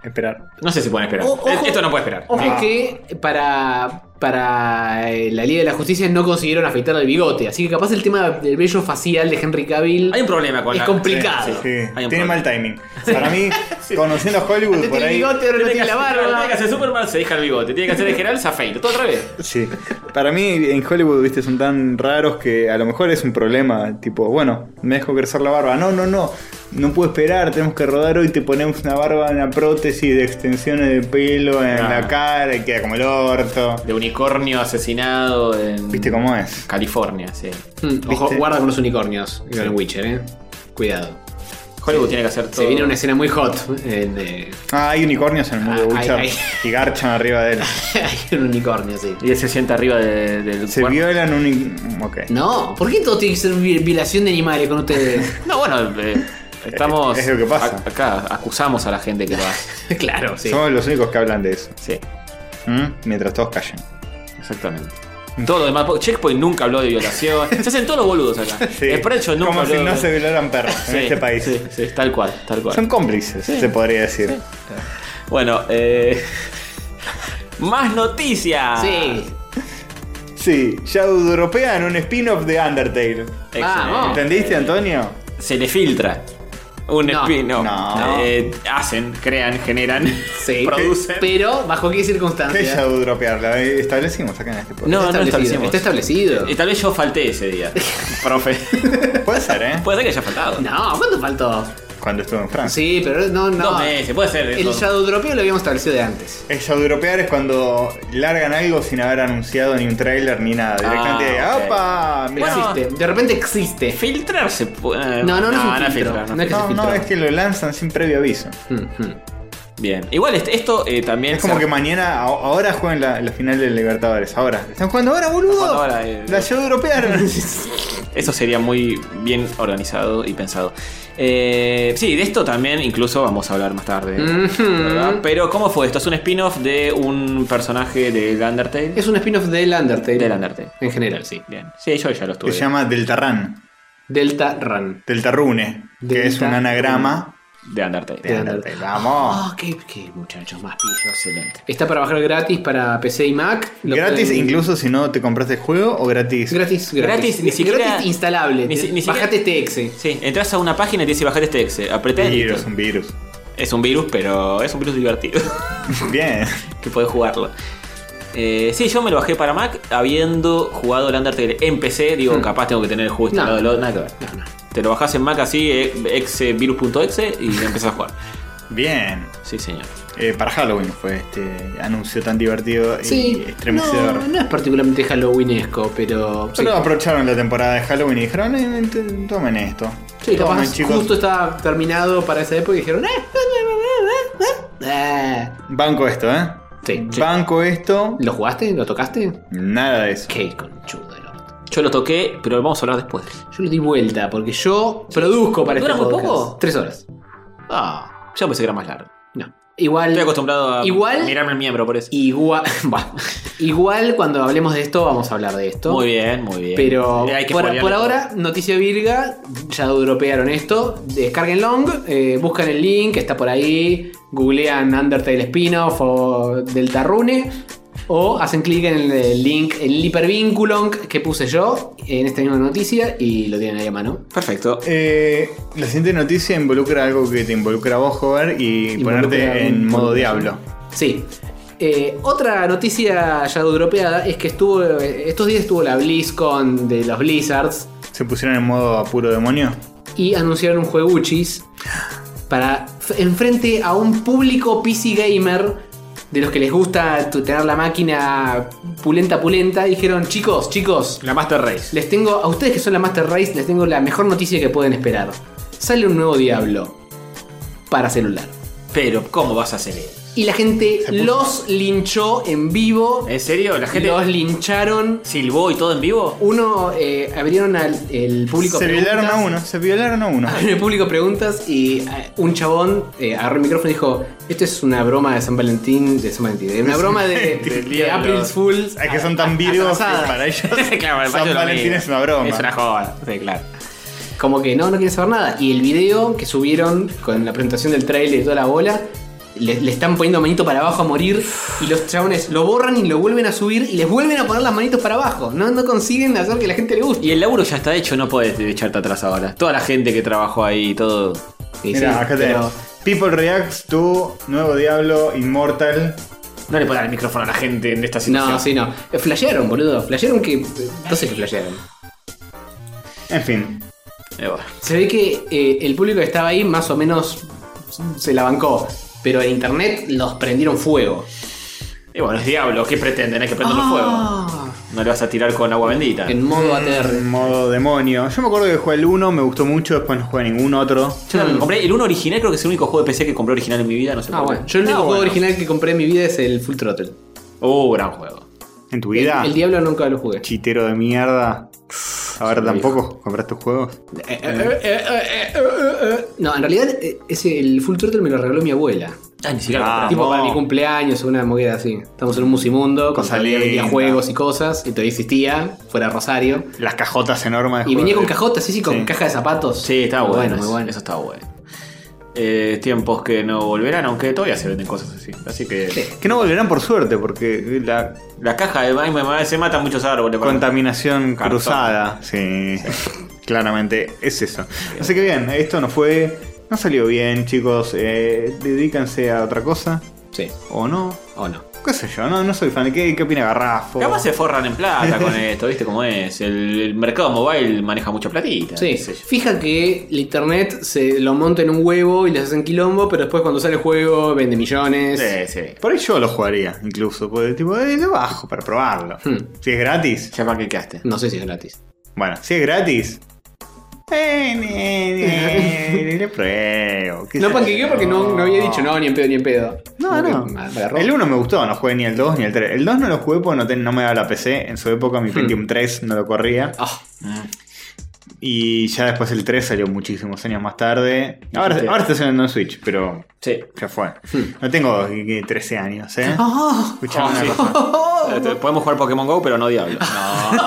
esperar.
No sé si pueden esperar.
O- ojo.
Esto no puede esperar.
Ojo
Ah.
que para, para eh, la Liga de la Justicia no consiguieron afeitar el bigote. Así que capaz el tema del vello facial de Henry Cavill
Hay un problema con
es
la-
complicado.
sí,
Sí,
Hay un
tiene
problema.
mal timing. Para
*laughs*
mí, conociendo a Hollywood,
Antes
por
tiene
ahí.
bigote, ahora no tiene la
Tiene que
barba.
hacer Superman, se deja el bigote. Tiene que hacer el general, se afeita. Todo al revés.
Sí. Para mí, en Hollywood, viste, son tan raros que a lo mejor es un problema. Tipo, bueno, me dejo crecer la barba. No, no, no. No puedo esperar, tenemos que rodar hoy. Te ponemos una barba, una prótesis de extensiones de pelo en
Ah.
la cara y queda como el orto.
De unicornio asesinado en.
¿Viste cómo es?
California, sí.
Mm, Ojo,
¿Viste?
guarda con los unicornios con el Witcher, eh. Cuidado.
Hollywood tiene que hacer todo.
Se viene una escena muy hot. en, eh, *laughs*
Ah, hay unicornios en el mundo de
Ah, hay-
Witcher
hay.
y garchan arriba
*laughs*
de él.
hay un unicornio, sí.
Y él se sienta arriba de- del
Se
cuerpo.
violan un. Ok.
No, ¿por qué todo tiene que ser vi- violación de animales con
*laughs*
ustedes?
No, bueno,
*laughs*
eh, estamos.
Es lo que pasa.
a- acá acusamos a la gente que lo
*laughs*
hace.
claro, sí.
Somos los únicos que hablan de eso.
Sí,
¿Mm? Mientras todos callan.
exactamente. Todo lo demás. porque Checkpoint nunca habló de violación. Se hacen todos los boludos acá.
*laughs* Sí.
Spreadshot nunca
Como
habló
si no
de-
se violaran perros
Sí,
en este país.
Sí, sí, tal cual, tal cual.
Son cómplices, se podría decir.
Bueno, eh. *laughs* Más noticias.
Sí.
Sí, ya europea en un spin-off de Undertale.
Excelente.
Vamos.
¿Entendiste, Antonio?
Se le filtra. Un
No.
spin-off.
No.
Eh, hacen, crean, generan,
Sí.
producen.
Pero, ¿bajo qué
¿Qué es
circunstancias?
europear? La establecimos acá en este podcast.
*laughs* Ah, eh. No, no lo
establecido.
establecimos. Eh,
Está establecido.
Y tal vez yo falté
*laughs*
ese día, profe.
*laughs* Puede ser, ¿eh?
Puede ser que haya faltado.
No, ¿cuánto faltó?
Cuando estuvo en Francia.
*laughs* Sí, pero no, no.
Dos meses, puede ser.
El
eso.
Shadow Dropeo lo habíamos establecido de antes.
Es europear es cuando largan algo sin haber anunciado ni un tráiler ni nada. Directamente,
Ah, ok.
¡apa! Mirá.
Bueno,
Existe. De repente existe.
Filtrarse. eh,
No, no, no es un filtro.
filtrar,
No es que se
no, no,
filtró.
es que lo lanzan sin previo aviso.
Mm, mm.
Bien. Igual este- esto eh, también.
Es como
se-
que mañana, a- ahora juegan la, la final del Libertadores. Ahora. ¿Están jugando ahora, boludo?
jugando ahora, eh.
La *laughs* europearon.
Eso sería muy bien organizado y pensado. Eh, sí, de esto también incluso vamos a hablar más tarde.
Ujú.
¿verdad? Pero, ¿cómo fue esto? Es un spin-off de un personaje del Undertale.
Es un spin-off del Undertale.
Del Undertale.
En general, sí.
Bien. Sí, yo ya lo estuve.
Se llama Deltarran.
Delta Run.
Deltarune. Que es un
Deltarune.
anagrama
De Undertale.
de Undertale. Vamos.
Oh.
Ah, qué, qué muchachos más pillos.
Excelente.
Está para bajar gratis para PC y Mac. Lo
¿Gratis
pueden-
incluso si no te compraste el juego o gratis?
Gratis, gratis.
Gratis, ni siquiera-
Gratis instalable.
ni si- ni siquiera-
Bajate este exe.
Sí, entras a una página y te dice bajar este exe. Apretás y listo.
virus, un virus. *laughs*
Es un virus, pero es un virus divertido.
Bien.
que podés jugarlo. Eh, sí, yo me lo bajé para Mac habiendo jugado el Undertale en PC. Digo, capaz tengo que tener el juego instalado.
No.
lo- nada que ver.
No, no.
Te lo bajás en Mac así, eh, exe, virus.exe, y empezás a jugar.
Bien.
Sí, señor.
Eh, para Halloween fue este anuncio tan divertido y
Sí.
estremecedor.
No, no es particularmente Halloweenesco, pero. sí.
Pero aprovecharon la temporada de Halloween y dijeron, "Eh, ent- tomen esto.
Sí,
tomen,
capaz justo estaba terminado para esa época y dijeron. "Eh, eh, eh, eh, eh".
Banco esto, ¿eh?
Sí.
Banco esto.
¿Lo jugaste? ¿Lo tocaste?
Nada de eso.
Qué conchudo del orto.
Yo lo toqué, pero lo vamos a hablar después.
Yo lo di vuelta porque yo produzco para este
¿Dura muy
podcast.
poco?
Tres horas.
Ah, yo pensé que era más largo.
No. Igual.
Estoy acostumbrado a
Igual-
mirarme el miembro por eso.
Igual. *laughs* Bah. igual cuando hablemos de esto, vamos a hablar de esto.
Muy bien, muy bien.
Pero
Eh, hay que
por,
spoilearle
por
todo.
ahora, noticia virga, ya dropearon esto. Descarguen Long, eh, buscan el link, está por ahí. Googlean Undertale Spin-off o Deltarune. O hacen clic en el link, el hipervínculo que puse yo en esta misma noticia y lo tienen ahí a mano.
Perfecto.
Eh, la siguiente noticia involucra algo que te involucra a vos, Jover, y
Involucra
ponerte en
un-
modo
un-
diablo.
Sí. Eh, otra noticia ya dropeada es que estuvo eh, estos días estuvo la BlizzCon de los Blizzards
¿Se pusieron en modo apuro demonio?
y anunciaron un jueguchis para f- enfrente a un público PC gamer de los que les gusta tu- tener la máquina pulenta pulenta dijeron chicos chicos
La Master Race.
les tengo a ustedes que son la Master Race les tengo la mejor noticia que pueden esperar sale un nuevo Diablo para celular
Pero, ¿cómo vas a hacer eso?
y la gente
Se puso.
los linchó en vivo
¿En serio? ¿La gente
los lincharon
silbó y todo en vivo? *laughs*
uno eh, abrieron al el público
se violaron a uno,
preguntas.
se violaron a
*laughs*
uno.
En el público preguntas y eh, un chabón eh, agarró el micrófono y dijo: Esto es una broma de San Valentín, de San Valentín, de una broma
*laughs*
de, de, de April's Fools.
Es que son tan virgos que
atrasadas.
para
*laughs*
ellos.
claro,
San Valentín es una broma.
Es una joda. Sí, claro.
Como que no, no quieren saber nada. Y el video que subieron con la presentación del trailer y toda la bola le, le están poniendo manito para abajo a morir y los chabones lo borran y lo vuelven a subir y les vuelven a poner las manitos para abajo. No, no consiguen hacer que la gente le guste.
Y el laburo ya está hecho, no puedes echarte atrás ahora. Toda la gente que trabajó ahí y todo.
Sí,
Mirá,
sí,
acá
pero
tenemos. People Reacts to Nuevo Diablo Immortal.
No le puedes dar el micrófono a la gente en esta situación.
No, sí, no. Eh, Flashearon, boludo. Flashearon que. eh, No sé qué flashearon.
En fin.
Eh, bueno.
Se ve que eh, el público que estaba ahí más o menos se la bancó. Pero en internet los prendieron fuego.
Y bueno, es diablo, ¿qué pretenden? Hay que prenderlo fuego.
Ah.
No le vas a tirar con agua bendita.
En modo ATR.
En modo demonio. Yo me acuerdo que jugué el 1, me gustó mucho, después no jugué ningún otro.
Yo también compré el uno original, creo que es el único juego de PC que compré original en mi vida, no sé
Ah,
por qué.
bueno. Yo el único
Ah,
juego
bueno.
original que compré en mi vida es el Full Throttle.
Oh, gran juego.
En tu vida.
El, el Diablo nunca lo jugué.
Chitero de mierda. A ver, tampoco compraste juegos.
Eh, eh, eh, eh, eh, eh. No, en realidad eh, ese, el Full Throttle me lo regaló mi abuela.
Ah, ni siquiera lo
Ah.
compré.
Tipo
no.
para mi cumpleaños, una movida así. Estamos en un musimundo, con
Cosa
todavía
linda.
vendía juegos y cosas, y todavía existía, fuera Rosario.
Las cajotas enormes. de
Y venía
juegos.
con cajotas, sí, sí, con
Sí.
caja de zapatos.
Sí, estaba
Muy
bueno.
muy
eso,
bueno.
Eso estaba bueno. Eh, tiempos que no volverán, aunque todavía se venden cosas así. Así que.
Que no volverán por suerte, porque la
La caja de ay, me- me- se matan muchos árboles. para-
contaminación
Cartón.
cruzada. Sí. *laughs* Claramente es eso. Así que bien, esto no fue. No salió bien, chicos. Eh, dedícanse a otra cosa.
Sí,
O no.
o no.
¿Qué sé yo? No, no soy fan. ¿Qué, qué opina Garrafo?
Capaz se forran en plata
*laughs*
con esto, ¿viste cómo es? El, el mercado mobile maneja mucha platita.
Sí,
qué sé yo.
fija que el internet se lo monta en un huevo y les hacen quilombo, pero después cuando sale el juego vende millones.
Sí, sí.
Por ahí yo lo jugaría, incluso. Porque, tipo, eh, lo bajo para probarlo.
Hmm.
Si es gratis.
Ya panquequeaste.
No sé si es gratis.
Bueno, si es gratis. Eh, *laughs* ne, ne, le pruebo. qué
No
sé
panquequeo
yo.
porque no, no había dicho no, ni en pedo, ni en pedo.
No, no.
Me- me agarró.
El 1 me gustó, no jugué ni el 2 ni el 3. El 2 no lo jugué porque no, ten- no me daba la PC. En su época
Hmm.
mi Pentium 3 no lo corría.
Ah,
Y ya después el 3 salió muchísimos años más tarde. Ahora,
Sí.
ahora está saliendo en Switch, pero
Sí.
ya fue.
Hmm.
No tengo eh, 13 años, ¿eh? Escuchame una
Ah, sí.
cosa.
Eh, te- Podemos jugar Pokémon Go, pero
*laughs*
no Diablo. No.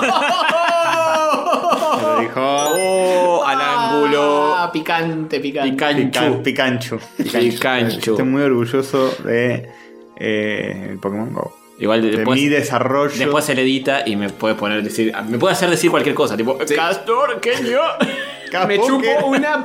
Me lo dijo.
Oh, al ángulo.
Ah, picante, picante.
Picanchu.
Pican- Picancho.
Picanchu.
Estoy muy orgulloso de eh, el Pokémon Go.
Igual
De
después.
mi desarrollo.
Después se le edita y me puede poner decir. Me puede hacer decir cualquier cosa, tipo, Castor, que yo.
Capó
Me chupo
que- *laughs*
una.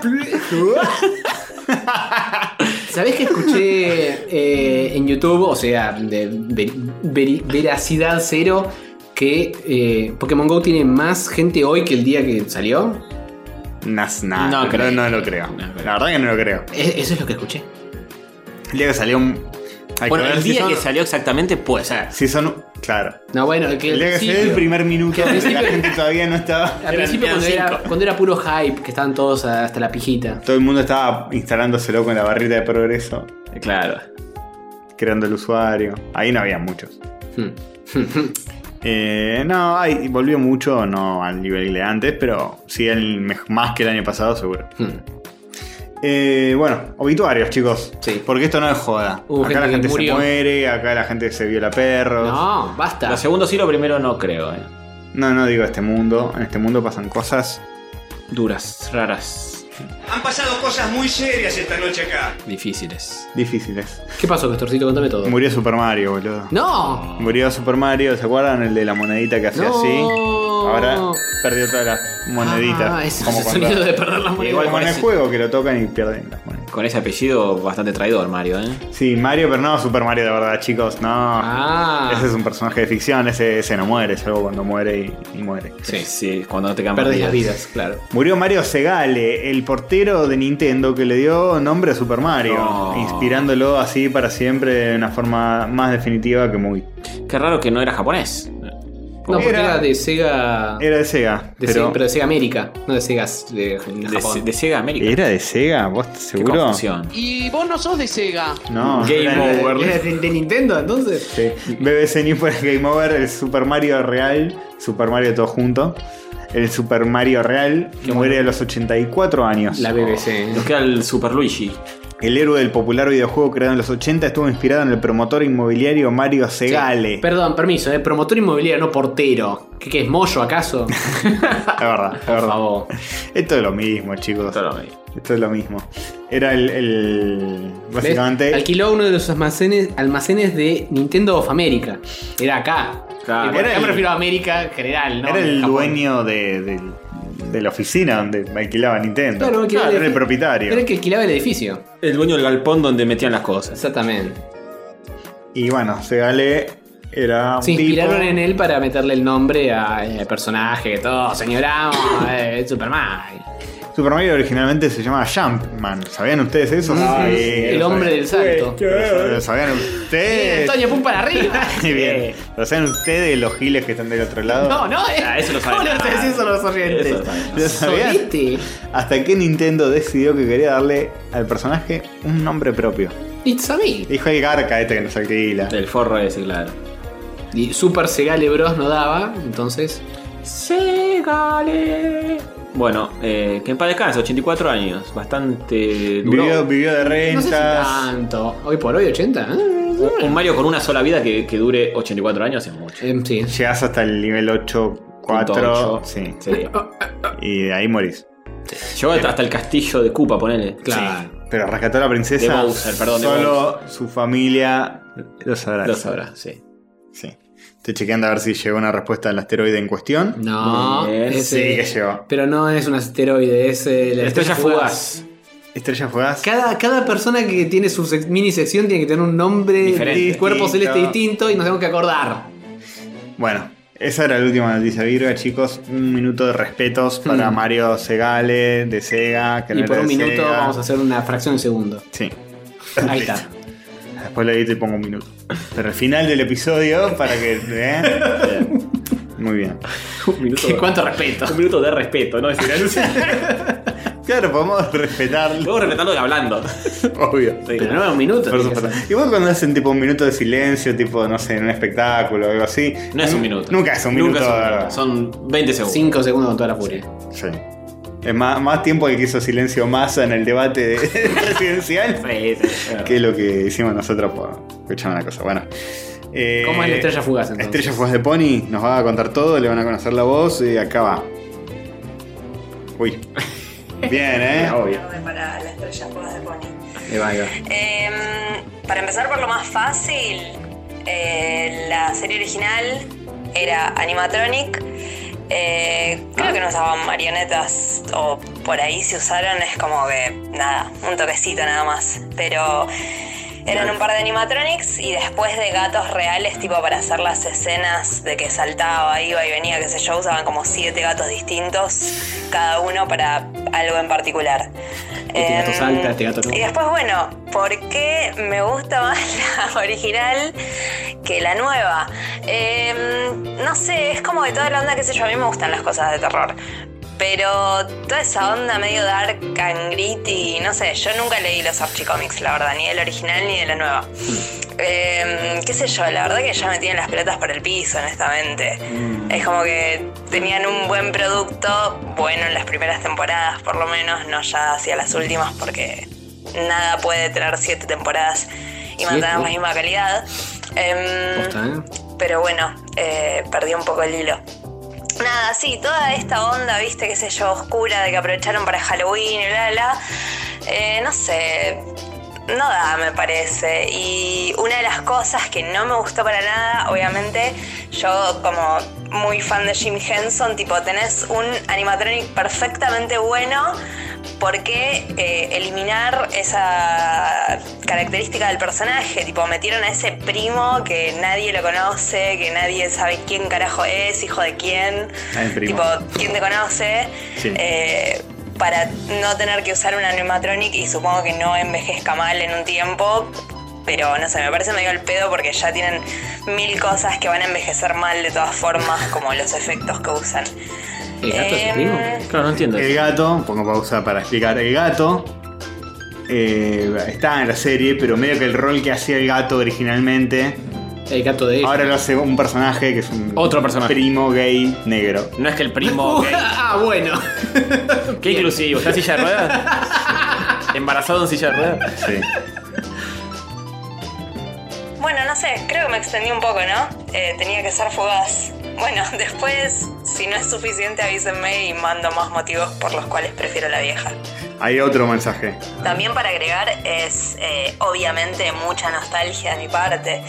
¿Sabés que escuché eh, en YouTube, o sea, de ver- veri- veracidad cero, que eh, Pokémon Go tiene más gente hoy que el día que salió?
Nas- nah,
No
no,
creo.
no lo creo.
No creo.
La verdad que no lo creo.
E- eso es lo que escuché.
El día que salió un. hay
Bueno,
que ver
el
si
día
son-
que salió exactamente puede ser.
Si son. Claro.
No, bueno, que
El día que
sí,
salió el primer minuto,
que al
la
principio-
gente todavía no estaba.
Al principio
eran
cuando era,
cinco.
cuando era puro hype, que estaban todos hasta la pijita.
Todo el mundo estaba instalándoselo con la barrita de progreso,
Claro.
creando el usuario. Ahí no había muchos.
Hmm. *laughs*
Eh, no, hay, volvió mucho, no al nivel de antes, pero sí el, mej- más que el año pasado, seguro.
Hmm.
Eh, bueno, obituarios, chicos.
Sí.
Porque esto no es joda.
Hubo
acá la gente
gente que
se
murió.
muere, acá la gente se viola perros.
No, basta.
Lo segundo sí, lo primero no creo. eh.
No, no digo este mundo. En este mundo pasan cosas.
Duras, raras,
Han pasado cosas muy serias esta noche acá.
difíciles.
Difíciles.
¿Qué pasó, Castorcito? Contame todo.
Murió Super Mario, boludo.
¡No!
Murió Super Mario, ¿se acuerdan? El de la monedita que hacía
No.
así. Ahora perdió todas las moneditas.
Ah, ese es
como
el
cuando-
sonido de perder las monedas.
Igual
como en el
parece-
juego que lo tocan y pierden las monedas.
Con ese apellido bastante traidor, Mario, ¿eh?
Sí, Mario, pero no Super Mario de verdad, chicos, no.
Ah.
Ese es un personaje de ficción, ese, ese no muere, salvo cuando muere y, y muere.
Sí, sí, cuando no te
Ah,
cambian
Perdés las vidas, claro.
Murió Mario Segale, el portero de Nintendo que le dio nombre a Super Mario,
No.
inspirándolo así para siempre de una forma más definitiva que muy.
Qué raro que no era japonés.
No, porque
Era-
era, de Sega.
Era de Sega,
Ah. de
pero,
Sega- pero de Sega América, no de Sega de, de
De,
Japón.
de Sega América.
¿Era de Sega? ¿Vos estás
Qué
seguro?
confusión.
Y vos no sos de Sega.
*laughs*
No.
Game
era de-
over.
*laughs*
¿Era de, de Nintendo entonces?
Sí. BBC New por Game Over, el Super Mario Real, Super Mario todo junto. El Super Mario Real que muere a los 84 años.
La BBC.
Nos queda el Super Luigi.
El héroe del popular videojuego creado en los 80 estuvo inspirado en el promotor inmobiliario Mario Segale.
Perdón, permiso, ¿eh? promotor inmobiliario, no portero. ¿Qué, qué es
*laughs*
Moyo acaso?
Es verdad, es verdad.
favor.
Esto es lo mismo, chicos. Esto es lo mismo. Era el. el-
¿Ves?
básicamente.
Alquiló uno de los almacenes, almacenes de Nintendo of America. Era acá.
Claro.
Y por
Era
acá
el-
me refiero a América en general, ¿no?
Era el
Japón.
dueño de, de- de la oficina donde alquilaba Nintendo.
Claro, alquilaba
era
el-
el propietario.
Era el que alquilaba el edificio.
El dueño del galpón donde metían las cosas.
Exactamente.
Y bueno, Segale era un
Se inspiraron
tipo-
en él para meterle el nombre al personaje que todo, señoramos, eh, Superman.
Super Mario originalmente se llamaba Jumpman. ¿Sabían ustedes eso?
Sí, el hombre del salto.
¿Lo sabían
Eh,
ustedes?
Antonio, pum para arriba.
*laughs*
Eh,
Muy bien. ¿Lo saben ustedes los giles que están del otro lado?
No, no, eh.
Ah, eso lo
¿Cómo
saben.
le vas a decir eso a los oyentes?
Eso lo saben.
¿Lo sabían?
Soliste.
Hasta que Nintendo decidió que quería darle al personaje un nombre propio.
It's a me.
Dijo el garca este que nos alquila.
El forro ese, claro.
Y Super Segale Bros no daba, entonces.
Segale. Bueno, eh, que en paz descanse, 84 años. Bastante duro.
Vivió, vivió de
No sé si
rentas.
tanto. Hoy por hoy, 80. eh,
Un Mario con una sola vida que, que dure 84 años es mucho.
eh, sí.
Llegás hasta el nivel 8, 4.
Punto
Sí.
ocho. Sí.
Y de ahí morís.
Llegó hasta hasta el castillo de Cupa, ponele.
Claro.
Pero rescató a la princesa.
De Bowser, perdón, de
Solo su familia lo sabrá.
Lo sabrá, sí.
Sí. Estoy chequeando a ver si llegó una respuesta al asteroide en cuestión.
No.
Muy bien.
sí,
ese-
que llegó.
Pero no es un asteroide, es el.
La estrella fugaz.
Estrella fugaz.
Cada, cada persona que tiene su sec- mini sección tiene que tener un nombre,
Diferente.
cuerpo
Distinto.
celeste distinto y nos tenemos que acordar.
Bueno, esa era la última noticia virga, chicos. Un minuto de respetos para Mario Segale, de Sega, que
Hmm. Y
no
por
era
un
de
minuto
Sega.
vamos a hacer una fracción de segundo.
Sí. *laughs*
Ahí está.
Después le edito y pongo un minuto. Pero el final del episodio para que.
*laughs*
¿eh? Bien. Muy bien.
Un *laughs* minuto,
Qué- *laughs* Cuánto respeto.
un minuto de respeto, ¿no? Es *laughs* decir,
Claro, podemos respetarlo. *laughs*
luego respetando y hablando.
Obvio.
Pero no, un minuto.
Por
tiene que
supuesto. Igual cuando hacen tipo un minuto de silencio, tipo, no sé, en un espectáculo o algo así.
No es un
nu-
minuto.
Nunca es un minuto.
Nunca
de verdad.
es un minuto. Son 20
ser.
segundos.
Cinco segundos con toda la furia.
Sí. Es más, más tiempo el que hizo silencio Massa en el debate de- presidencial
Sí, sí, sí.
que lo que hicimos nosotros por escuchar una cosa. Bueno. Eh,
¿Cómo es la estrella fugaz entonces?
Estrella Fugaz de Pony nos va a contar todo, le van a conocer la voz y acá va. Uy. Bien, ¿eh?
para la estrella fugaz de Pony.
Ahí va, ahí va.
Eh, para empezar por lo más fácil, eh, la serie original era Animatronic. Eh,
Ah.
creo que no usaban marionetas o por ahí si usaron es como que nada, un toquecito nada más. Pero eran un par de animatronics y después de gatos reales, tipo para hacer las escenas de que saltaba, iba y venía, qué sé yo, usaban como siete gatos distintos, cada uno para algo en particular.
Este gato
Em,
salta, este gato no.
Y después, bueno, ¿por qué me gusta más *laughs* la original que la nueva? Em, no sé, es como de toda la onda, qué sé yo, a mí me gustan las cosas de terror. Pero toda esa onda medio dark and gritty, no sé, yo nunca leí los Archie-Comics, la verdad, ni del original ni de la nueva. Em, qué sé yo, la verdad que ya me tienen las pelotas por el piso, honestamente. Es como que tenían un buen producto, bueno, en las primeras temporadas por lo menos, no ya hacia las últimas, porque nada puede tener siete temporadas y mantener la misma calidad. Em,
Posta, ¿eh?
pero bueno, eh, perdí un poco el hilo. Nada, sí, toda esta onda, viste, qué sé yo, oscura de que aprovecharon para Halloween y bla, bla, bla, eh, no sé, no da, me parece. Y una de las cosas que no me gustó para nada, obviamente, yo como muy fan de Jim Henson, tipo, tenés un animatronic perfectamente bueno, ¿por qué eh, eliminar esa característica del personaje? Tipo, metieron a ese primo que nadie lo conoce, que nadie sabe quién carajo es, hijo de quién,
Ah, el primo.
tipo, quién te conoce,
Sí.
eh, para no tener que usar un animatronic y supongo que no envejezca mal en un tiempo. Pero no sé, me parece medio el pedo porque ya tienen mil cosas que van a envejecer mal de todas formas, como los efectos que usan.
¿El gato es el primo?
Em,
Claro, no entiendo.
El gato, pongo pausa para explicar. El gato eh, está en la serie, pero medio que el rol que hacía el gato originalmente,
El gato de ella. *laughs*
ahora lo hace un personaje que es un
Otro personaje.
primo gay negro.
No *laughs* es que el primo.
Ah, bueno.
Qué inclusivo, está en silla de ruedas. Embarazado en silla de ruedas.
Sí.
Bueno, no sé, creo que me extendí un poco, ¿no? Eh, tenía que ser fugaz. Bueno, *laughs* después, si no es suficiente, avísenme y mando más motivos por los cuales prefiero la vieja.
Hay otro mensaje.
También para agregar es eh, obviamente mucha nostalgia de mi parte.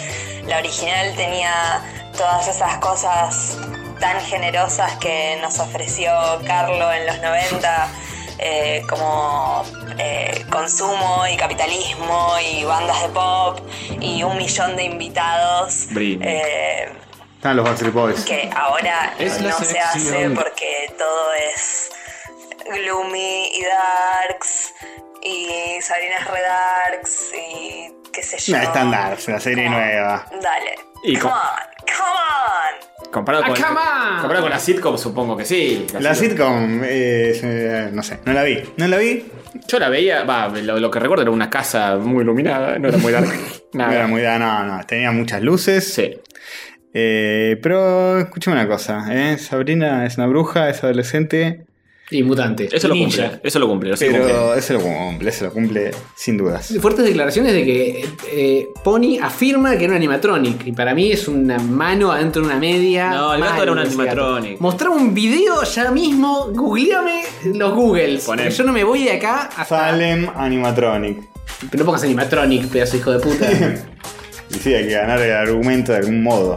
La original tenía todas esas cosas tan generosas que nos ofreció Carlo en los 90, eh, como eh, consumo y capitalismo y bandas de pop y un millón de invitados.
Britney.
eh,
Están los Backstreet Boys.
que ahora
Es la
no se hace
selección.
porque todo es gloomy y darks y Sabrina's Redarks y qué sé yo.
Una estándar, una serie
Como-
nueva.
Dale.
Y con-
come on, come on.
Comparado
Ah,
con,
come on.
comparado con la sitcom, supongo que sí.
La sitcom, eh, eh, no sé, no la vi. No la vi,
Yo la veía, va, lo, lo que recuerdo era una casa muy iluminada, no era muy larga. *laughs*
no
nada.
era muy da, no, no, tenía muchas luces.
Sí.
Eh, pero escúchame una cosa, ¿eh? Sabrina es una bruja, es adolescente,
Y mutante.
Eso lo
Ninja.
cumple. Eso lo cumple. Lo sí cumple.
pero eso lo cumple, se lo cumple sin dudas.
Fuertes declaraciones de que eh, eh, Pony afirma que era un animatronic. Y para mí es una mano adentro de una media.
No, el gato
Mal,
era un
ese gato.
animatronic.
Mostrame un video ya mismo. Googleame los Googles.
Poné.
porque Yo no me voy de acá hasta.
Salem Animatronic.
Pero no pongas animatronic, pedazo de hijo de puta.
Y sí, hay que ganar el argumento de algún modo.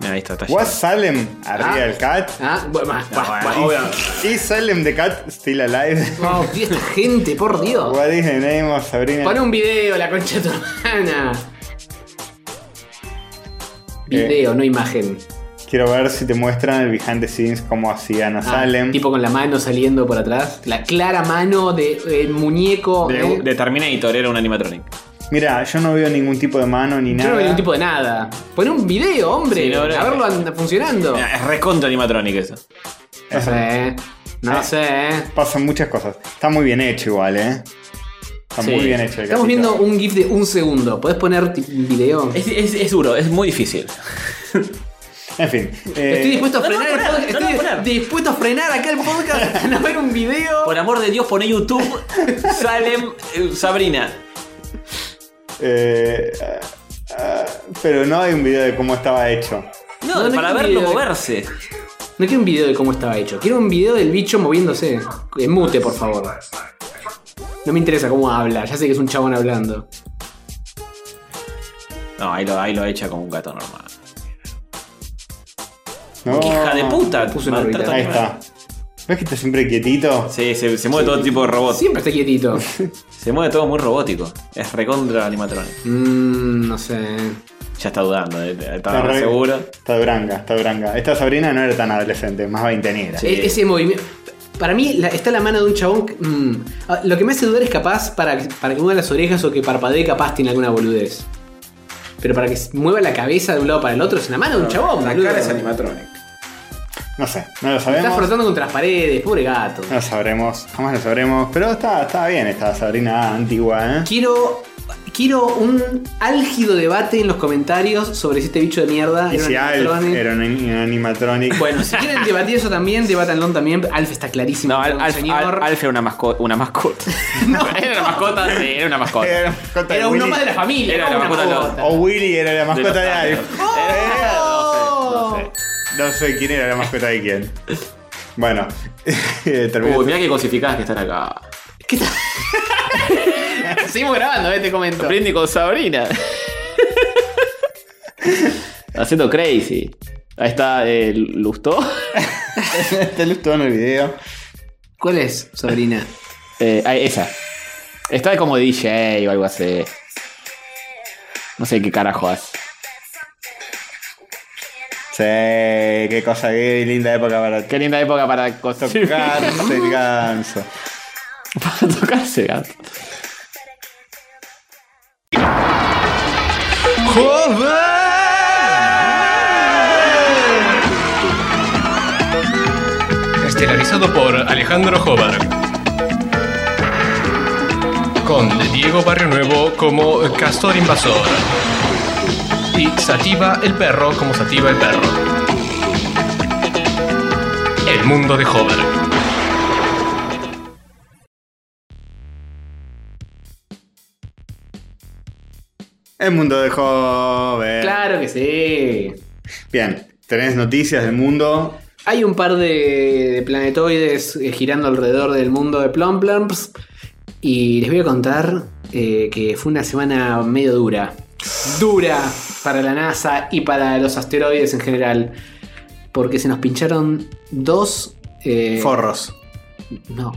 Mira, ahí está, está
Was Salem a
Ah.
real cat?
ah, bueno, bah, bah, bah.
lleno. Obvio.
Is Salem the cat still alive?
Oh, tío, esta gente, por Dios.
What is the name of Sabrina?
Pon un video, la concha de tu hermana. Video, no imagen.
Quiero ver si te muestran el behind the scenes cómo hacían a
Ah,
Salem.
Tipo con la mano saliendo por atrás. La clara mano de eh, muñeco.
De,
¿eh?
de Terminator era un animatronic.
Mira, yo no veo ningún tipo de mano ni
Yo
nada.
no veo ningún tipo de nada. Pon un video, hombre.
Sí, no,
a
no,
verlo anda funcionando.
Mira, Es recontra animatronic eso.
No sé. No
Eh.
sé.
Pasan muchas cosas. Está muy bien hecho igual, ¿eh? Está
Sí.
muy bien hecho. el gatito.
Estamos viendo un GIF de un segundo. ¿Podés poner ti- un video?
Es, es- es duro, es muy difícil.
En fin. eh,
Estoy dispuesto a
no lo
frenar
voy a poner,
el podcast.
no lo voy a
Estoy
poner.
dispuesto a frenar acá
*laughs*
el podcast para ver un video.
Por amor de Dios, poné YouTube, Salem, eh, Sabrina.
eh, ah, ah, pero no hay un video de cómo estaba hecho.
No,
No, no
para
hay
verlo
video.
moverse.
No quiero un video de cómo estaba hecho. Quiero un video del bicho moviéndose. En mute, por favor. No me interesa cómo habla. Ya sé que es un chabón hablando.
No, ahí lo, ahí lo echa como un gato normal.
No.
¡Qué hija de puta!
Puso una
Maltrato
órbita.
Ahí
animal.
está. ¿Ves que está siempre quietito?
Sí, se, se mueve todo tipo de robot.
Siempre está quietito.
Se mueve todo muy robótico. Es recontra animatronic.
Mmm, no sé.
Ya está dudando, eh, está
ah,
Está
re
re-
seguro.
Está duranga, está duranga. Esta Sabrina no era tan adolescente, más veintenera.
Sí.
E- ese movimiento. Para mí la- está la mano de un chabón. que- mm. Ah, Lo que me hace dudar es capaz para, para que mueva las orejas o que parpadee, capaz tiene alguna boludez. Pero para que se mueva la cabeza de un lado para el otro es la mano de un chabón, boludo.
animatronic.
No sé, no lo
Está
sabemos.
frotando contra las paredes, pobre gato.
Ah.
No lo sabremos, jamás lo sabremos. Pero está, está bien esta Sabrina antigua, ¿eh?
Quiero. Quiero un álgido debate en los comentarios sobre si este bicho de mierda
Y
era un
si Alf
animatronic.
era un ani- un animatronic.
Bueno, si quieren debatir eso también, debatanlo también. Alf está clarísimo.
No, Al-
un
Alf,
señor.
Al- Alf era una mascota. Una
*laughs*
mascota. *laughs* era una mascota, sí, era una mascota.
*laughs* Era la mascota de
Era un
Willy.
nomás de la familia.
Era
no
la
una
mascota de los-
mascota.
O Willy era la mascota de,
Thanos.
Alf.
Eh, no sé, no sé.
No sé quién era la mascota de quién. Bueno, *laughs* eh, terminó.
Uy, mirá que cosificadas que están acá.
Seguimos grabando, eh, te comento.
Aprende con Sabrina. *laughs* Haciendo crazy. Ahí está eh, Lustó.
*laughs* Está luz todo en el video.
¿Cuál es, sobrina?
Eh, ah, esa. Está como DJ o algo así. No sé qué carajo hace.
Sí, qué cosa, qué linda época para
Qué linda época para construir.
tocarse el ganso.
*laughs* para tocarse, gato.
Estelarizado por Alejandro Jobar. Con Diego Barrio Nuevo como Castor Invasor. Y Sativa el Perro como Sativa el Perro. El mundo de Jobar.
El mundo de joven.
Claro que sí.
Bien, tenés noticias del mundo.
Hay un par de, de planetoides eh, girando alrededor del mundo de Plum Plumps. Y les voy a contar eh, que fue una semana medio dura. Dura para la NASA y para los asteroides en general. Porque se nos pincharon dos. eh,
Forros.
No.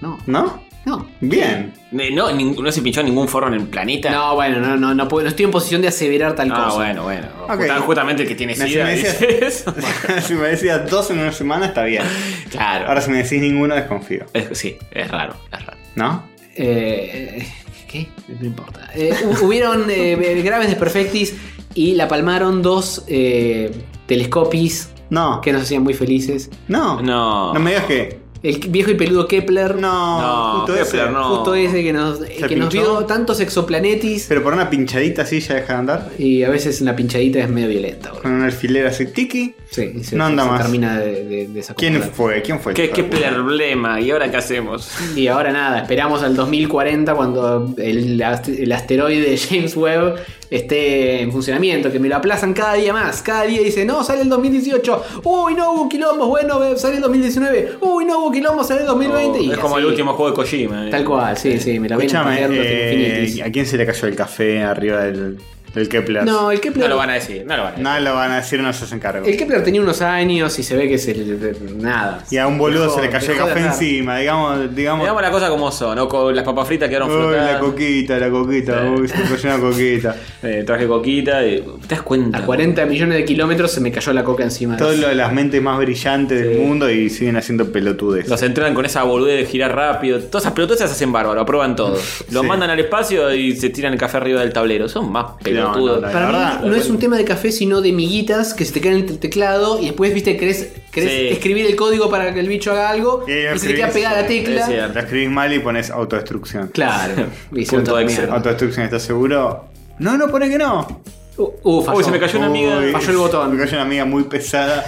No,
¿No?
no.
Bien.
Eh, No, ning- no se pinchó ningún forro en el planeta.
No, bueno, no, no, no, puedo- no estoy en posición de aseverar tal
Ah,
cosa.
bueno, bueno.
Ok.
Justa- Justamente el que tiene
Me-
sida.
me decías-
dice eso.
*laughs* si me decías dos en una semana, está bien.
claro.
Ahora, si me decís ninguno, desconfío.
Es- sí, es raro, es raro.
¿No?
Eh, ¿Qué? No importa. Eh, hu- hubieron eh, eh, graves desperfectis y la palmaron dos eh, telescopis
No.
que nos hacían muy felices.
No.
No.
No me digas que.
El viejo y peludo Kepler,
No.
No,
justo ese.
Kepler, no.
justo ese que nos, eh,
¿Se
que nos
pinchó?
vio tantos exoplanetis.
Pero por una pinchadita así ya deja de andar.
Y a veces una pinchadita es medio violenta. boludo.
Con un alfiler así tiki.
Sí, y se,
No
se-
anda
se
más.
termina de, de- de desacomodar.
¿Quién fue? ¿Quién fue? el
¿Qué,
hijo
qué
de puta?
problema? ¿Y ahora qué hacemos?
Y ahora nada, esperamos al 2040 cuando el, ast- el asteroide *laughs* James Webb esté en funcionamiento, que me lo aplazan cada día más. Cada día dice, no, sale el 2018. Uy, no hubo quilombos, bueno, eh, sale el 2019. Uy, no hubo quilombos, sale el 2020.
Oh,
y
es como
así.
el último juego de Kojima. eh.
Tal cual, sí, sí, me la ven
Escúchame,
pajeando los
eh,
infinitis.
¿a quién se le cayó el café arriba del, del Kepler?
No, el Kepler,
No lo van a decir, no lo van a decir.
No lo van a decir, no se hacen cargo.
el Kepler tenía unos años y se ve que es el... nada.
Y a un boludo
Dejó-
se le cayó el
dejó de
café
andar.
encima, digamos, digamos.
Digamos la cosa como son, ¿no? Con Las papas fritas quedaron
Uy,
flotadas.
la coquita, la coquita, uy, se me cayó
*laughs*
una coquita.
Eh, traje coquita. y- ¿Te das cuenta?
A 40 millones de kilómetros se me cayó la coca encima.
Todas lo- las mentes más brillantes del mundo y siguen haciendo pelotudes.
Los entrenan con esa boludez de girar rápido. Todas esas pelotudas las hacen bárbaro, aprueban todo.
*laughs*
Los
Sí.
mandan al espacio y se tiran el café arriba del tablero. Son más pelotudos.
no, no,
Para
La
mí
verdad,
no es un tema de café, sino de miguitas que se te caen en el teclado y después, viste, querés, querés
Sí.
escribir el código para que el bicho haga algo
Y
y,
ahí
se te queda
escribís.
pegada la tecla.
Es cierto.
Lo escribís mal y pones autodestrucción.
*laughs*
Claro. Y se
Punto
nota la
Excel.
mierda.
¿Autodestrucción estás seguro? No, no pone que no.
Uh, uh, falló.
Uy, se me cayó una
Uy,
amiga
Falló el botón.
Me cayó una amiga muy
*laughs*
pesada.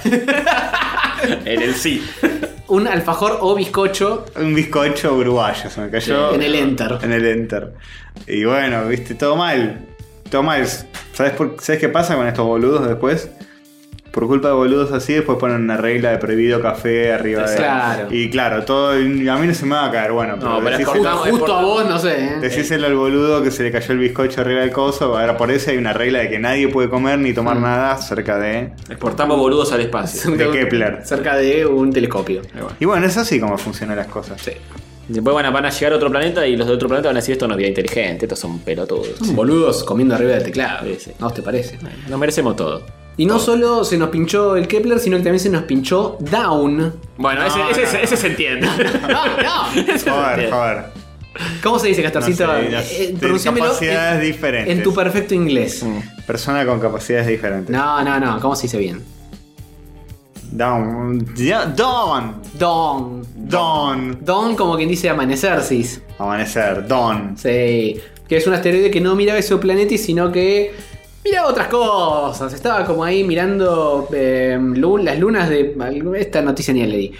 en el sí.
Un alfajor o bizcocho
un bizcocho uruguayo se me cayó.
en el enter.
En el enter. Y bueno, viste, todo mal. Todo mal. ¿Sabes, por, ¿Sabes qué pasa con estos boludos después? Por culpa de boludos así, después ponen una regla de prohibido café arriba de.
Claro.
Y claro, todo. y A mí no se me va a caer, bueno, pero,
No, pero es
decíselo-
por-
Justo a vos, no sé. *laughs* ¿eh?
decíselo al boludo que se le cayó el bizcocho arriba del coso. Ahora por eso hay una regla de que nadie puede comer ni tomar
Mm.
nada cerca de.
Exportamos boludos al espacio.
*laughs* de Kepler.
Cerca de un telescopio.
Y bueno, es así como funcionan las cosas.
Después van a, van a llegar a otro planeta y los de otro planeta van a decir: Esto no es vida inteligente, estos son pelotudos.
Boludos comiendo arriba del teclado.
Sí, sí.
¿No os te parece?
Nos merecemos todo.
Y no solo se nos pinchó el Kepler, sino que también se nos pinchó
*laughs*
Down. Ah,
Bueno,
No,
ese,
no,
ese-
no.
ese se *laughs* entiende.
no. *laughs*
Joder, joder.
¿Cómo se dice, Castorcito?
No sé,
Eh,
las-
eh,
de
pronunciámelo
capacidades
en-
diferentes.
En tu perfecto inglés.
Persona con capacidades diferentes.
No, no, no. ¿Cómo se dice bien?
Down. Ya- Dawn.
Dawn.
Dawn.
Dawn como quien dice amanecer, sis.
Amanecer. Dawn.
Sí. Que es un asteroide que no miraba ese planeta, sino que miraba otras cosas. Estaba como ahí mirando eh, lu- las lunas de... Esta noticia ni la leí.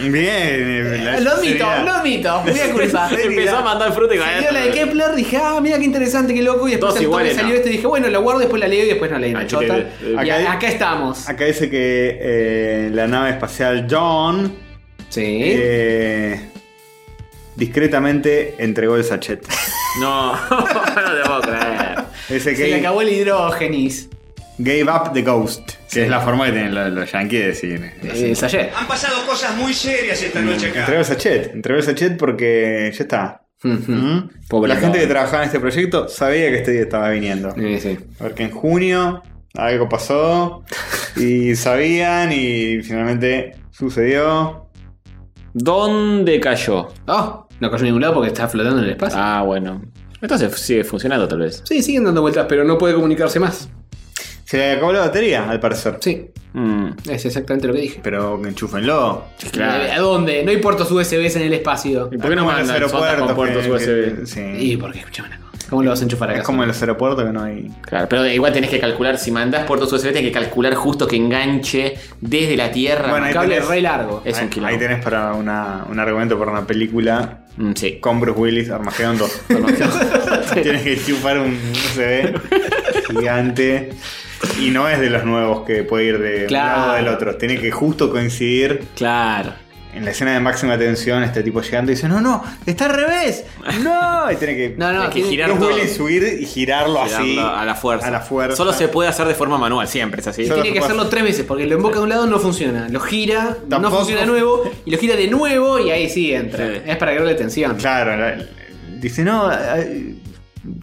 Bien. eh, la
Lo admito,
seriedad.
lo admito. Me voy a
*laughs*
culpar.
Empezó a mandar fruta y
Salió la de Kepler, dije, ah, mira qué interesante, qué loco. Y después
Dos
al toque
iguales,
salió
no.
este, dije, bueno, lo guardo, después la leo y después no leí una
Ah,
chota.
chiquete, eh,
Y
acá-
a- acá estamos.
Acá dice que eh, la nave espacial Dawn
Sí.
eh, discretamente entregó el sachet.
No, no te puedo creer.
Dice
Se le
que
acabó el hidrógenis.
gave up the ghost. Que es la forma que tienen los, los yankees de decir. eh,
El *laughs* sachet.
Han pasado cosas muy serias esta noche acá.
Entregó el sachet. Entregó el sachet porque ya está. ¿Mm?
Pobre
la
Dawn.
gente que trabajaba en este proyecto sabía que este día estaba viniendo.
Sí, sí.
Porque en junio algo pasó y sabían y finalmente sucedió.
¿Dónde cayó?
Oh, no cayó en ningún lado porque está flotando en el espacio.
Ah, bueno. Entonces sigue funcionando tal vez.
Sí, siguen dando vueltas, pero no puede comunicarse más.
Se le acabó la batería, al parecer.
Sí,
Mm,
es exactamente lo que dije.
Pero enchúfenlo.
claro.
¿A dónde? No hay puertos USB en el espacio.
¿Y por qué no
Como en los
mandan sondas con
aeropuertos
puertos
que-
USB?
que- sí.
Y porque escuchame una cosa. ¿Cómo lo vas a enchufar acá?
Es como en los aeropuertos que no hay.
Claro, pero igual tenés que calcular, si mandás puertos USB, tenés que calcular justo que enganche desde la Tierra.
Un cable re largo.
es un
ahí,
kilo.
ahí tenés para una- un argumento para una película
Mm, sí.
con Bruce Willis, Armagedón
*laughs*
2. *laughs* Tienes que chupar un USB gigante. Y no es de los nuevos que puede ir de
Claro.
un lado del otro. Tiene que justo coincidir.
Claro.
En la escena de máxima tensión, este tipo llegando y dice: No, no, está al revés. No, y tiene que.
No, no,
Hay que
tiene-
girar
Bruce
todo.
Willis subir y girarlo, así.
Girarlo A la fuerza.
Ah, A la fuerza.
Solo se puede hacer de forma manual, siempre, es así.
Solo-
Tiene que hacerlo tres veces porque lo emboca de un lado no funciona. Lo gira, no
Tampoco.
funciona de nuevo y lo gira de nuevo y ahí sí entra.
Sí.
Es para crearle tensión.
Claro, la- dice, no, eh,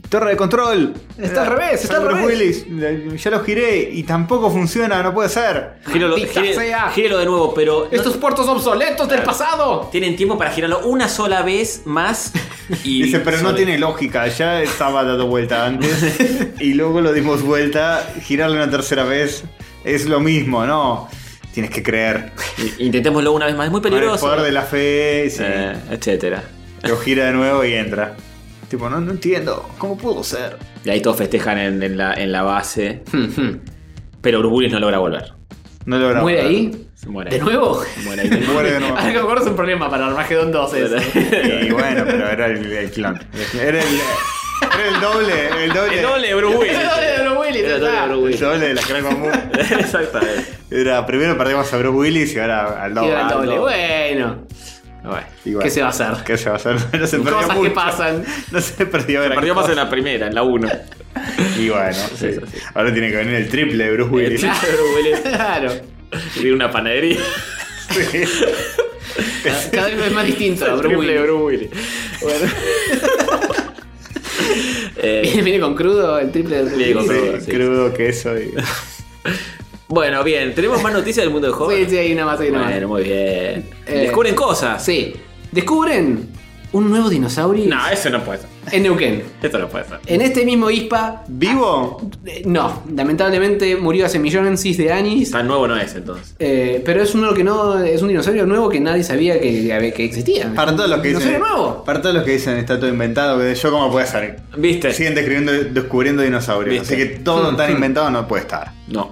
torre de control.
Está al revés, está al
Bruce
revés.
Willis, ya lo giré y tampoco funciona, no puede ser.
Gíralo,
Maldita
gire-
sea.
gíralo de nuevo, pero no-
Estos puertos obsoletos del pasado.
tienen tiempo para girarlo una sola vez más.
*laughs*
Y
dice, pero no
sobre-
tiene lógica, ya estaba dando vuelta
*laughs*
antes y luego lo dimos vuelta, girarlo una tercera vez es lo mismo, ¿no? Tienes que creer.
Intentémoslo una vez más, es muy
Con el
peligroso.
poder de la fe, sí.
Eh, etcétera.
lo gira de nuevo y entra. Tipo, no, no entiendo, ¿cómo pudo ser?
Y ahí todos festejan en, en la, en la base. *laughs*
Hmm,
Pero Bruce Willis no logra volver.
No logra.
¿Muere ahí?
Se muere.
¿De nuevo?
Muere ahí de
*laughs*
*laughs*
nuevo.
Muere de nuevo.
Ahora que me acuerdo es un problema para Armagedón 2 *laughs* ese.
Y bueno, pero era el, el clon. Era el, era el doble, el doble.
*laughs* El doble de Bruce Willis.
El doble de Bruce Willis,
Era el doble de
El
Bruce
doble de la Crack Bamboo.
Willis. *laughs* Exactamente.
Era, primero perdimos a Bruce Willis y ahora al
Y
doble.
era el doble.
Al
Bueno.
Bueno,
Y bueno.
¿Qué se va a hacer?
¿Qué se va a hacer? *laughs* No se perdió
Cosas que
mucho.
pasan.
No se perdió gran
perdió más
cosa.
en la primera, en la
*laughs*
1.
Y bueno, sí.
sí, sí.
ahora tiene que venir el triple de Bruce
*laughs* El
Willis.
Eh,
*laughs*
chico de Bruce Willis
*laughs* Claro.
ir a una panadería.
Sí.
Cada vez es más
*laughs*
distinto.
El
Bruce
triple de Bruce
Willis.
Willis. Bueno. *laughs* Eh,
Viene- *laughs* Viene con crudo el triple de Bruce
Viene con
Willis.
crudo.
Sí,
Sí.
crudo queso y...
bueno, bien, tenemos más noticias del mundo del juego.
Sí, sí, hay una más, hay una más.
Bueno, muy bien.
Eh,
Descubren cosas.
Sí. Descubren un nuevo dinosaurio
No, eso no puede ser.
en Neuquén.
Esto no puede ser.
En este mismo ISPA.
¿Vivo?
eh, No, lamentablemente murió hace millones de años.
Tan nuevo no es entonces.
eh, pero es uno que no. Es un dinosaurio nuevo que nadie sabía que, que existía.
Para todos los que
¿No
dicen...
soy nuevo?
Para todos los que dicen está todo inventado, que yo cómo puede salir.
¿Viste?
Siguen describiendo, descubriendo dinosaurios.
Viste.
Así que todo tan inventado no puede estar.
No.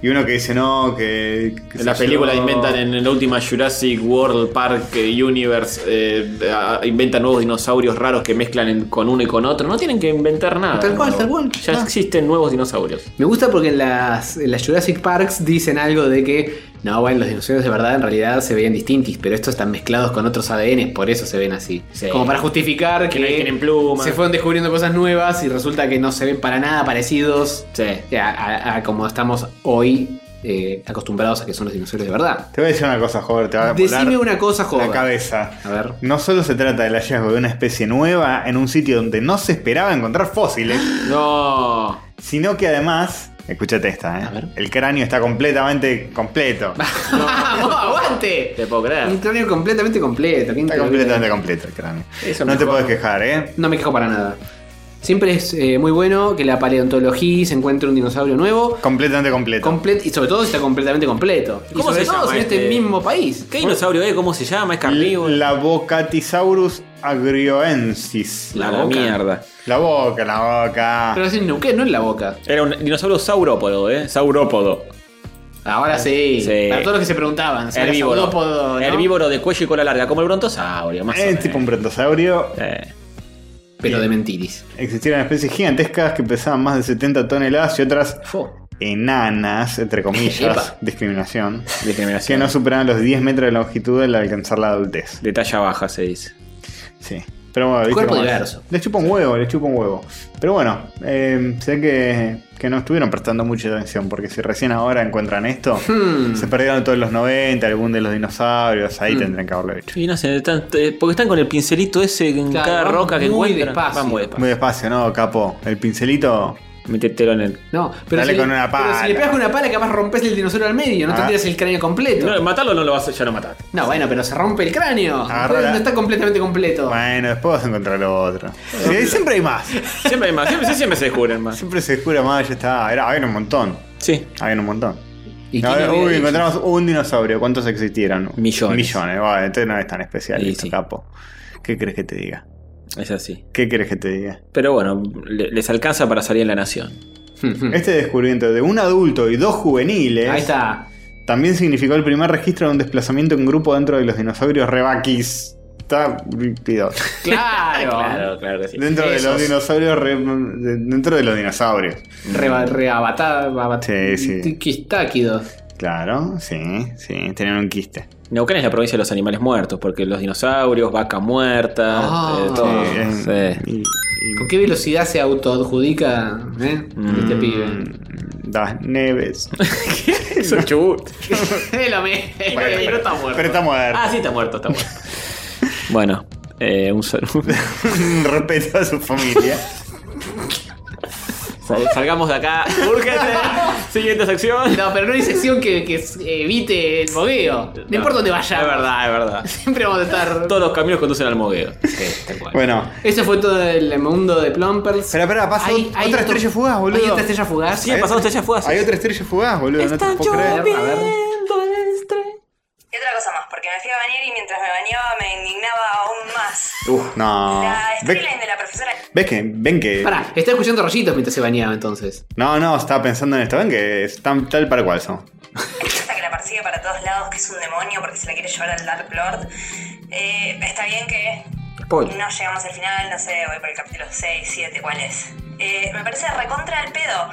Y uno que dice no, que. que
En la
se
película
llevó-
inventan en la última Jurassic World Park eh, Universe, eh, ah, inventan nuevos dinosaurios raros que mezclan en- con uno y con otro. No tienen que inventar nada.
Tal cual,
No.
tal cual.
Ya
Ah.
existen nuevos dinosaurios.
Me gusta porque en las, en las Jurassic Parks dicen algo de que. No, bueno, los dinosaurios de verdad en realidad se veían distintos, pero estos están mezclados con otros ADN, por eso se ven así.
Sí.
Como para justificar que,
Que no tienen plumas.
se fueron descubriendo cosas nuevas y resulta que no se ven para nada parecidos Eh,
Sí.
a, a- a como estamos hoy eh, acostumbrados a que son los dinosaurios de verdad.
Te voy a decir una cosa, joder, te va a volar
Decime una cosa, joven.
la cabeza.
A ver.
No solo se trata del hallazgo de una especie nueva en un sitio donde no se esperaba encontrar fósiles,
No.
sino que además. Escúchate esta, ¿eh?
A ver.
El cráneo está completamente completo.
*laughs*
¡Vamos, aguante!
Te puedo creer.
Un cráneo completamente completo.
Está
qué increíble.
completamente completo el cráneo.
Eso
no te
mejor.
puedes quejar, ¿eh?
No me quejo para nada. Siempre es eh, muy bueno que la paleontología se encuentre un dinosaurio nuevo.
Completamente completo.
complet- y sobre todo si está completamente completo. Y
¿Cómo
sobre
se
todo
llama
si en este
este?
mismo país.
¿Qué dinosaurio es? ¿Cómo se llama? ¿Es carnívoro?
la Bocatisaurus agrioensis.
La, la mierda.
La boca, la boca.
Pero es en Neuquén, no en la boca.
Era un dinosaurio saurópodo, ¿eh? Saurópodo.
Ahora sí.
Sí.
Para todos los que se preguntaban. si era
Herbívoro.
saurópodo, ¿no?
Herbívoro de cuello y cola larga, como el brontosaurio, más o
Es
menos.
tipo un brontosaurio.
Eh,
Pero de mentiris.
Existieron especies gigantescas que pesaban más de 70 toneladas y otras
Fo.
enanas, entre comillas,
Epa.
discriminación, que
discriminación.
no superaban los 10 metros de longitud al alcanzar la adultez.
De talla baja se dice.
Sí. Pero bueno, ¿viste
Cuerpo
cómo es?
diverso.
Les chupa un huevo, les chupa un huevo. Pero bueno, eh, sé que, que no estuvieron prestando mucha atención, porque si recién ahora encuentran esto,
Hmm.
se perdieron todos los 90, algún de los dinosaurios, ahí tendrían que haberlo hecho.
Y no sé, están- eh, porque están con el pincelito ese en
Claro,
cada
van
roca que
muy
encuentran.
despacio.
Van muy
Muy
despacio.
despacio, ¿no, capo? El pincelito
Métetelo en el.
No, pero,
Dale
si, le-
con una
pero
pala.
si le pegas con una pala, capaz rompes el dinosaurio al medio, no
Ah.
te tiras el cráneo completo.
No,
No,
matarlo no lo vas a, ya lo mataste.
bueno, pero se rompe el cráneo.
Agarra la-
No está completamente completo.
Bueno, después vas a encontrar lo otro. Sí, siempre hay más.
Siempre hay más, siempre, siempre se descubren más.
Siempre se descubre más, ya está. Era, había un montón.
*laughs* Sí.
Había un montón.
¿Y
A
quién
ver,
hubiera
uy,
dicho?
encontramos un dinosaurio. ¿Cuántos existieron?
Millones.
Millones, va, entonces no es tan especial
Y
esto,
sí.
capo. ¿Qué crees que te diga?
Es así.
¿Qué querés que te diga?
Pero bueno, le- les alcanza para salir en la nación.
Este descubrimiento de un adulto y dos juveniles.
Ahí está.
También significó el primer registro de un desplazamiento en grupo dentro de los dinosaurios rebaquis. Está
*laughs*
rípido.
*laughs*
Claro.
Claro, claro que sí.
Dentro de los
Esos.
dinosaurios. re- de- dentro de los dinosaurios.
Reba- Reabatá.
Sí, sí.
Quistáquidos.
Claro, sí, sí. Tenían un quiste.
Neuquén es la provincia de los animales muertos, porque los dinosaurios, vaca muerta,
Ah,
eh, todo.
sí,
Sí.
Y- y-
¿Con qué velocidad se autoadjudica eh,
Mm.
este pibe?
*laughs* Das mm,
*laughs*
Neves.
*laughs* Es un chubut.
Es lo mismo, pero está muerto.
Pero está muerto.
Ah, sí, está muerto, está muerto. *laughs* bueno, eh, un saludo.
*laughs* Respeto a su familia.
*laughs* Sal- Salgamos de acá. Urgente. Siguiente sección.
No, pero no hay sección que, que s- evite el fogueo. No, importa dónde vayamos.
Es verdad, es verdad.
Siempre vamos a
*laughs*
estar.
Todos los caminos conducen al mogueo. Sí, tal *laughs* cual.
Bueno.
Eso fue todo el mundo de Plumpers.
Espera, espera, pasa
Hay-
otra
hay otro-
estrella fugaz, boludo.
Hay otra estrella fugaz.
Sí, ha pasado estrellas fugaces.
Hay otra estrella fugaz, boludo. No te puedo creer.
A ver.
Y otra cosa más, porque me fui a bañar y mientras me bañaba me indignaba aún más.
Uf, no.
La
¿Ves,
storyline de la profesora
ves que, ven que.
Pará, está escuchando rayitos mientras se bañaba entonces.
No, no, estaba pensando en esto. Ven que es tan tal para cual son.
esta que la persigue para todos lados, que es un demonio porque se la quiere llevar al Dark Lord. Eh, está bien que
Spoiler.
no llegamos al final, no sé, voy por el capítulo 6, 7, cuál es. Eh, me parece recontra el pedo,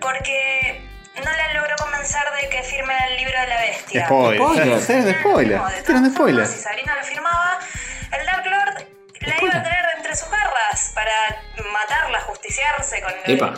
porque no la logró convencer de que firme el libro de la bestia.
Spoiler.
Spoiler.
Estás haciendo spoiler.
No, de
Estás haciendo
todas
spoiler.
formas, Si Sabrina lo firmaba, el Dark Lord la iba a traer de entre sus garras para matarla, justiciarse con el
Epa,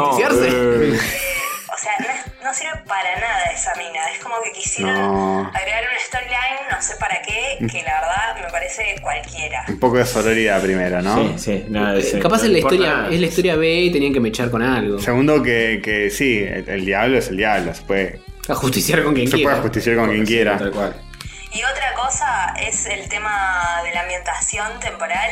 ¿justiciarse?
eh,
o sea, no, es- no sirve para nada esa mina. Es como que quisieron
No.
agregar una storyline, no sé para qué, que la verdad me parece cualquiera.
Un poco de sororidad primero, ¿no?
Sí, sí, nada,
Eh,
sí,
Capaz
no
es la
importa
historia,
nada.
es la historia B y tenían que mechar con algo.
Segundo, que, que sí, el, el diablo es el diablo. Se puede,
A justiciar con quien
se puede
quiera.
justiciar con quien quiera.
Tal cual.
Y otra cosa es el tema de la ambientación temporal,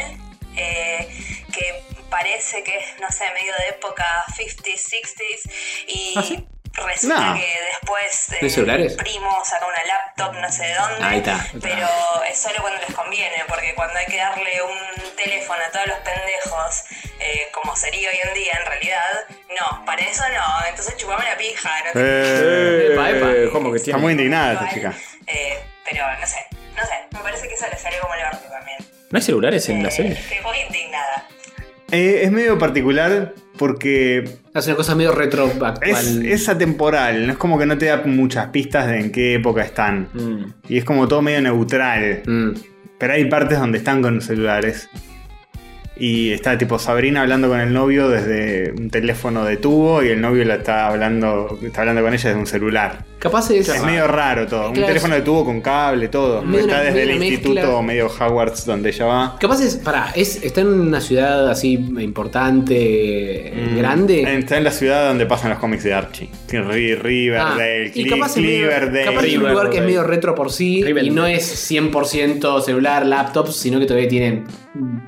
eh, que parece que es, no sé, medio de época 50s, 60s, y
¿Ah,
resulta
No.
que después eh,
¿No hay celulares?
el primo saca una laptop no sé de dónde,
Ahí está.
pero es solo cuando les conviene, porque cuando hay que darle un teléfono a todos los pendejos, eh, como sería hoy en día en realidad, no, para eso no, entonces chupame la pija, no te-
Eh,
Epa, epa. ¿Cómo que
está
tiene?
muy indignada esta
Igual,
chica.
eh, pero no sé, no sé, me parece que eso le salió como el orto también.
¿No hay celulares en la
Eh,
serie?
Que voy indignada.
Eh, es medio particular porque
Hace una cosa medio retro
es,
actual.
es atemporal. No es como que no te da muchas pistas de en qué época están.
Mm.
Y es como todo medio neutral.
Mm.
Pero hay partes donde están con celulares. Y está tipo Sabrina hablando con el novio desde un teléfono de tubo y el novio la está hablando, está hablando con ella desde un celular.
Capaz es.
Es medio raro todo. Un
Claro,
teléfono de tubo con cable, todo.
Medio
está
una-
desde
medio
el
una
instituto
mezcla.
medio Hogwarts donde ella va.
Capaz es. Pará, es, está en una ciudad así importante, grande.
Está Mm, en la ciudad donde pasan los cómics de Archie. Sí, Ri-
Ah,
Riverdale,
y
Cli-
capaz, es medio-
Cleverdale.
capaz es un lugar que es
Riverdale.
medio retro por sí y no
Riverdale.
es 100% celular, laptops, sino que todavía tienen mm,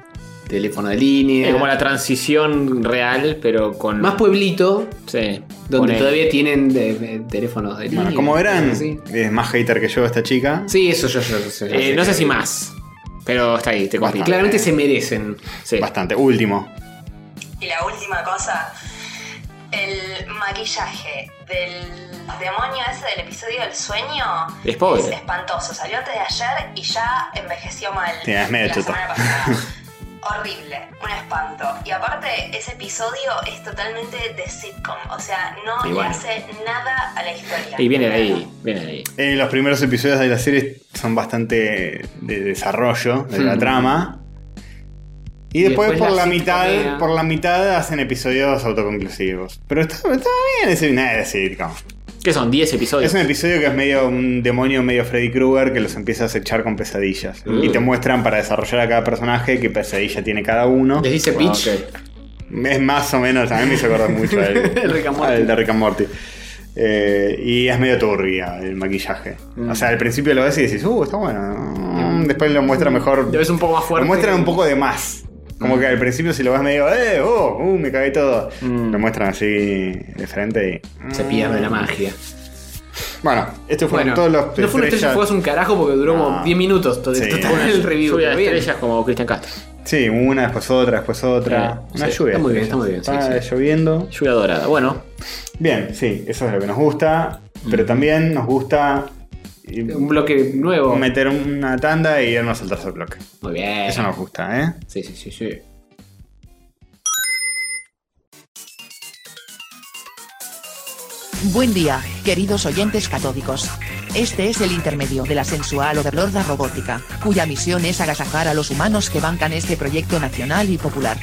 teléfono de línea.
Es como la transición real, pero con.
Más pueblito,
Sí.
donde
Ponele.
todavía tienen de- de- teléfonos de línea.
Bueno, como verán,
Sí,
es más hater que yo esta chica.
Sí, eso yo, yo- yo- yo-
Eh, no sé si más. Pero está ahí, te compito.
Claramente se merecen.
Sí.
Bastante. Último.
Y la última cosa, el maquillaje del demonio ese del episodio del sueño
Spoiler.
es espantoso. Salió antes de ayer y ya envejeció mal.
Sí, es medio
la
choto. *laughs*
semana pasada. Horrible, un espanto. Y aparte, ese episodio es totalmente de sitcom. O sea, no
Y
le
bueno.
hace nada a la historia.
Y viene de ahí, viene de ahí.
Eh, los primeros episodios de la serie son bastante de desarrollo de la
Mm.
trama. Y
Hmm. Y
después,
después
por
la
la mitad,
sitcomea.
por la mitad hacen episodios autoconclusivos. Pero está- estaba bien ese nada de sitcom.
¿Qué son? 10 episodios.
Es un episodio que es medio un demonio medio Freddy Krueger que los empieza a acechar con pesadillas.
Hmm.
Mm.
Y te muestran para desarrollar a cada personaje qué pesadilla tiene cada uno.
Les dice
Ah,
Peach.
ok.
Es más o menos, a mí me hizo acordar mucho al,
Rick and Morty.
al de Rick and Morty. Eh, y es medio turbia el maquillaje. O sea, al principio lo ves y decís, uh, está bueno. Mm, Después lo muestra mejor.
Lo ves un poco más
Lo
fuerte.
muestran un poco de más. Como que al principio si lo ves medio, eh, oh, uh, me cagué todo.
Mm.
Lo muestran así de frente y.
Se pierde la magia.
Mm. Bueno, esto fue
Bueno,
todos los.
no fue una estrella
estrellas-
fugaz un carajo porque duró como
No.
10 minutos todo,
Sí.
total el review.
Sube a
pero bien.
estrellas como Cristian Castro.
Sí, una, después otra, después otra.
Sí,
una
sí,
lluvia.
está muy bien, está muy bien, sí,
Ah,
Está lloviendo.
Lluvia dorada. Bueno,
Bien, sí, eso es lo que nos gusta. Pero también nos gusta eh,
Mm. Un bloque Eh. nuevo.
meter una tanda y irnos al tercer bloque.
muy bien.
Eso nos gusta, ¿eh?
Sí, sí, sí, sí.
Buen día, queridos oyentes catódicos. Este es el intermedio de la sensual overlorda robótica, cuya misión es agasajar a los humanos que bancan este proyecto nacional y popular.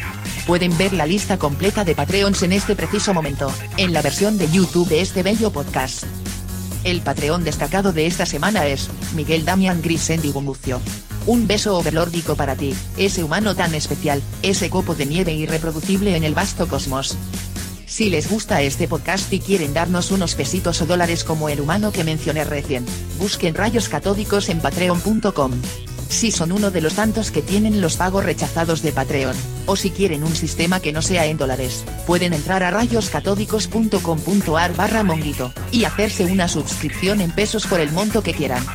Pueden ver la lista completa de Patreons en este preciso momento, en la versión de YouTube de este bello podcast. El Patreon destacado de esta semana es Miguel Damián Grisendi Gumucio. Un beso overlórdico para ti, ese humano tan especial, ese copo de nieve irreproducible en el vasto cosmos. Si les gusta este podcast y quieren darnos unos pesitos o dólares como el humano que mencioné recién, busquen rayos catódicos en patreon.com. Si son uno de los tantos que tienen los pagos rechazados de Patreon, o si quieren un sistema que no sea en dólares, pueden entrar a rayoscatódicos.com.ar barra monguito, y hacerse una suscripción en pesos por el monto que quieran.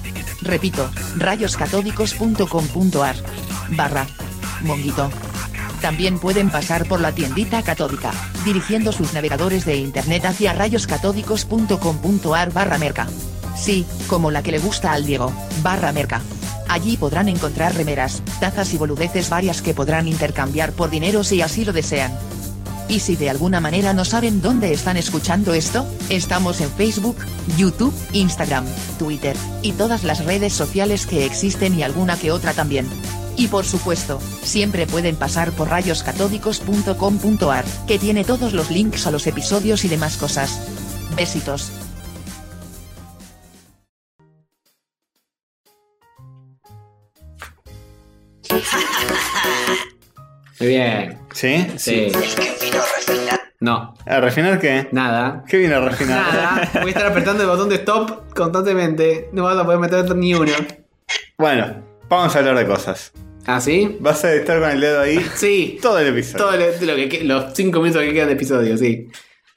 Repito, rayoscatódicos.com.ar barra monguito. También pueden pasar por la tiendita catódica, dirigiendo sus navegadores de internet hacia rayoscatódicos.com.ar barra merca. Sí, como la que le gusta al Diego, barra merca. Allí podrán encontrar remeras, tazas y boludeces varias que podrán intercambiar por dinero si así lo desean. Y si de alguna manera no saben dónde están escuchando esto, estamos en Facebook, YouTube, Instagram, Twitter, y todas las redes sociales que existen y alguna que otra también. Y por supuesto, siempre pueden pasar por rayoscatódicos.com.ar, que tiene todos los links a los episodios y demás cosas. Besitos.
Muy bien.
¿Sí?
Sí. No,
¿A refinar qué?
nada.
¿Qué vino a refinar?
*laughs* Nada. Voy a estar apretando el botón de stop constantemente. No vas a poder meter ni uno.
Bueno, vamos a hablar de cosas.
¿Ah, sí?
Vas a estar con el dedo ahí
*laughs* Sí.
todo el episodio.
Todo lo, lo que, que- los cinco minutos que quedan de episodio, sí.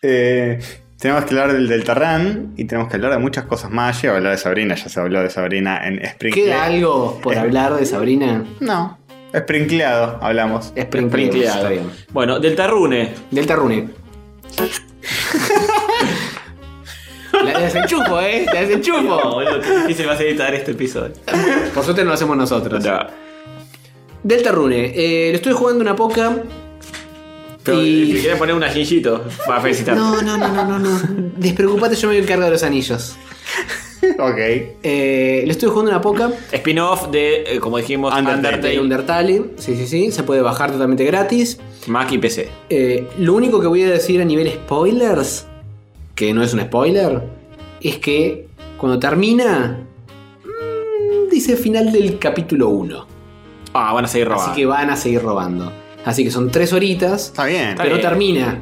Eh, tenemos que hablar del, del Terran y tenemos que hablar de muchas cosas más. Yo hablar de Sabrina, ya se habló de Sabrina en
¿Queda
Sprinkle.
algo por
Eh.
hablar de Sabrina?
No. Sprinkleado, hablamos.
Sprinkleado. Está bien.
Bueno, del Tarrune. *laughs*
Delta Rune. La desenchufo, eh. La
Oh,
desenchufo.
Y se va a editar este episodio.
Por suerte no lo hacemos nosotros. Delta Rune. eh, lo estoy jugando una poca.
Pero eh,
Y-
si quieres poner un ajillito para felicitarte.
No, no, no, no, no, no. Despreocupate, yo me voy a encargar de los anillos.
*laughs* Ok.
Eh, lo estoy jugando una poca.
Spin-off de, eh, como dijimos,
Undertale.
Undertale,
De Undertale. Sí, sí, sí. Se puede bajar totalmente gratis.
Mac y PC.
Eh, lo único que voy a decir a nivel spoilers, que no es un spoiler, es que cuando termina, mm, dice final del capítulo 1.
Ah, van a seguir robando.
Así que van a seguir robando. Así que son tres horitas,
Está bien.
Está
pero
bien.
termina.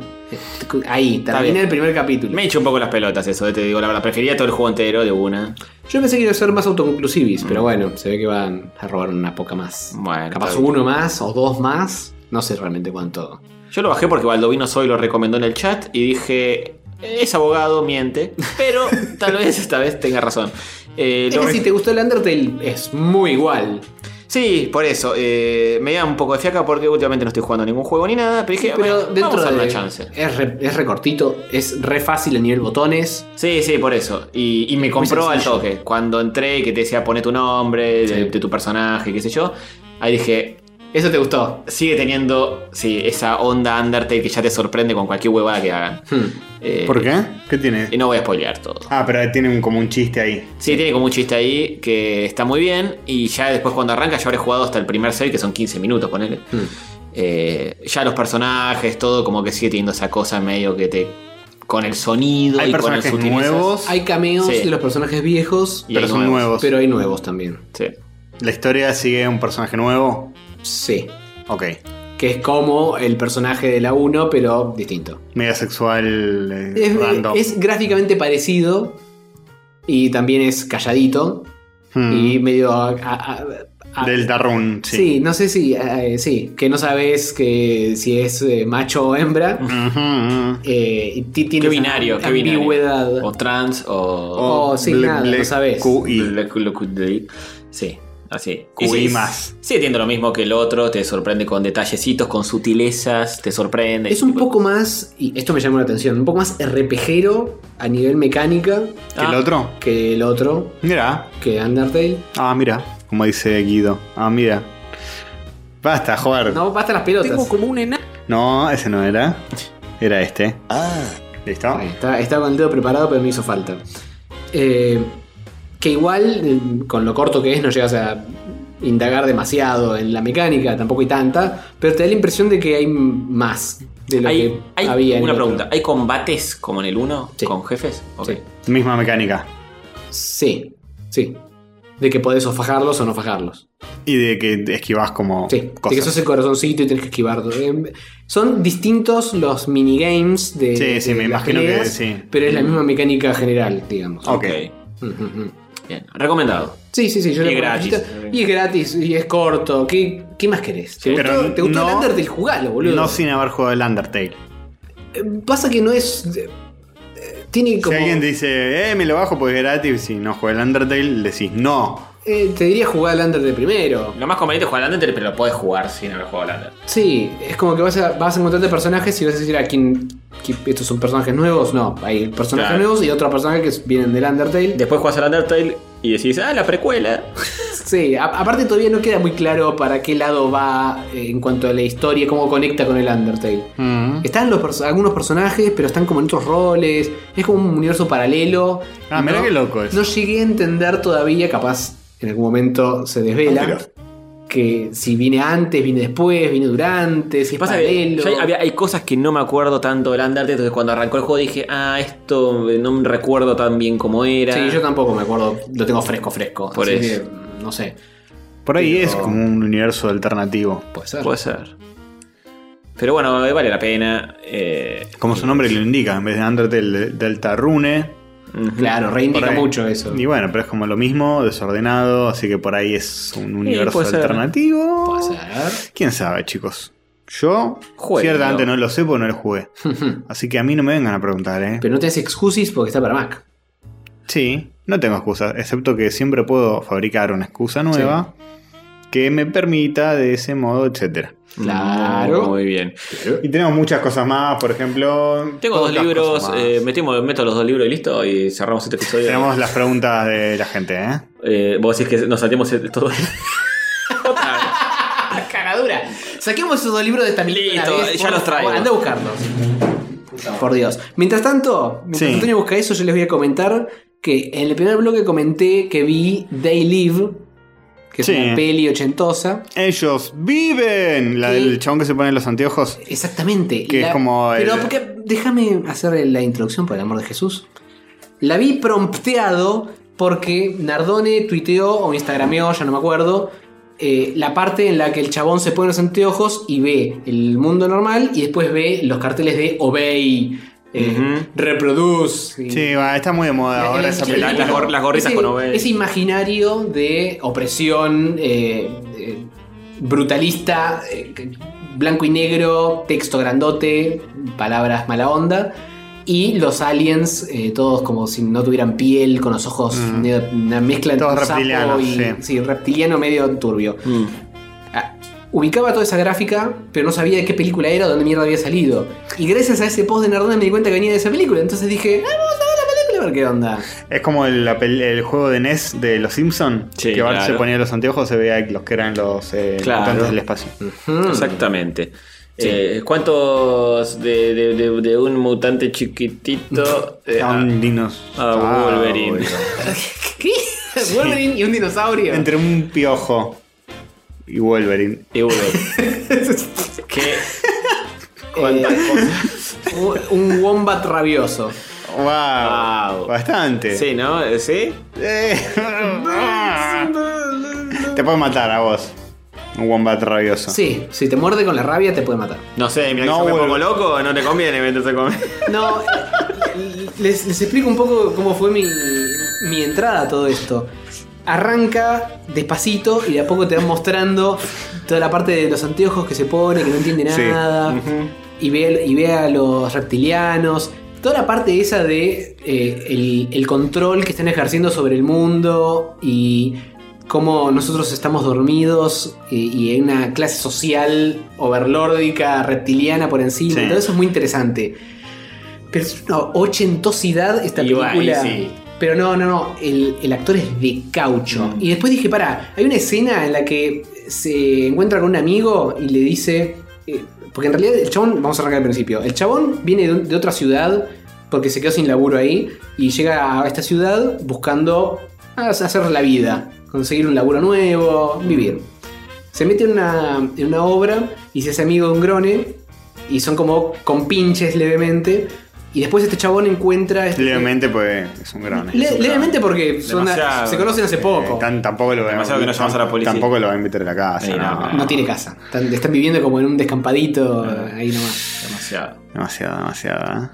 Ahí,
bien.
termina el primer capítulo.
Me he hecho un poco las pelotas eso, eh, te digo la verdad. Prefería todo el juego entero de una.
Yo pensé que iba a ser más autoconclusivis, pero bueno, se ve que van a robar una poca más.
Mm. Bueno,
Capaz
está bien.
uno más o dos más. No sé realmente cuánto.
Yo lo bajé porque Baldovino Soy lo recomendó en el chat y dije, es abogado, miente, pero *laughs* tal vez esta vez tenga razón. Eh,
Es
lo
que
re-
si te gustó el Undertale, es muy igual.
Sí, por eso. eh, me da un poco de fiaca porque últimamente no estoy jugando ningún juego ni nada, pero dije,
Pero
bueno,
dentro
vamos a
de
dar una chance.
Es re, es re cortito, es re fácil a nivel botones.
Sí, sí, por eso. Y, y me compró al
sencillo.
toque. Cuando entré, que te decía poné tu nombre, de, de tu personaje, qué sé yo. Ahí dije,
Eso te gustó.
sigue teniendo sí, esa onda Undertale que ya te sorprende con cualquier huevada que hagan.
Hmm.
Eh,
¿Por qué? ¿Qué tiene?
Y no voy a spoilear todo.
Ah, pero tiene un- como un chiste ahí.
Sí, tiene como un chiste ahí que está muy bien. Y ya después cuando arranca, yo habré jugado hasta el primer save, que son 15 minutos, ponele.
Hmm.
Eh, ya los personajes, todo como que sigue teniendo esa cosa medio que te. con el sonido
Hay
y con el
personajes
sutilezas.
nuevos,
Hay cameos
Sí.
de los personajes viejos,
Y
pero
hay
son
nuevos.
nuevos.
pero hay nuevos también.
Sí.
La historia sigue un personaje nuevo.
Sí.
Ok.
Que es como el personaje de la 1, pero distinto.
Mega sexual eh,
Es,
random.
es gráficamente parecido y también es calladito
Hmm.
Mm.
y medio... a- a- a- a-
Del Darun,
Sí.
sí.
no sé si... eh, sí, que no sabes que si es eh, macho o hembra.
Ujú, ujú.
Eh, y ti- tiene
Mm. Qué
esa
binario, qué binario.
ambigüedad.
O trans, o.
Oh, sí, nada, no sabes.
Oh, Q y-
Lo- lo- lo- Sí. Así.
Cuimas.
Sigue teniendo lo mismo que el otro, te sorprende con detallecitos, con sutilezas, te sorprende.
Es un poco más, y esto me llamó la atención, un poco más RPGero a nivel mecánica.
¿Que
Ah.
el otro?
Que el otro,
Mira.
que Undertale.
Ah, mira. Como dice Guido. Ah, mira. Basta, joder. No,
No, basta las pelotas.
Tengo como un enano.
ese no era. Era este.
Ah.
¿Listo?
Está- estaba con el dedo preparado, pero me hizo falta. Eh, que igual, eh, con lo corto que es, no llegas a indagar demasiado en la mecánica, tampoco hay tanta, pero te da la impresión de que hay más de lo
Hay,
que
hay
había. en
una
el otro.
pregunta. ¿Hay combates como en el 1?
Sí.
¿Con jefes? Ok.
Sí.
Misma mecánica.
Sí, sí. De que podés o fajarlos o no fajarlos.
Y de que esquivas como
Sí, de que
cosas.
sos el corazoncito y tenés que esquivar. Eh, Son distintos los minigames de.
Sí, sí,
de
me
las
imagino que
peleas,
sí.
Pero es la misma mecánica general, digamos.
Ok.
Mm, mm, mm.
Bien. Recomendado.
Sí, sí, sí, yo
Y
le pongo
gratis.
cajita. Y es gratis, y es corto. ¿Qué, qué más querés? ¿Te
Pero
gustó, ¿te gustó
no-
el Undertale? Jugalo, boludo.
No sin haber jugado el Undertale.
Eh, Pasa que no es. eh, Tiene como.
Si alguien dice, eh, me lo bajo porque es gratis, si no juega el Undertale, le decís, no.
eh, te diría jugar al Undertale primero.
Lo más conveniente es jugar al Undertale, pero lo puedes jugar sin haber jugado al Undertale.
Sí, es como que vas a, vas a encontrarte personajes y vas a decir a quién. quién- ¿Estos son personajes nuevos? No, hay personajes
Claro.
nuevos y otros personajes que s- vienen del Undertale.
Después juegas al Undertale y decís, ah, la precuela.
Sí, a- aparte todavía no queda muy claro para qué lado va eh, en cuanto a la historia, cómo conecta con el Undertale. Están los perso- algunos personajes, pero están como en otros roles. Es como un universo paralelo.
Ah, mirá qué loco eso.
No llegué a entender todavía, capaz en algún momento se
Ah,
desvela.
mirá.
que si viene antes, viene después, viene durante, si es
Pasa que
paralelo.
yo hay, había- hay cosas que no me acuerdo tanto del Undertale, entonces cuando arrancó el juego dije, ah, esto no me recuerdo tan bien como era.
Sí, yo tampoco me acuerdo. Lo tengo fresco, fresco.
Por
así
eso.
que, no sé.
Por ahí
Pero-
es como un universo alternativo.
Puede ser.
Puede ser. Pero bueno, eh, vale la pena. eh,
Como su nombre lo indica, en vez de Undertale, Delta Rune.
ujú.
Claro,
Por
reivindica
ahí.
mucho eso.
Y bueno, pero es como lo mismo, desordenado, así que por ahí es un universo
puede ser.
alternativo.
Puede ser.
¿Quién sabe, chicos? Yo,
Jueguenlo.
ciertamente no lo sé porque no lo
*laughs*
jugué. Así que a mí no me vengan a preguntar, ¿eh?
Pero no te haces excusis porque está para Mac.
Sí, no tengo excusas, excepto que siempre puedo fabricar una excusa nueva que me permita de ese modo, etcétera.
Claro.
Muy bien.
Y tenemos muchas cosas más, por ejemplo.
Tengo dos
otras
libros,
cosas más.
eh, metimos, meto los dos libros y listo, y cerramos este episodio.
Tenemos las preguntas de la gente, ¿eh?
Eh, vos decís que nos saltemos el- todo.
*laughs* Cagadura. Saquemos esos dos libros de esta milita.
Listo, ya los traigo.
Anda a buscarlos. Por Dios. Mientras tanto, mientras
Sí.
Antonio busca eso, yo les voy a comentar que en el primer bloque comenté que vi They Live, que es
Sí.
una peli ochentosa.
Ellos viven. La
¿Qué?
del chabón que se pone los anteojos.
Exactamente. y
Que es como el-
Pero porque- déjame hacer la introducción, por el amor de Jesús. La vi prompteado porque Nardone tuiteó o instagrameó, ya no me acuerdo, eh, la parte en la que el chabón se pone los anteojos y ve el mundo normal y después ve los carteles de Obey, eh,
Ujú.
Reproduce. y-
Sí, va, está muy de moda
la-
ahora
la-
esa
la-
película.
las gor- las gorritas
ese-
con Obey.
Ese imaginario de opresión eh, eh, brutalista, eh, que- blanco y negro, texto grandote, palabras mala onda. Y los aliens, eh, todos como si no tuvieran piel, con los ojos,
Mm.
medio- una mezcla entre
Todos
un sapo
reptilianos,
y-
sí.
sí, reptiliano medio turbio.
Mm.
Ah, Ubicaba toda esa gráfica, pero no sabía de qué película era o dónde mierda había salido. Y gracias a ese post de Nardone me di cuenta que venía de esa película. Entonces dije, ah, vamos a ver la película a ver qué onda.
Es como el, la pel- el juego de NES de los Simpsons.
Sí,
que Bart
claro.
se ponía los anteojos, se veía los que eran los eh,
Claro. Eh,
mutantes del espacio.
Mm.
Exactamente. Eh, ¿Cuántos de, de- de- de un mutante chiquitito? eh,
A un dinos-
a ah, Wolverine.
*laughs* ¿Qué? Wolverine y un dinosaurio.
Entre un piojo y Wolverine.
y Wolverine. que
¿Cuántas cosas? Eh, *laughs* Un wombat rabioso.
Wow.
Wow.
Bastante.
Sí, ¿no? Eh, ¿Sí?
Eh, te puede matar a vos. Un wombat rabioso.
Sí, si te muerde con la rabia te puede matar.
No sé, mira
No,
que yo me
Wolver-
pongo loco, no te conviene meterse con.
No, les, les explico un poco cómo fue mi, mi entrada a todo esto. Arranca despacito y de a poco te van mostrando toda la parte de los anteojos que se pone, que no entiende
Sí.
nada. y, ve, y ve a los reptilianos. Toda la parte esa de eh, el, el control que están ejerciendo sobre el mundo y cómo nosotros estamos dormidos y, y hay una clase social overlórdica, reptiliana por encima.
Sí.
Todo eso es muy interesante. Pero es una ochentosidad esta
Y va,
película.
y sí.
Pero no, no, no. El, el actor es de caucho.
Mm.
Y después dije, para, hay una escena en la que se encuentra con un amigo y le dice. eh, porque en realidad el chabón, vamos a arrancar al principio. El chabón viene de, un- de otra ciudad porque se quedó sin laburo ahí y llega a esta ciudad buscando hacer la vida, conseguir un laburo nuevo, vivir. Se mete en una, en una obra y se hace amigo de un grone y son como compinches levemente. Y después este chabón encuentra. este-
Levemente, pues es un gran.
Le- levemente porque son-
Demasiado.
se conocen hace poco.
tampoco lo
Demasiado que no llamas a la policía.
Tampoco lo va a invitar a la casa.
no,
no.
tiene casa. Están, están viviendo como en un descampadito
Ah.
ahí nomás.
Demasiado.
Demasiado, demasiado. ¿eh?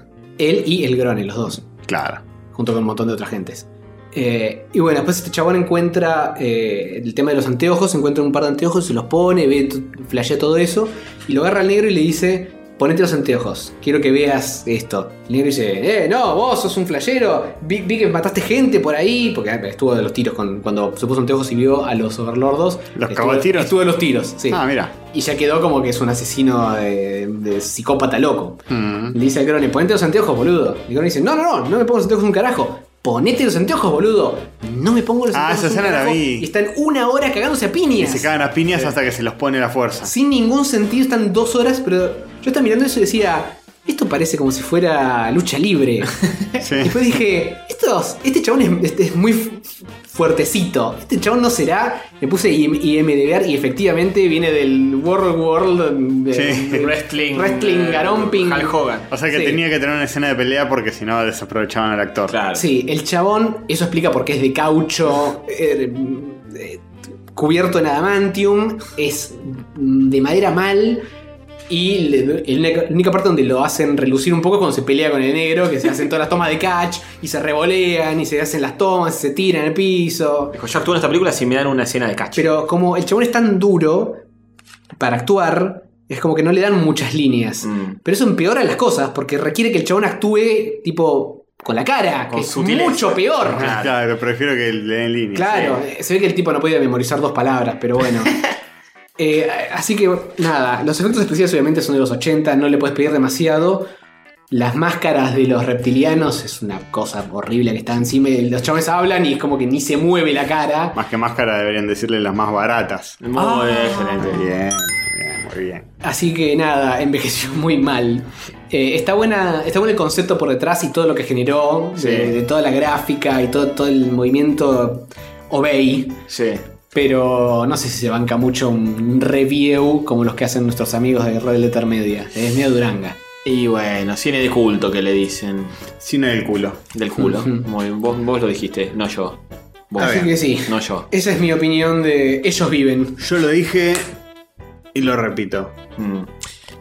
Él y el Grone, los dos.
Claro.
Junto con un montón de otras gentes. Eh, y bueno, después este chabón encuentra eh, el tema de los anteojos, encuentra un par de anteojos, se los pone, ve, t- flashea todo eso, y lo agarra al negro y le dice, ponete los anteojos, quiero que veas esto. El negro dice, eh, no, vos sos un flashero, vi, vi que mataste gente por ahí, porque ah, estuvo de los tiros con- cuando se puso anteojos y vio a los overlordos.
¿Los
estuvo-
cagó a tiros?
Estuvo de los tiros, sí.
Ah, mira.
Y ya quedó como que es un asesino de, de psicópata loco. Le dice al Crone, ponete los anteojos, boludo. Y el Crone dice, no, no, no, no me pongo los anteojos un carajo. Ponete los anteojos, boludo. No me pongo los
Ah,
anteojos.
esa
un
escena la
carajo".
vi.
Y están una hora cagándose a
Y
piñas.
se cagan a piñas hasta que se los pone la fuerza.
Sin ningún sentido, están dos horas, pero yo estaba mirando eso y decía, esto parece como si fuera lucha libre.
*laughs* Sí.
Después dije, estos, este chabón es, este es muy fu- fuertecito. Este chabón no será. Le puse IM- IMDB y efectivamente viene del World World de-
Sí.
de-
Wrestling.
Wrestling,
eh,
garomping.
Hulk Hogan.
O sea que
Sí.
tenía que tener una escena de pelea porque si no desaprovechaban al actor.
Claro.
Sí, el chabón, eso explica por qué es de caucho, eh, eh, cubierto en adamantium, es mm, de madera mal. Y le- el- la única parte donde lo hacen relucir un poco es cuando se pelea con el negro, que se hacen todas las tomas de catch y se revolean y se hacen las tomas, se tiran al piso.
Dijo, yo actúo en esta película si me dan una escena de cacho.
Pero como el chabón es tan duro para actuar, es como que no le dan muchas líneas.
Mm.
Pero eso empeora las cosas, porque requiere que el chabón actúe tipo con la cara,
Con
que es
sutileza.
mucho peor.
Claro, Claro, prefiero que le den línea.
Claro, eh, se ve que el tipo no podía memorizar dos palabras, pero bueno. Eh, así que nada, los efectos especiales obviamente son de los 80, no le puedes pedir demasiado. Las máscaras de los reptilianos es una cosa horrible que está encima. y Los chavales hablan y es como que ni se mueve la cara.
Más que máscara deberían decirle las más baratas.
Muy
Ah.
excelente.
Muy bien, bien, muy bien.
Así que nada, *laughs* envejeció muy mal. Eh, está, buena, está bueno el concepto por detrás y todo lo que generó,
Sí.
de, de toda la gráfica y todo, todo el movimiento Obey.
Sí.
Pero no sé si se banca mucho un review como los que hacen nuestros amigos de Red Letter Media. Es medio duranga.
Y bueno, cine de culto que le dicen.
Cine del culo.
Del culo.
Ujú.
Muy, vos, vos lo dijiste, no yo. Vos.
Está
Así
bien.
que sí.
No yo.
Esa es mi opinión de Ellos Viven.
Yo lo dije y lo repito.
Mm.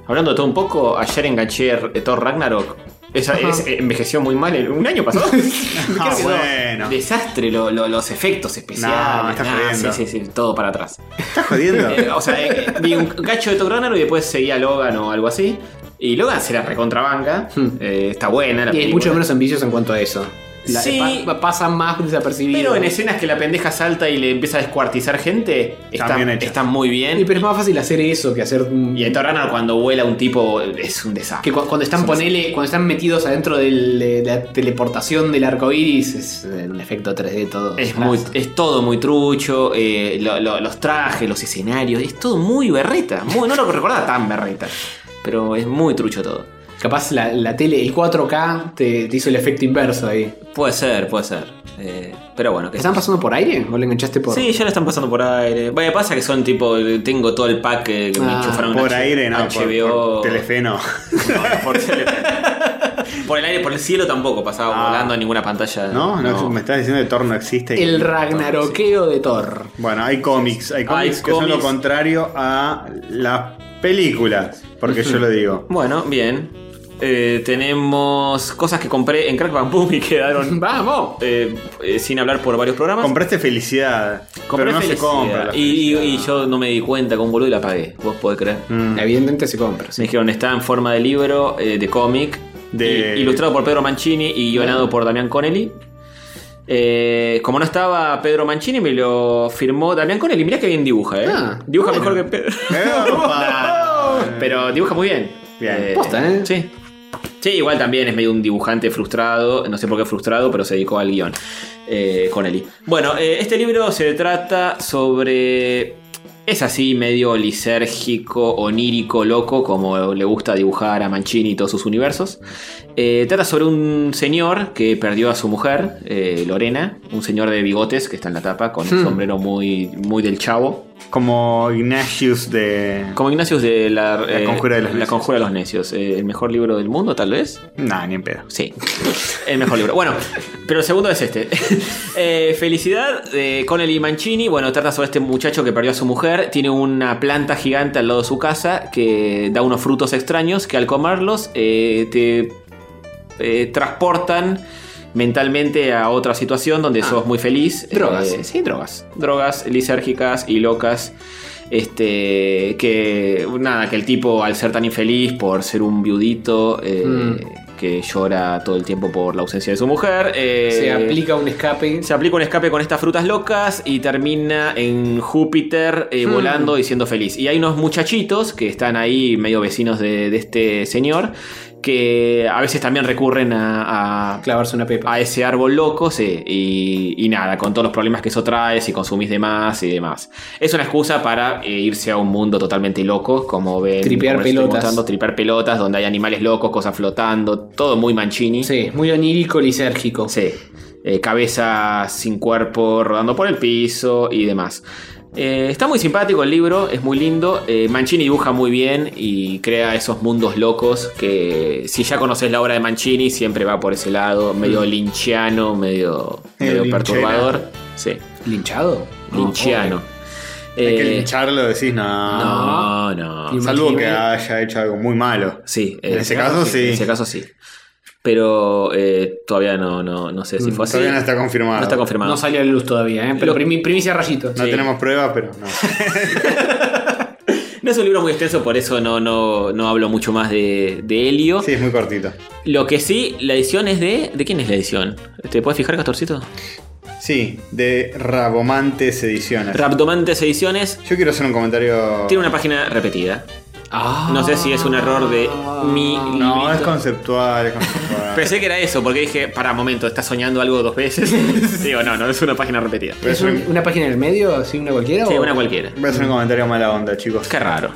Hablando de todo un poco, ayer enganché R- Thor Ragnarok. Esa
Ajá.
es- eh, envejeció muy mal. el- ¿Un año pasó?
Ah,
Casi dos.
bueno.
Desastre lo- lo- los efectos especiales.
No, me estás
nah, sí,
jodiendo.
sí, sí, todo para atrás.
¿Estás jodiendo?
Eh, o sea, eh, eh, vi un cacho de Thor Ragnarok y después seguía Logan o algo así. Y Logan se la recontrabanca.
Hmm.
Eh, está buena la
Y es
película.
mucho menos ambicioso en cuanto a eso. La-
Sí.
pa- pasa más desapercibido.
Pero en escenas que la pendeja salta y le empieza a descuartizar gente, está,
bien hecha.
está muy
Y
bien.
pero es más fácil hacer eso que hacer. un-
Y en Torana cuando vuela un tipo es un desastre.
Que cu- cuando están, ponele, cuando están metidos adentro del- de la teleportación del arco iris, es eh, un efecto 3D todo. Ah,
Es, muy, es todo muy trucho, eh, lo- lo- los trajes, los escenarios, es todo muy berreta. Muy, no lo recordaba tan berreta, pero es muy trucho todo.
Capaz la, la tele, el 4K, te, te hizo el efecto inverso ahí.
Puede ser, puede ser. Eh, pero bueno, que
¿Están pasando por aire? ¿O lo enganchaste por.?
Sí, ya lo están pasando por aire. Vaya, pasa que son tipo, tengo todo el pack eh, que me
Ah,
enchufaron
Por
en
aire, no. por-
HBO.
Por, Telefe,
*laughs*
no.
No, por, por el aire, por el cielo tampoco pasaba
Ah.
volando ninguna pantalla.
no. no, me estás diciendo que Thor no existe.
El Ragnarokeo de Thor.
Bueno, hay cómics. Hay cómics que son
cómics.
lo contrario a las películas. Porque yo lo
*laughs*
digo.
Bueno, bien. Eh, tenemos cosas que compré en Crack Bang Boom
*laughs*
y quedaron
¡Vamos!
eh, eh, sin hablar por varios programas.
Compraste felicidad.
Compré
pero no
felicidad.
se compra. la
Y, y-
felicidad.
y yo no me di cuenta con boludo y la pagué. Vos podés creer.
Mm.
Evidentemente se compra.
Me dijeron, está en forma de libro, eh, de cómic,
De-
y- ilustrado por Pedro Mancini y guionado por Damián Connelly. Eh, como no estaba Pedro Mancini, me lo firmó Damián Conelli. Mirá que bien dibuja, ¿eh?
Ah,
dibuja
bueno.
mejor que Pedro.
*laughs*
*laughs*
Eh,
Pero dibuja muy bien.
Bien.
Posta, ¿eh?
Sí. Sí, igual también es medio un dibujante frustrado, no sé por qué frustrado, pero se dedicó al guión eh, con Eli. Bueno, eh, este libro se trata sobre... Es así, medio lisérgico, onírico, loco, como le gusta dibujar a Mancini y todos sus universos. Eh, trata sobre un señor que perdió a su mujer, eh, Lorena, un señor de bigotes que está en la tapa, con un
Hmm.
sombrero muy, muy del chavo.
Como Ignatius de.
Como Ignacius de la, eh,
Conjura de los
La
Necios.
Conjura de los Necios. Eh, el mejor libro del mundo, tal vez.
Nah, ni en pedo.
Sí, el mejor libro. Bueno, pero el segundo es este. *laughs* Eh, Felicidad eh, de Connelly Mancini. Bueno, trata sobre este muchacho que perdió a su mujer. Tiene una planta gigante al lado de su casa que da unos frutos extraños que al comerlos eh, te eh, transportan mentalmente a otra situación donde sos muy feliz.
Drogas.
Eh, sí, drogas. Drogas lisérgicas y locas. Este, que nada, que el tipo al ser tan infeliz por ser un viudito eh,
Mm.
que llora todo el tiempo por la ausencia de su mujer, eh,
Se aplica un escape.
se aplica un escape con estas frutas locas y termina en Júpiter eh,
Hmm.
volando y siendo feliz. Y hay unos muchachitos que están ahí, medio vecinos de, de este señor, que a veces también recurren a, a-
Clavarse una pepa.
a ese árbol loco, sí, y, y nada, con todos los problemas que eso trae, si consumís de más y demás. Es una excusa para eh, irse a un mundo totalmente loco, como ven.
Tripear
como les estoy
pelotas.
mostrando, tripear pelotas, donde hay animales locos, cosas flotando, todo muy manchini.
Sí, muy onírico lisérgico.
Sí. Eh, cabeza sin cuerpo, rodando por el piso y demás. Eh, está muy simpático el libro, es muy lindo. Eh, Mancini dibuja muy bien y crea esos mundos locos que si ya conoces la obra de Mancini siempre va por ese lado, medio linchiano, medio,
Eh,
medio
Mm. linchera.
perturbador. Sí,
¿Linchado?
linchiano.
Hay que
Eh,
lincharlo, decís, no.
no, no.
Salvo que
Imagínate.
haya hecho algo muy malo.
Sí,
En ese caso, sí.
En ese caso sí. Pero eh, todavía no, no, no sé si fue
Mm,
así.
Todavía no está confirmado.
No está confirmado.
No salió a la luz todavía, ¿eh? pero
Lo-
primi- primicia rayito.
No
Sí.
tenemos pruebas, pero
*laughs*
no.
No es un libro muy extenso, por eso no, no, no hablo mucho más de, de Helio.
Sí, es muy cortito.
Lo que sí, la edición es de. ¿De quién es la edición? ¿Te puedes fijar, Castorcito?
Sí, de Rabomantes Ediciones.
Raptomantes Ediciones
Yo quiero hacer un comentario.
tiene una página repetida. No sé si es un error de mi.
No, es
librito.
conceptual, es
*laughs*
conceptual.
Pensé que era eso, porque dije, para, momento, ¿estás soñando algo dos veces? Digo, no, no, es una página repetida.
Voy a
¿Es
hacer
un-
un-
una página en el medio? ¿Así una cualquiera?
Sí,
o-
una cualquiera.
voy a hacer un comentario mala onda, chicos.
Qué raro.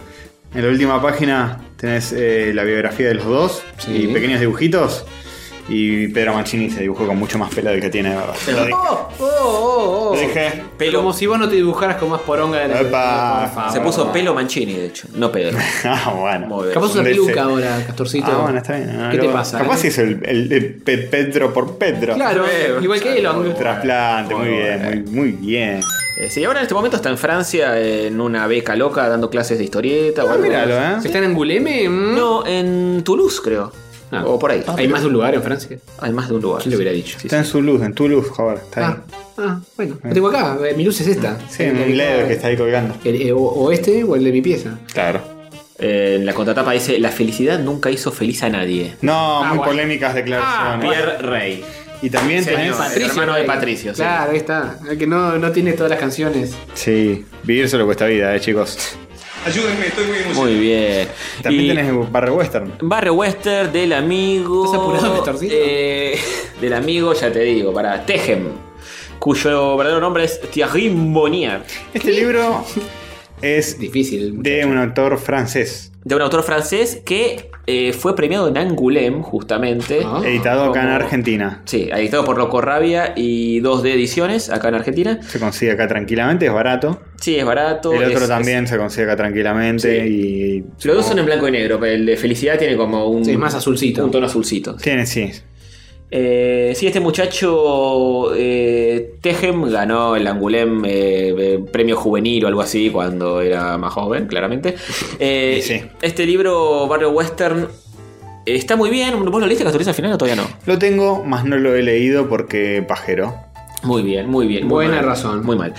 En la última página tenés eh, la biografía de los dos
Sí.
y pequeños dibujitos. Y Pedro Mancini se dibujó con mucho más pelo del que tiene. de verdad. Lo dije.
¡Oh! ¡Oh! ¡Oh! oh.
Lo dije.
Pelo.
Como si vos no te dibujaras con más poronga de la
Epa.
Por favor.
Se puso pelo Mancini, de hecho, no Pedro.
*laughs* Ah, bueno.
Muy bien.
Capaz
Dese-
una peluca ahora, Castorcito.
Ah, bueno, está bien. No,
¿Qué te
lo-
pasa?
Capaz
eh?
es el, el- el Pe- Pedro por Pedro.
Claro,
Eh,
igual que Elon.
Trasplante, muy bien, muy, muy bien.
*laughs* Eh, sí, ahora en este momento está en Francia eh, en una beca loca dando clases de historieta. o
Ah,
algo
míralo,
así.
¿eh?
¿Se está en Anguleme? Mm.
No, en Toulouse, creo.
Ah.
O por ahí.
Hay más de un lugar en Francia.
Hay más de un lugar.
¿Quién lo hubiera dicho?
Está en su luz, en tu luz, joder. Está
Ah,
ahí.
ah, bueno. Lo tengo acá. eh, Mi luz es esta.
Sí, en un LED que está ahí colgando.
El- eh, o, o este o el de mi pieza.
Claro.
Eh, en la contratapa dice: La felicidad nunca hizo feliz a nadie.
No, muy
Ah, bueno.
polémicas declaraciones.
Pierre Rey.
y también tenés.
Señor. El hermano de Patricio, sí.
Claro, ahí está. El que no, no tiene todas las canciones.
Sí, vivir solo cuesta vida, eh, chicos.
Ayúdenme, estoy muy emocionado.
Muy bien.
También
Y
tenés Barrio Western.
Barrio Western del amigo.
¿Estás apurado, Nestorcito?
eh, Del amigo, ya te digo, para Tejem. Cuyo verdadero nombre es Thierry Monnier.
Este
*laughs*
libro es
Difícil.
de un autor francés,
De un autor francés que eh, fue premiado en Angoulême, justamente.
Ah.
editado acá en
Como-
Argentina.
Sí, editado por Locorrabia y 2D Ediciones acá en Argentina.
Se consigue acá tranquilamente, es barato.
Sí, es barato.
El
es-
otro
es-
también se consigue acá tranquilamente y.
Los dos son en blanco y negro, pero el de Felicidad tiene como un,
Sí, es más azulcito.
un tono azulcito.
Tiene, sí.
Eh, sí, este muchacho eh, Tejem ganó el Angulem eh, premio juvenil o algo así cuando era más joven,
*laughs*
claramente. Eh,
Y sí.
Este libro, Barrio Western, eh, está muy bien. ¿Vos lo leíste, Castoriza, al final o todavía no?
Lo tengo, más no lo he leído porque pajero.
Muy bien, muy bien. muy
Buena
mal,
razón.
Muy mal.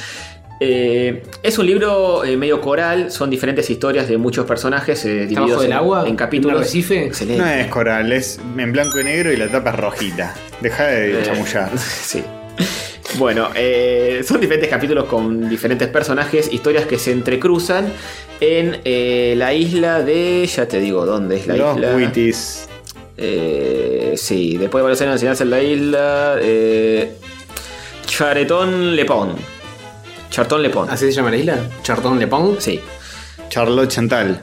Eh, es un libro eh, medio coral, son diferentes historias de muchos personajes eh,
¿Está bajo
divididos
del
en,
agua?
en
¿En un
capítulos.
arrecife?
Excelente.
No es coral, es en blanco y negro y la tapa es rojita. Deja de
Eh,
chamullar.
sí. Bueno, eh, son diferentes capítulos con diferentes personajes, historias que se entrecruzan en eh, la isla de. Ya te digo dónde es *laughs* la
Los
isla.
Witties.
Eh, sí, después de varios años de enseñarse en la isla. eh, Charetón Lepón. Chartón Lepón.
¿Así se llama la isla? ¿Chartón Lepón?
Sí.
Charlotte Chantal.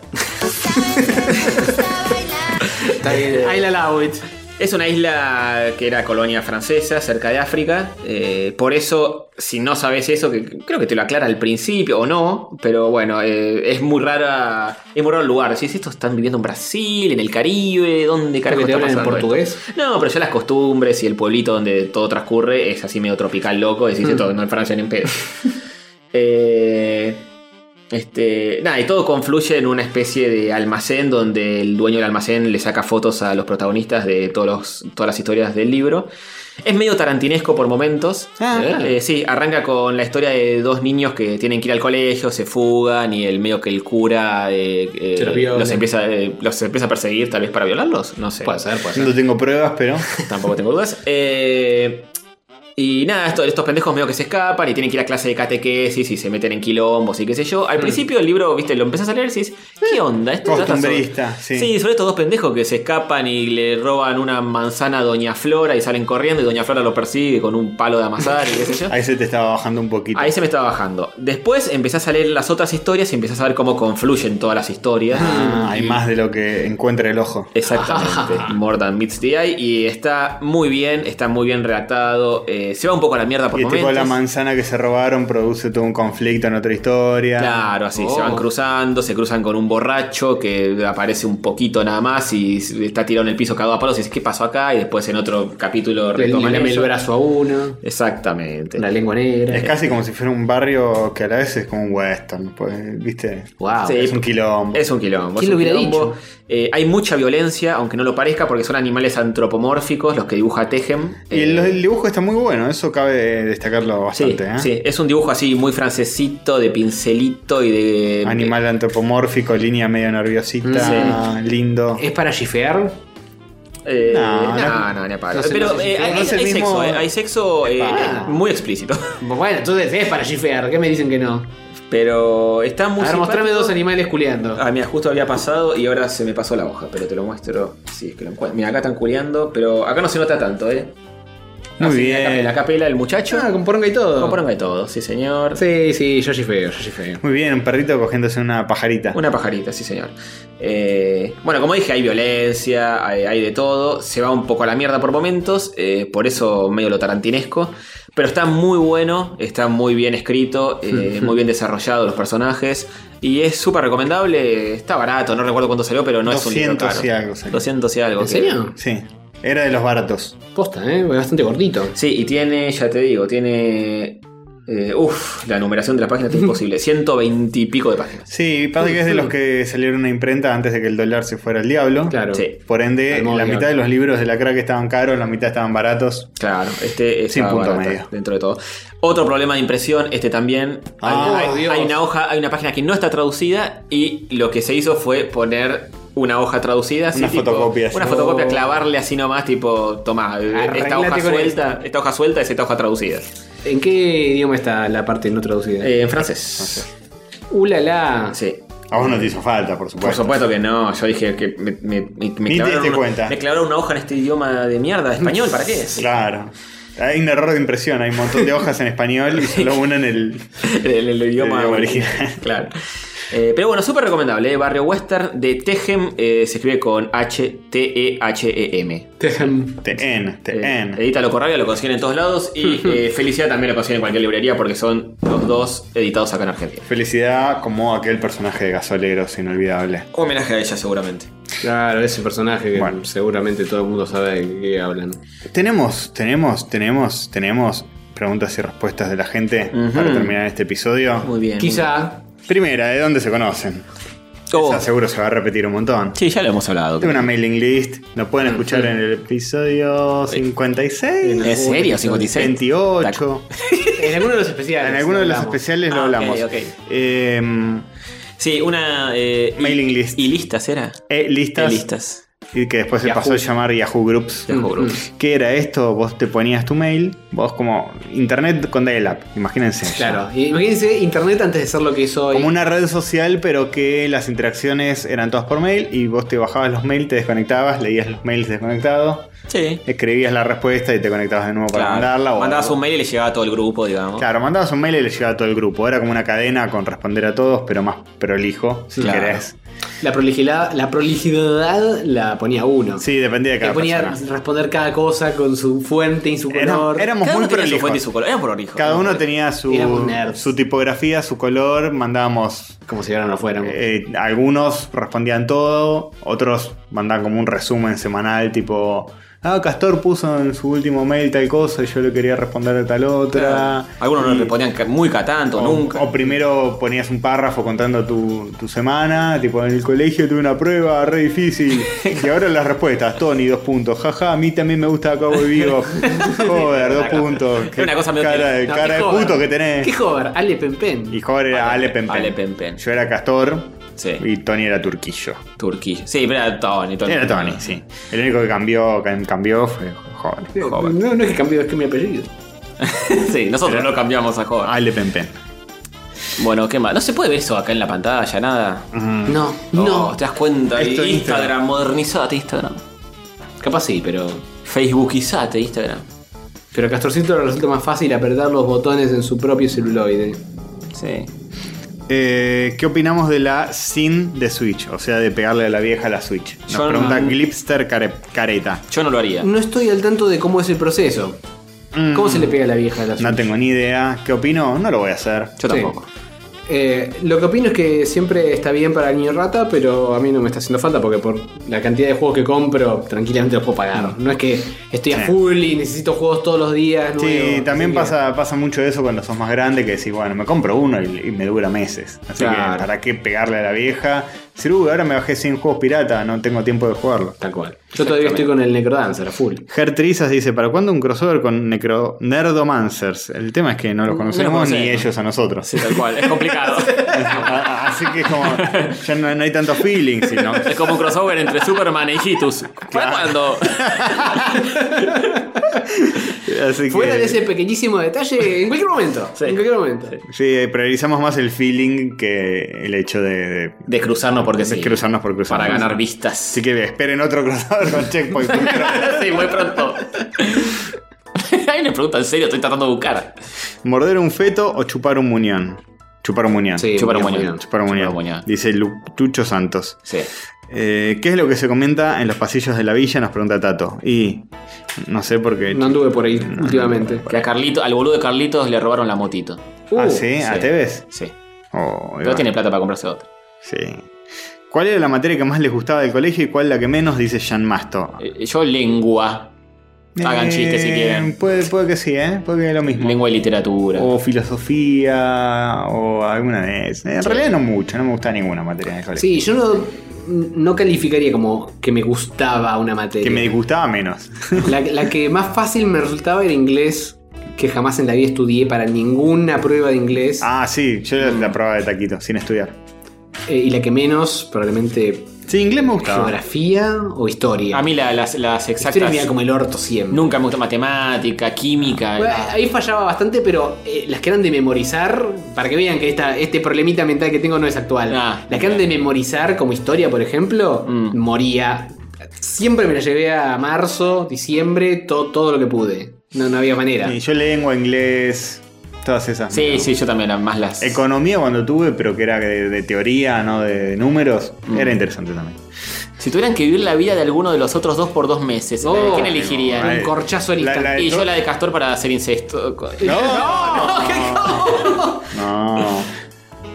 Está bien. Isla Lawit.
Es una isla que era colonia francesa, cerca de África. eh, por eso, si no sabes eso, que creo que te lo aclara al principio o no, pero bueno, eh, es muy rara. Es muy raro el lugar. Decís, estos están viviendo en Brasil, en el Caribe, ¿dónde
Creo
carajo
que te
está
hablan en
pasando esto?
portugués.
No, pero ya las costumbres y el pueblito donde todo transcurre es así medio tropical loco. Decís
Mm.
esto, no en Francia ni en pedo. *laughs* Eh, este, nada, y todo confluye en una especie de almacén donde el dueño del almacén le saca fotos a los protagonistas de todos los- todas las historias del libro. Es medio tarantinesco por momentos.
Ah.
Eh, sí, arranca con la historia de dos niños que tienen que ir al colegio, se fugan y el medio que el cura eh, eh,
Se los viola.
los, empieza, eh, los empieza a perseguir tal vez para violarlos. No sé.
Puede ser, puede ser.
No tengo pruebas, pero.
Tampoco tengo dudas. Eh, y nada, esto- estos pendejos medio que se escapan y tienen que ir a clase de catequesis y se meten en quilombos y qué sé yo.
Mm.
Al principio el libro, viste, lo empezás a leer y decís, ¿qué onda? Esto trata sobre-
Eh, Costumbrista, sí.
Sí, sobre estos dos pendejos que se escapan y le roban una manzana a Doña Flora y salen corriendo y Doña Flora lo persigue con un palo de amasar y qué sé yo.
*laughs* Ahí se te estaba bajando un poquito.
Ahí se me estaba bajando. Después empezás a leer las otras historias y empezás a ver cómo confluyen todas las historias.
Ah, hay más de lo que encuentra el ojo.
Exactamente,
*laughs*
More Than Meets the Eye. Y está muy bien, está muy bien redactado. eh, se va un poco a la mierda por
Y el tipo
momentos.
de la manzana que se robaron produce todo un conflicto en otra historia.
Claro, así
Oh.
se van cruzando, se cruzan con un borracho que aparece un poquito nada más y está tirado en el piso cagado a palos y dices, ¿qué pasó acá? Y después en otro capítulo
Le le
retoman
lame el
eso.
brazo a uno,
Exactamente.
la lengua negra.
Es casi como si fuera un barrio que a la vez es como un western, pues, ¿viste?
Wow.
Sí.
Es un quilombo.
Es un quilombo.
¿Quién
es un
lo hubiera
quilombo.
dicho?
Eh, hay mucha violencia, aunque no lo parezca, porque son animales antropomórficos los que dibuja Tejem. Eh,
Y el, el dibujo está muy bueno, eso cabe destacarlo
Sí,
bastante. ¿eh?
sí, es un dibujo así muy francesito, de pincelito y de...
Animal antropomórfico, línea medio nerviosita, lindo.
¿Es para chifear?
Eh,
No,
no,
no.
no, ni a palo.
No sé,
Pero
no sé si
eh,
fue-
hay,
no es el
hay
mismo-
sexo, eh, hay sexo eh,
Epa.
muy explícito. *laughs*
Bueno, entonces es para chifear. ¿Qué me dicen que no?
Pero está
A
muy...
ver, mostrame
simpático.
dos animales culeando.
Ah, mira, justo había pasado y ahora se me pasó la hoja, pero te lo muestro. Sí, es que lo encuentro. Mira, acá están culeando, pero acá no se nota tanto, ¿eh?
Muy
Así,
bien.
La capela, la capela, el muchacho.
Ah, con poronga y todo.
Comporonga de todo, sí, señor.
Sí, sí, yo chifeo, yo chifeo.
Muy bien, un perrito cogiéndose una pajarita.
Una pajarita, sí señor. Eh, bueno, como dije, hay violencia, hay, hay de todo. Se va un poco a la mierda por momentos, eh, por eso medio lo tarantinesco. Pero está muy bueno, está muy bien escrito, eh, muy bien desarrollado los personajes. Y es súper recomendable, está barato, no recuerdo cuánto salió, pero no es un libro
200
caro.
y algo salió.
200 y algo.
¿En
que-
serio?
Sí, era de los baratos.
Posta, ¿eh? Bastante gordito.
Sí, y tiene, ya te digo, tiene... eh, uf, la numeración de
*laughs*
las páginas es imposible. 120 y pico de páginas.
Sí, parece que es de los que salieron una imprenta antes de que el dólar se fuera al diablo.
Claro.
Sí,
Por ende,
Al modo
la
diablo.
mitad de los libros de la crack estaban caros, la mitad estaban baratos.
Claro, este es
Sin punto medio.
dentro de todo. Otro problema de impresión, este también.
Ah,
hay,
oh,
hay-
Dios.
hay una hoja, hay una página que no está traducida y lo que se hizo fue poner una hoja traducida. así,
Unas
tipo,
fotocopias.
Una
Oh.
fotocopias, clavarle así nomás, tipo, toma, esta hoja
Arreglate con
suelta, esta hoja suelta es esta hoja traducida.
¿En qué idioma está la parte no traducida? Uh,
Eh, en francés.
¡Ulala!
Sí.
A vos no te hizo falta, por
Por
supuesto.
supuesto que no, yo dije que me, me, me- me
Ni te diste
una,
cuenta.
me clavaron una hoja en este idioma de mierda, español, ¿para qué?
Claro. Hay un error de impresión, hay un montón de hojas en español y solo una en el.
el, *laughs* el- el idioma
El idioma original.
*laughs* Claro. Eh, pero bueno, súper recomendable. ¿eh? Barrio Western de Tejem eh, se escribe con E H-T-E-H-E-M.
Tejem.
TN,
Eh,
TN.
edita Locorrabia, lo consiguen en todos lados. *laughs* Y eh, Felicidad también lo consiguen en cualquier librería porque son los dos editados acá en Argentina.
Felicidad como aquel personaje de gasoleros inolvidable.
Homenaje a ella, seguramente.
*laughs* Claro, ese personaje que
Bueno.
seguramente todo el mundo sabe de qué hablan.
Tenemos, tenemos, tenemos, tenemos preguntas y respuestas de la gente
Ujú.
para terminar este episodio.
Muy bien.
Quizá.
Primera, ¿de dónde se conocen?
Oh,
Esa seguro se va a repetir un montón.
sí, ya lo hemos hablado.
Tengo una mailing list. Nos
Ah,
pueden escuchar en el episodio 56.
¿En serio? 56.
28.
En alguno de los especiales.
En alguno de los
hablamos.
especiales lo
Ah, ok,
hablamos.
ok.
Eh,
Sí, una. eh,
Mailing
y-
list.
¿Y listas era?
eh, listas.
Eh, listas.
Y que después se pasó a llamar Yahoo Groups. Mm.
Yahoo Groups.
¿Qué era esto? Vos te ponías tu mail, vos como internet con dial-up, imagínense.
Claro, y imagínense internet antes de ser lo que es hoy.
Como una red social, pero que las interacciones eran todas por mail y vos te bajabas los mails, te desconectabas, leías los mails desconectados,
Sí.
escribías la respuesta y te conectabas de nuevo para
Claro.
mandarla. o-
Mandabas un mail y le llegaba a todo el grupo, digamos.
Claro, mandabas un mail y le llegaba a todo el grupo. Era como una cadena con responder a todos, pero más prolijo, si
Claro.
querés.
La prolijidad, la prolijidad la ponía uno.
Sí, dependía de
Que
cada
ponía
persona.
responder cada cosa con su fuente y su color.
éramos muy
Su fuente y
prolijos.
su color. Era por orijo.
Cada uno tenía
Éramos
su,
nerds.
su tipografía, su color, mandábamos...
Como si ahora no fuéramos.
eh, algunos respondían todo, otros mandaban como un resumen semanal, tipo... Ah, Castor puso en su último mail tal cosa y yo le quería responder a tal otra.
Algunos no
Y-
le ponían ca- muy catanto,
O-
nunca.
O primero ponías un párrafo contando tu, tu semana, tipo en el colegio tuve una prueba re
*laughs*
difícil. y ahora las respuestas, Tony, dos puntos. Jaja, a mí también me gusta Cowboy
*laughs*
Vivo. Joder, dos puntos.
Era una cosa medio
cara, de-
No,
cara
qué
de
joder.
puto que tenés.
¿Qué joder? Ale Pempen.
Y joder era Ale Pempen.
Ale Pempen.
Yo era Castor
Sí.
y Tony era Turquillo.
Turquillo. Sí, pero era Tony. Tony.
Era Tony, sí. El único que cambió, que cambió fue joder.
Joven.
No, no es que cambió, es que mi apellido.
sí, nosotros lo cambiamos a joven.
Ale Pempen.
Bueno, qué mal. No se puede ver eso acá en la pantalla, nada.
Mm.
No,
Oh,
no.
te das cuenta.
Esto es
Instagram,
Instagram.
modernizate Instagram.
Capaz sí, pero.
Facebookizate Instagram.
Pero a Castorcito le resulta más fácil apretar los botones en su propio celuloide.
Sí.
Eh, ¿Qué opinamos de la sin de Switch? O sea, de pegarle a la vieja a la Switch. Nos
Yo
pregunta
no-
Glipster Care- Careta.
Yo no lo haría.
No estoy al tanto de cómo es el proceso. ¿Cómo se le pega a la vieja a la
No tengo ni idea. ¿Qué opino? No lo voy a hacer.
Yo
Sí.
tampoco.
Eh, lo que opino es que siempre está bien para el niño rata, pero a mí no me está haciendo falta porque por la cantidad de juegos que compro, tranquilamente los puedo pagar. No es que estoy a
Mm. Sí.
full y necesito juegos todos los días.
Sí,
nuevos,
también
así que-
pasa, pasa mucho eso cuando sos más grande que decís, bueno, me compro uno y, y me dura meses. Así
Claro.
que, ¿para qué pegarle a la vieja? Decir, uy, ahora me bajé 100 juegos pirata, no tengo tiempo de jugarlo.
Tal cual. Yo todavía estoy con el Necrodancer a full.
Gertrizas dice, ¿para cuándo un crossover con Necro Nerdomancers? El tema es que no los conocemos ni
conocemos.
ellos a nosotros.
Sí, tal cual.
*laughs*
Es complicado.
Así que es como, ya no, no hay tanto feeling, sino...
es como un crossover entre Superman e Hitus. ¿Para cuándo?
Así que-
Fuera de ese pequeñísimo detalle, en cualquier momento. En cualquier momento.
Sí, priorizamos más el feeling que el hecho de, de-
De cruzarnos porque
de
sí.
cruzarnos por cruzarnos.
Para ganar vistas.
Así que esperen otro cruzador con Checkpoint.
*laughs* sí, muy pronto.
*laughs*
Hay una pregunta en serio, estoy tratando de buscar.
¿Morder un feto o chupar un muñón? Chupar un muñón.
Sí,
Chupar un
muy
muñón.
Chupar un
Chupar
muñón.
un muñón.
Dice Lu- Chucho Santos.
Sí.
Eh, ¿Qué es lo que se comenta en los pasillos de la villa? Nos pregunta Tato. Y no sé por qué.
No anduve por ahí últimamente.
Que a Carlito, al boludo de Carlitos le robaron la motito.
ah,
Uh,
sí, a
sí.
Tevez.
Sí.
Oh, ahí
Pero
va.
tiene plata para comprarse otra.
Sí. ¿Cuál era la materia que más les gustaba del colegio y cuál la que menos? Dice Jean Masto.
Eh, Yo lengua. Hagan
Eh,
chistes si quieren.
Puede, puede que sí, ¿eh? Puede que lo mismo.
Lengua y literatura.
O filosofía, o alguna de esas. En realidad no mucho, no me gusta ninguna materia en el colegio.
Sí, yo no, no calificaría como que me gustaba una materia.
Que me *laughs* disgustaba menos.
La, la que más fácil me resultaba era inglés, que jamás en la vida estudié para ninguna prueba de inglés.
ah, sí, yo la-
Mm.
la probaba de taquito, sin estudiar.
Eh, y la que menos, probablemente
Sí, inglés me gustaba.
geografía o historia.
A mí la- las, las
historia
exactas.
me iba como el orto siempre.
Nunca me gustó matemática, química.
Bueno, Ahí fallaba bastante, pero eh, las que eran de memorizar, para que vean que esta, este problemita mental que tengo no es actual.
Ah,
las que eran de memorizar, como historia, por ejemplo,
Mm.
moría. Siempre me la llevé a marzo, diciembre, to- todo lo que pude. No, no había manera.
Y yo lengua, inglés, todas esas.
sí, sí, yo también, más las.
Economía cuando tuve, pero que era de, de teoría, no de, de números,
Mm.
era interesante también.
Si tuvieran que vivir la vida de alguno de los otros dos por dos meses, ¿a
Oh,
¿quién elegirían?
madre.
Un corchazo al
La-
instante.
la-
Y
yo-
yo la de Castor para hacer incesto.
No,
*laughs*
no, no, no.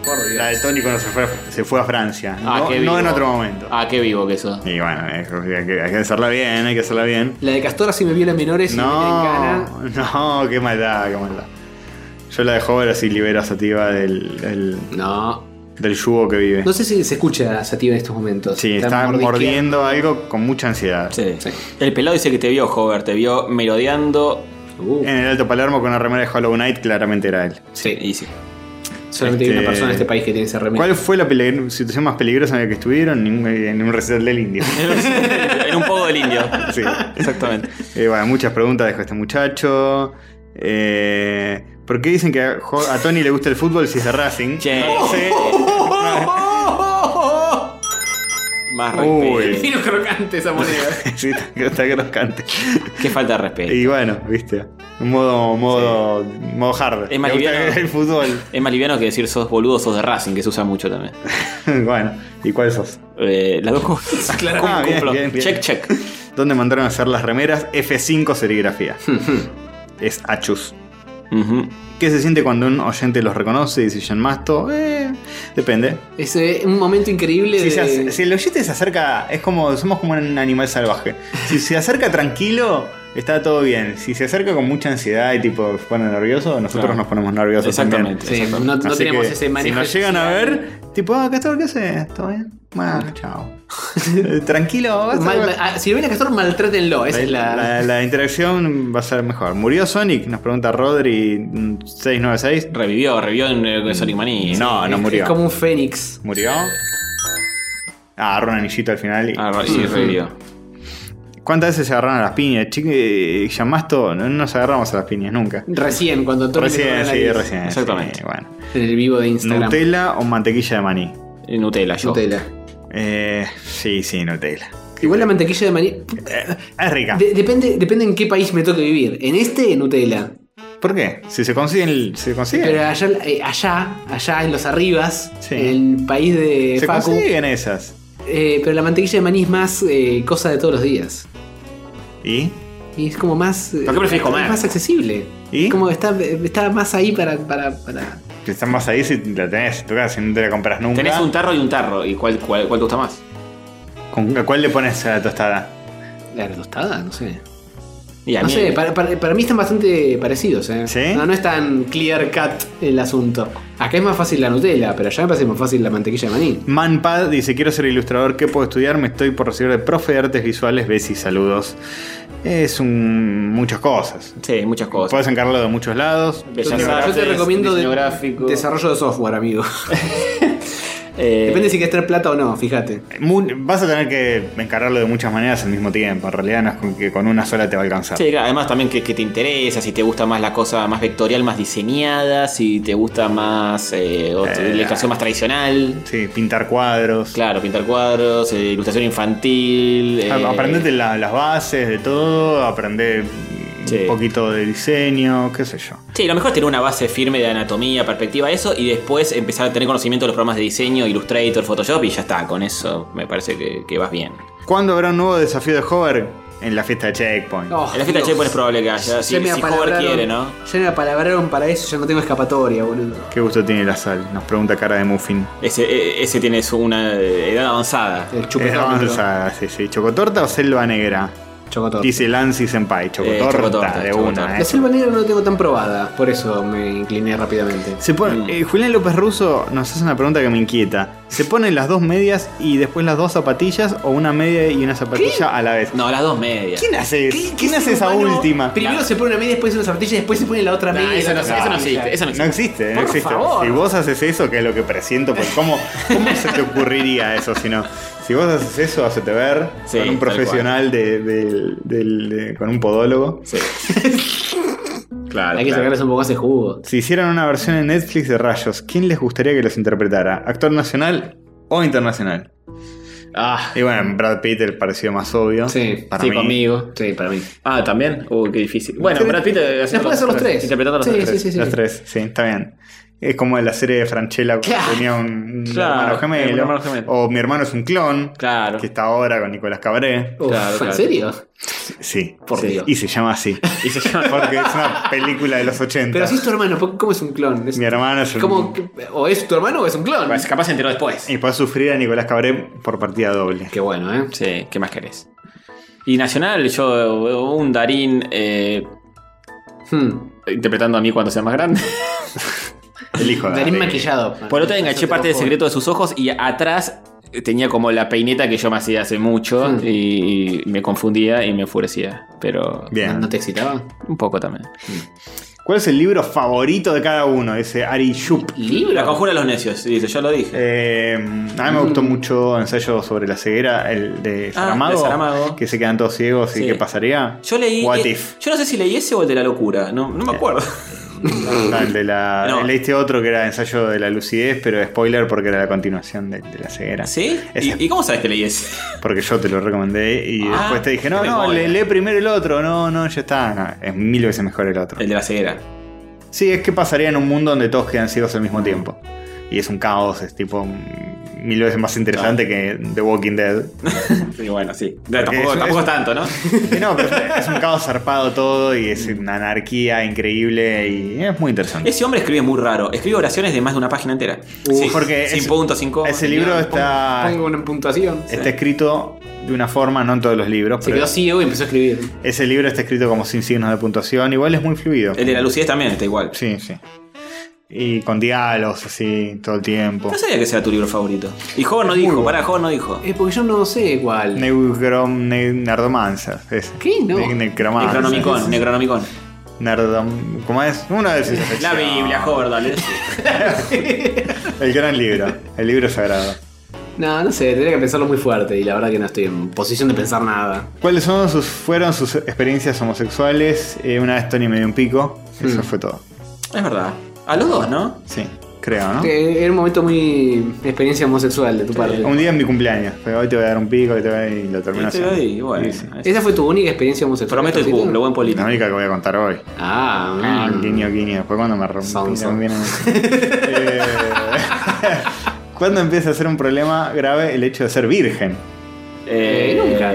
Por Dios.
La de Tony cuando se fue, a- se fue a Francia.
Ah,
no,
qué
no
vivo.
en otro momento.
Ah, qué vivo que eso.
Y bueno, hay que, hay que hacerla bien, hay que hacerla bien.
La de Castora si me viola menores y me tienen
No,
gana.
no, qué maldad, qué maldad. Yo la dejo ver así libera Sativa del, del,
No.
del yugo que vive.
No sé si se escucha Sativa en estos momentos.
Sí, está mordiendo algo con mucha ansiedad.
Sí. El pelado dice que te vio, Hover, te vio merodeando.
Uh,
Eh, En el Alto Palermo con una remera de Hollow Knight, claramente era él.
Sí. Y sí.
Solamente hay una persona en este país que tiene ese remedio.
¿Cuál fue la peligro- situación más peligrosa en la que estuvieron? En un, en un recital del indio.
en un poco del indio.
Sí, exactamente. Eh, bueno, muchas preguntas dejó este muchacho. Eh, ¿Por qué dicen que a, Jo- a Tony le gusta el fútbol si es de Racing? No
*laughs*
sé.
Más
Uy.
*laughs*
respeto.
Vino crocante esa moneda.
Sí, está- está crocante.
Qué falta de respeto.
Y bueno, viste. Modo, modo, modo hard.
Es más
Le gusta
liviano.
el fútbol. *laughs*
Es más liviano que decir sos boludo, sos de Racing, que se usa mucho también.
bueno, ¿y cuál sos?
Eh, las dos cosas.
Claro.
Cum-
*laughs* Ah, bien,
cumplo.
bien, bien.
Check, check.
¿Dónde mandaron a hacer las remeras? F5
*laughs*
serigrafía. es Achus. ¿Qué se siente cuando un oyente los reconoce? Dice Jean Masto. Eh, depende.
Es eh, un momento increíble
Si,
de...
se ac- si el oyente se acerca, es como somos como un animal salvaje. Si se acerca tranquilo, está todo bien. Si se acerca con mucha ansiedad y tipo se pone nervioso, nosotros
Claro.
nos ponemos nerviosos.
Exactamente,
también.
exactamente. no- no
Así
tenemos
que
ese manejo
Si nos llegan a
social.
ver, tipo, ah, Castor, ¿qué haces? ¿Todo bien? Bueno,
*laughs*
chao. Eh, Tranquilo, vas a-
Mal- mal- ah, si lo ven a Castor, maltrátenlo. Esa es la...
la, la interacción va a ser mejor. ¿Murió Sonic? Nos pregunta Rodri mm, 696.
Revivió, revivió en eh, Sonic Mania.
No, no
es-
murió.
Es como un fénix.
¿Murió? Ah, agarró un anillito al final. y-
Ah, re- sí, revivió.
¿Cuántas veces se agarraron a las piñas? Chique, llamás todo. No nos agarramos a las piñas nunca.
Recién, cuando Tony le
Recién,
tocó la
sí,
nariz.
recién. sí,
Exactamente.
bueno.
En el vivo de Instagram.
¿Nutella o mantequilla de maní?
Y Nutella, yo.
Nutella.
Eh, sí, sí, Nutella.
Igual la mantequilla de maní...
Eh, es rica.
De- depende, depende en qué país me toque vivir. En este, Nutella.
¿Por qué? Si se consigue, el- se consigue.
Pero allá, eh, allá, allá en los arribas,
Sí.
en el país de
se
eh, Facu,
consiguen esas.
eh, pero la mantequilla de maní es más eh, cosa de todos los días.
¿Y?
Y es como más. eh,
¿Pero qué preferís comer?
Es más accesible.
¿Y?
Es Como está, está más ahí para. para, para...
Que están más ahí si la tenés en tu casa, si no te la compras nunca.
Tenés un tarro y un tarro. ¿Y cuál, cuál, cuál te gusta más?
¿Con a cuál le pones a la tostada?
La tostada, no sé.
Y a
No
mí-
sé, para, para- para mí están bastante parecidos, ¿eh?
¿Sí?
No, no es tan clear cut el asunto. Acá es más fácil la Nutella, pero allá me parece más fácil la mantequilla de maní.
Manpad dice, quiero ser ilustrador, ¿qué puedo estudiar? Me estoy por recibir de profe de artes visuales, besos y saludos. Es un... muchas cosas.
Sí, muchas cosas.
Puedes encargarlo de muchos lados.
Bellas
Pues, Yo te- yo te
artes,
recomiendo de-
diseño gráfico.
desarrollo de software, amigo.
Eh,
Depende si quieres tener plata o no, fíjate.
Mu- Vas a tener que encargarlo de muchas maneras al mismo tiempo. En realidad no es con- que con una sola te va a alcanzar.
Sí, claro, además también que, que te interesa, si te gusta más la cosa más vectorial, más diseñada, si te gusta más eh, otra-
Eh,
la ilustración más tradicional.
Sí, pintar cuadros.
Claro, pintar cuadros, eh, ilustración infantil.
Ah,
eh,
A- Aprendete la- las bases de todo, aprender
Sí.
un poquito de diseño, qué sé yo.
Sí, lo mejor es tener una base firme de anatomía, perspectiva, eso, y después empezar a tener conocimiento de los programas de diseño, Illustrator, Photoshop, y ya está, con eso me parece que, que vas bien.
¿Cuándo habrá un nuevo desafío de Hover? En la fiesta de Checkpoint.
Oh,
en la fiesta de
Dios.
pues,
Checkpoint es probable que haya, si,
Ya me
si Hover
apalabraron-
quiere, ¿no?
Ya me apalabraron para eso, ya no tengo escapatoria, boludo.
Qué gusto tiene la sal, nos pregunta cara de Muffin.
Ese, e- ese tiene su- una edad avanzada.
El
Es
chupetón.
avanzada, sí, sí. ¿Chocotorta o selva negra?
Chocotón.
Dice Lancy Senpai. Chocotorta,
chocotorta,
de
chocotorta.
una,
La
eh.
selva negra no la tengo tan probada, por eso me incliné rápidamente.
Se pone-
Mm.
eh, Julián López Russo nos hace una pregunta que me inquieta. ¿Se ponen las dos medias y después las dos zapatillas o una media y una zapatilla a la vez?
No, las dos medias.
¿Quién hace,
¿Qué- qué
¿quién
ser
hace esa
humano?
última?
Primero se pone una media, después una zapatilla, después se pone la otra
Nah,
media.
Ah, eso no,
la otra
eso no
zapatilla.
existe, eso no
No
existe.
existe, no
Por
existe.
favor.
Si vos haces eso, que es lo que presiento, pues ¿cómo, cómo se te ocurriría eso si no? Si vos haces eso, hacete ver
Sí,
con un
tal
profesional de, del- del- de- con un podólogo. *laughs*
Claro.
Hay que sacarles un poco ese jugo.
Si hicieran una versión en Netflix de Rayos, ¿quién les gustaría que los interpretara? ¿Actor nacional o internacional?
Ah,
Y bueno, Brad Pitt el parecido más obvio.
Sí,
para
sí,
mí.
conmigo. Sí, para mí.
ah, también. Uh, qué difícil. Bueno, Brad Pitt. eh,
Nos puede hacer los tres.
Interpretando los
Sí,
tres.
sí, sí, sí.
Los tres, sí, está bien. Es como en la serie de Franchella que
Claro.
tenía un, un
Claro, eh,
hermano gemelo,
un hermano gemelo.
O mi hermano es un clon.
Claro.
Que está ahora con Nicolás Cabré.
Uf,
Claro,
¿En
claro.
serio?
Sí.
Por
Sí.
Dios.
Y se llama así.
Y se llama-
Porque es una película de los 80.
Pero si es tu hermano, ¿por- ¿cómo es un clon? Es-
Mi hermano es un.
¿cómo que- ¿O es tu hermano o es un clon?
Pues capaz se enteró después.
Y puede sufrir a Nicolás Cabré por partida doble.
Qué bueno, ¿eh?
Sí, ¿qué más querés? Y Nacional, yo eh, un Darín eh,
Hmm.
interpretando a mí cuando sea más grande.
El hijo de
Darín
Darín.
maquillado.
Por otro enganché parte del secreto de sus ojos y atrás tenía como la peineta que yo me hacía hace mucho
Hmm.
y, y me confundía y me enfurecía. Pero
Bien.
¿No te excitaba?
un poco también.
¿Cuál es el libro favorito de cada uno? Dice Ari Shup.
¿Libro? La conjura de los necios, dice, ya lo dije.
Eh, a mí me gustó mucho Ensayo sobre la ceguera, el de
Mm. Ah,
Saramago,
de Saramago.
que se quedan todos ciegos y
Sí.
qué pasaría.
Yo leí.
What
eh,
if. Eh,
Yo no sé si leí ese o el de la locura. No, no
*laughs*
me acuerdo.
No, el de la,
*coughs* No.
Leíste otro que era Ensayo de la lucidez, pero spoiler porque era la continuación de, de la ceguera.
¿Sí? ¿Y, y cómo sabes que leí ese? *laughs*
Porque yo te lo recomendé y
Ah,
después te dije, no,
qué
no,
memoria.
le, lee primero el otro, no, no, ya está. No, es mil veces mejor el otro.
El de la ceguera.
Sí, es que pasaría en un mundo donde todos quedan ciegos al mismo tiempo. Y es un caos, es tipo mm, mil veces más interesante que The Walking Dead.
Y bueno, sí. No,
Porque
tampoco
es-
tampoco
es- *laughs*
tanto, ¿no?
Y no, pero es un caos zarpado todo y es una anarquía increíble y es muy interesante.
Ese hombre escribe muy raro. Escribe oraciones de más de una página entera. Sí,
porque
sin
es-
puntos, sin comas.
Uh, Ese libro está,
Pongo una puntuación.
está escrito de una forma, no en todos los libros,
Se
pero
quedó ciego y empezó a escribir.
ese libro está escrito como sin signos de puntuación, igual es muy fluido.
El de la lucidez también está igual.
Sí, sí. Y con diálogos así todo el tiempo.
No sabía que sea tu libro favorito. Y Hover no dijo, pará, Hover no dijo.
Es Eh, porque yo no sé cuál.
Neucrom, ne- Nerdomancer. Es.
¿Qué? No.
Ne- necromancer.
Necronomicon, Necronomicon.
Nerdom- ¿Cómo es? Uno de esos.
La Biblia, Hover, dale.
El gran libro. El libro sagrado.
No, no sé, tendría que pensarlo muy fuerte y la verdad que no estoy en posición de pensar nada.
¿Cuáles son sus, fueron sus experiencias homosexuales? Eh, una vez Tony me dio un pico.
Mm.
Eso fue todo.
Es verdad. A los dos, ¿no?
Sí, creo, ¿no?
Eh, Era un momento muy experiencia homosexual de tu parte.
Un día en mi cumpleañños. Fue, hoy te voy a dar un pico hoy te voy a dar", y lo termino
Este de
haciendo.
ahí, bueno.
Sí, sí.
es-
Esa fue tu única experiencia homosexual.
Prometo y
¿Torcito?
cumplo, buen político.
La única que voy a contar hoy.
Ah, mm.
Guiño, guiño. Después cuando me rompí
Son, son.
*laughs*
también. Eh, *laughs* ¿Cuándo empieza a ser un problema grave el hecho de ser virgen?
Eh,
nunca.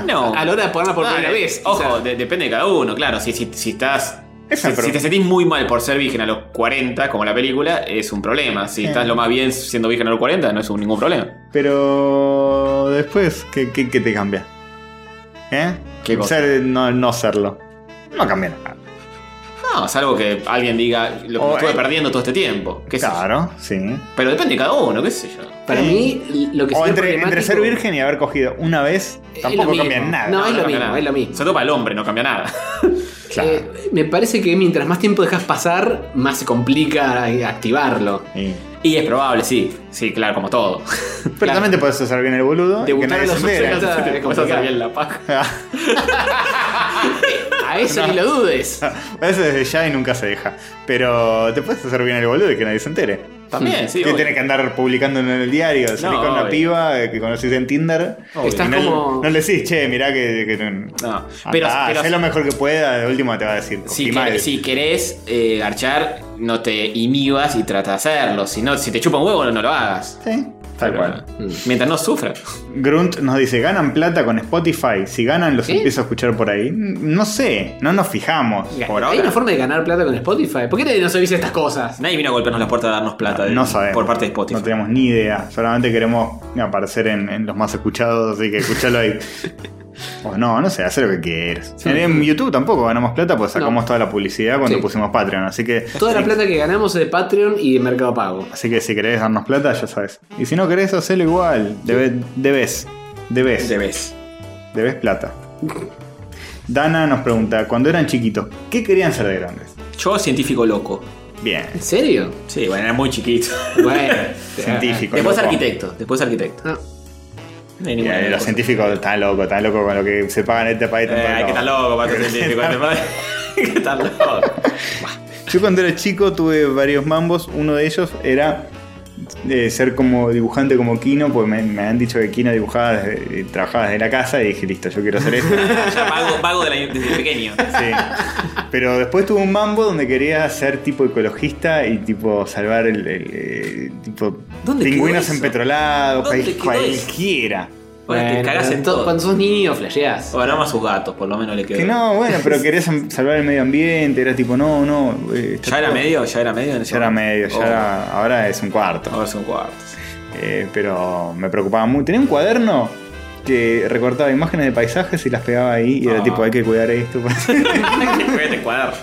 Nunca.
No.
A la hora de ponerla por primera
Ah,
vez.
Ojo,
quizás.
de- depende de cada uno, claro. Si, si, si estás.
Es
Si,
un
si te
problema.
sentís muy mal por ser virgen a los 40, como la película, es un problema. Si
Eh.
estás lo más bien siendo virgen a los 40, no es un- ningún problema.
Pero después, ¿qué, qué- qué te cambia? ¿Eh?
¿Qué cosa?
Ser- no, no serlo. No cambia nada.
No, salvo que alguien diga lo que
O,
me estuve
eh,
perdiendo todo este tiempo. qué sé yo.
Claro, sí.
Pero depende de cada uno, qué sé yo.
Para mí, lo que
O
sería
entre, entre
problemático-
ser virgen y haber cogido una vez,
Es
tampoco
lo
cambia
mismo.
nada.
No, es lo
cambia
mismo,
nada.
es lo mismo.
Sobre todo para el hombre, no cambia nada.
Claro.
Eh, me parece que mientras más tiempo dejas pasar, más se complica eh, activarlo.
Sí.
Y es probable, sí. Sí, claro, como todo.
*laughs* Pero también te puedes hacer bien el boludo. y que
Debutar
nadie
a
se
los
entere.
80
*laughs*
es
Vas a hacer
complicado.
bien la paja.
*laughs*
A eso ni lo
*laughs*
dudes.
A veces desde ya y nunca se deja. Pero te puedes hacer bien el boludo y que nadie se entere.
Mm.
También, sí.
que
obvio.
tienes que andar publicando en el diario, salir
No,
con una
obvio.
piba eh, que conociste en Tinder.
Obvio.
Oh, Estás
Y no,
como-
no le decís, che, mirá que. que no.
No,
Pero,
pero- pero-
lo mejor que pueda, de última te va a decir. "Cogí
Si, que-
mal".
si querés eh, garchar, no te inhibas y trata de hacerlo. Si, no, si te chupa un huevo, no, no lo hagas.
Sí, tal cual.
Mm.
Bueno, Mientras no sufra.
Grunt nos dice, ganan plata con Spotify. Si ganan, los empiezo a escuchar por ahí. No sé, no nos fijamos. Por
Hay
ahora.
una forma de ganar plata con Spotify. ¿Por qué nadie nos avisa estas cosas?
Nadie vino a golpearnos la puerta a darnos plata. de-
No sabemos.
Por parte de Spotify.
No tenemos ni idea. Solamente queremos aparecer en, en los más escuchados, así que escuchalo
*laughs*
ahí. o no, no sé, haz lo que quieras. En, en YouTube tampoco ganamos plata, pues sacamos toda la publicidad cuando
Sí.
pusimos Patreon. Así que.
Toda la plata que ganamos es de Patreon y de Mercado Pago.
Así que si querés darnos plata, ya sabes. Y si no querés, hacelo igual. Debe- debes. Debes.
Debes.
Debes plata. Dana nos pregunta, cuando eran chiquitos, ¿qué querían ser de grandes?
Yo, científico loco.
Bien.
¿En serio?
Sí, bueno, era muy chiquito.
Bueno,
Científico.
*laughs* después
loco.
arquitecto. Después arquitecto.
Ah,
No hay
Y,
ninguna
eh, los
cosa.
científicos están locos, están locos con lo que se pagan en este país. están
Eh,
todos
hay que
locos.
estar loco
*laughs*
para ser científico. *laughs* que estar loco.
Yo cuando era chico tuve varios mambos. Uno de ellos era eh, ser como dibujante como Kino, porque me, me han dicho que Kino dibujaba, desde- eh, trabajaba desde la casa y dije, listo, yo quiero hacer *laughs* esto.
Ya vago, vago de la- desde pequeño.
Sí. Pero después tuve un mambo donde quería ser tipo ecologista y tipo salvar el, el, eh, tipo
¿Dónde quedó
pingüinos
eso?
empetrolados,
¿Dónde
cual-
quedó
cualquiera.
Bueno, te
bueno,
cagás en
to-
todo.
Cuando sos niño, flasheás.
Bueno, ama a sus gatos, por lo menos le quedó.
Que no, bueno, pero querías em, salvar el medio ambiente, era tipo, no, no. eh, está
¿Ya era
todo-
medio? ¿Ya era medio? en ese
Ya era
momento?
medio, ya
Oh.
era- ahora es un cuarto.
Ahora son cuartos.
Eh, pero me preocupaba mucho. Tenía un cuaderno que recortaba imágenes de paisajes y las pegaba ahí y era
Ah.
tipo, hay que cuidar esto. *laughs*
Vete cuadrar.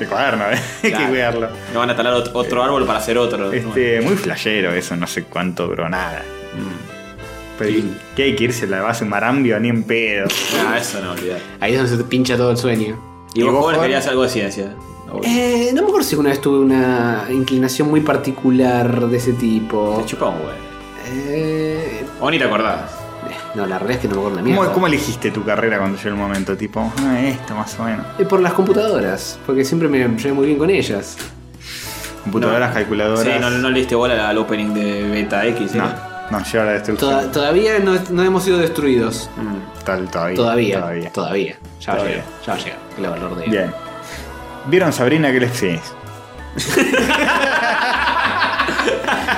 El cuaderno, ¿eh? hay que
Claro.
cuidarlo.
No van a talar ot- otro árbol para hacer otro.
Este, muy flashero eso, no sé cuánto duró nada.
Mm.
Pero que hay que irse a la base un marambio ni en pedo.
Ah, eso no, olvidar.
Ahí es donde se te pincha todo el sueño.
¿Y
¿Y, vos,
vos,
joven,
joven?
querías algo de ciencia? obvio.
Eh, no me acuerdo si una vez tuve una inclinación muy particular de ese tipo. Te
chupaba un huevo.
Eh,
O ni te acordás.
no, la realidad es que no me acuerdo una mierda.
¿Cómo, cómo elegiste tu carrera cuando llegó el momento? Tipo, ah, esto más o menos.
Eh, por las computadoras, porque siempre me llevé muy bien con ellas.
Computadoras, calculadoras.
Sí, no, no le diste bola al opening de Beta X.
No, no, lleva la destrucción.
Toda- todavía no, no hemos sido destruidos.
Tal, todavía.
Todavía,
Todavía.
todavía, Ya va a llegar, ya va a llegar. El valor de
Bien. ¿Vieron Sabrina que les sí.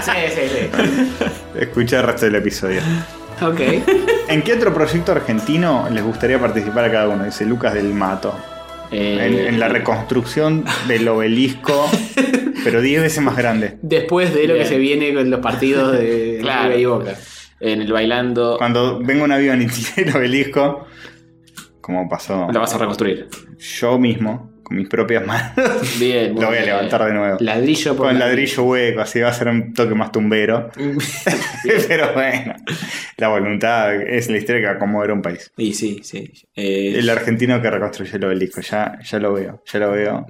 Sí, sí,
Escuché el resto del episodio.
sí. *laughs* Ok.
¿En qué otro proyecto argentino les gustaría participar a cada uno? Dice Lucas del Mato.
Eh,
Eh.
en, en la reconstrucción del
*laughs*
obelisco, pero 10 veces más grande.
Después de lo
Bien.
que se viene con los partidos de
Claro.
River y Boca.
En el
Oh.
bailando.
Cuando venga un avión y tire el obelisco, como pasó
La vas a reconstruir.
yo mismo, con mis propias manos,
Bien. muy
*laughs* lo voy a
bien.
eh,
levantar de nuevo.
Ladrillo por
Con ladrillo hueco, así va a ser un toque más
*laughs*
tumbero. *laughs* Pero bueno, la voluntad es la historia que va a conmover un país.
Y sí, sí. Eh,
El argentino que reconstruyó el obelisco, ya, ya lo veo, ya lo
*laughs*
veo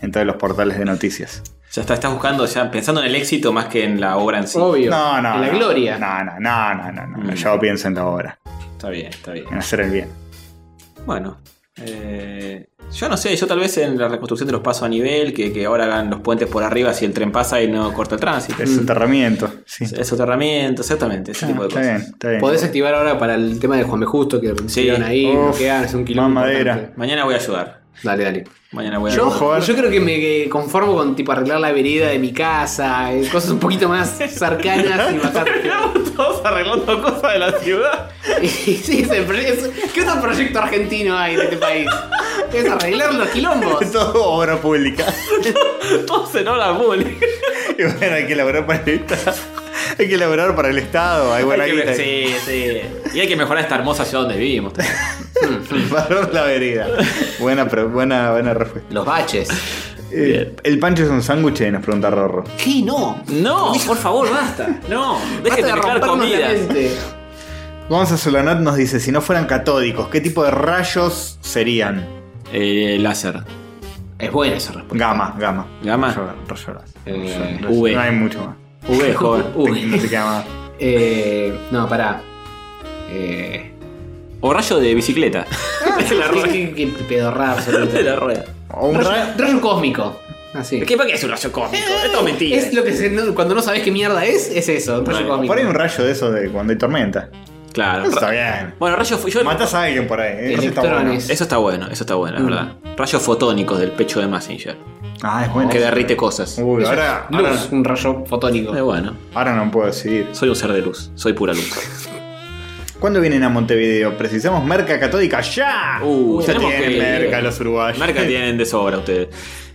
en todos los portales de noticias.
ya está, estás buscando, ya pensando en el éxito más que en la obra en Mm. sí.
Obvio.
No, no.
en la
no,
gloria.
No, no, no, no, no, no. Yo pienso en la obra,
Está bien, está bien.
en hacer el bien.
Bueno. eh, yo no sé, yo tal vez en la reconstrucción de los pasos a nivel, que, que ahora hagan los puentes por arriba si el tren pasa y no corta el tránsito.
El soterramiento, sí.
Es soterramiento, exactamente, ese
Ah,
Mm. tipo de
está
cosas.
bien, está bien. *laughs*
Podés activar ahora para el tema de Juan B. Justo que lo
Sí.
hicieron ahí,
Uf,
no quedan, es un kilómetro.
mamadera.
importante.
Mañana voy a ayudar.
Dale, dale.
Mañana voy a *laughs* ayudar.
Yo,
joder.
yo creo que me eh, conformo con tipo arreglar la vereda de mi casa, eh, cosas un poquito más
*laughs*
cercanas y bajar.
todos arreglando cosas de la ciudad.
*laughs* Y sí, es el pro- es- ¿Qué otro proyecto argentino hay en este país? Es arreglar los quilombos.
Todo obra pública. *laughs*
Todos en hora pública.
Y bueno, hay que elaborar para el Estado. *laughs* Hay que elaborar para el Estado. Hay buena
Hay que-
guita.
Sí, sí. Y hay que mejorar esta hermosa ciudad donde vivimos. también.
Valor la vereda. Buena, pro- buena, buena respuesta.
Los baches.
Eh, el pancho es un sándwich, nos pregunta Rorro.
¿Qué? No.
No, por favor, basta. No, dejen
Basta
de
de
mezclar
rompernos la
comidas.
mente.
Gonza Solanat nos dice: si no fueran catódicos, ¿qué tipo de rayos serían?
Eh, láser.
Es buena esa respuesta.
Gama, gama.
Ah.
Gama.
Rayo- rayo láser.
Eh,
Rayo-
E.
V.
No hay mucho más.
*laughs* V, joven.
Te- No te queda más.
Eh, no, pará. Eh,
O rayo de bicicleta. De *laughs* la
*laughs*
rueda.
qué- qué- qué pedorrada
*laughs* De
absoluta.
la rueda.
O un
Rayo,
rayo.
rayo cósmico. Así.
¿Qué, ¿Para qué es un rayo cósmico? Esto es mentira.
Es lo que se- no- cuando no sabes qué mierda es, es eso, un rayo
Bueno,
cósmico.
Por ahí un rayo de eso de cuando hay tormenta.
Ah,
Claro.
Eso está
Ra-
bien.
Bueno, rayo. Yo...
Matas a alguien por ahí. eh, Eso está bueno.
Electrones.
Eso está bueno, eso está bueno, es verdad. Rayos fotónicos del pecho de Massinger.
Ah, es bueno.
Que derrite cosas.
Uy, ahora,
Luz,
ahora,
un rayo fotónico.
Eh, bueno,
ahora no puedo decidir.
soy un ser de luz, soy pura luz.
¿Cuándo vienen a Montevideo? Precisamos merca catódica ya.
Uh,
ya
tenemos
tienen
que ir.
merca los uruguayos. *laughs*
Marca tienen de sobra ustedes.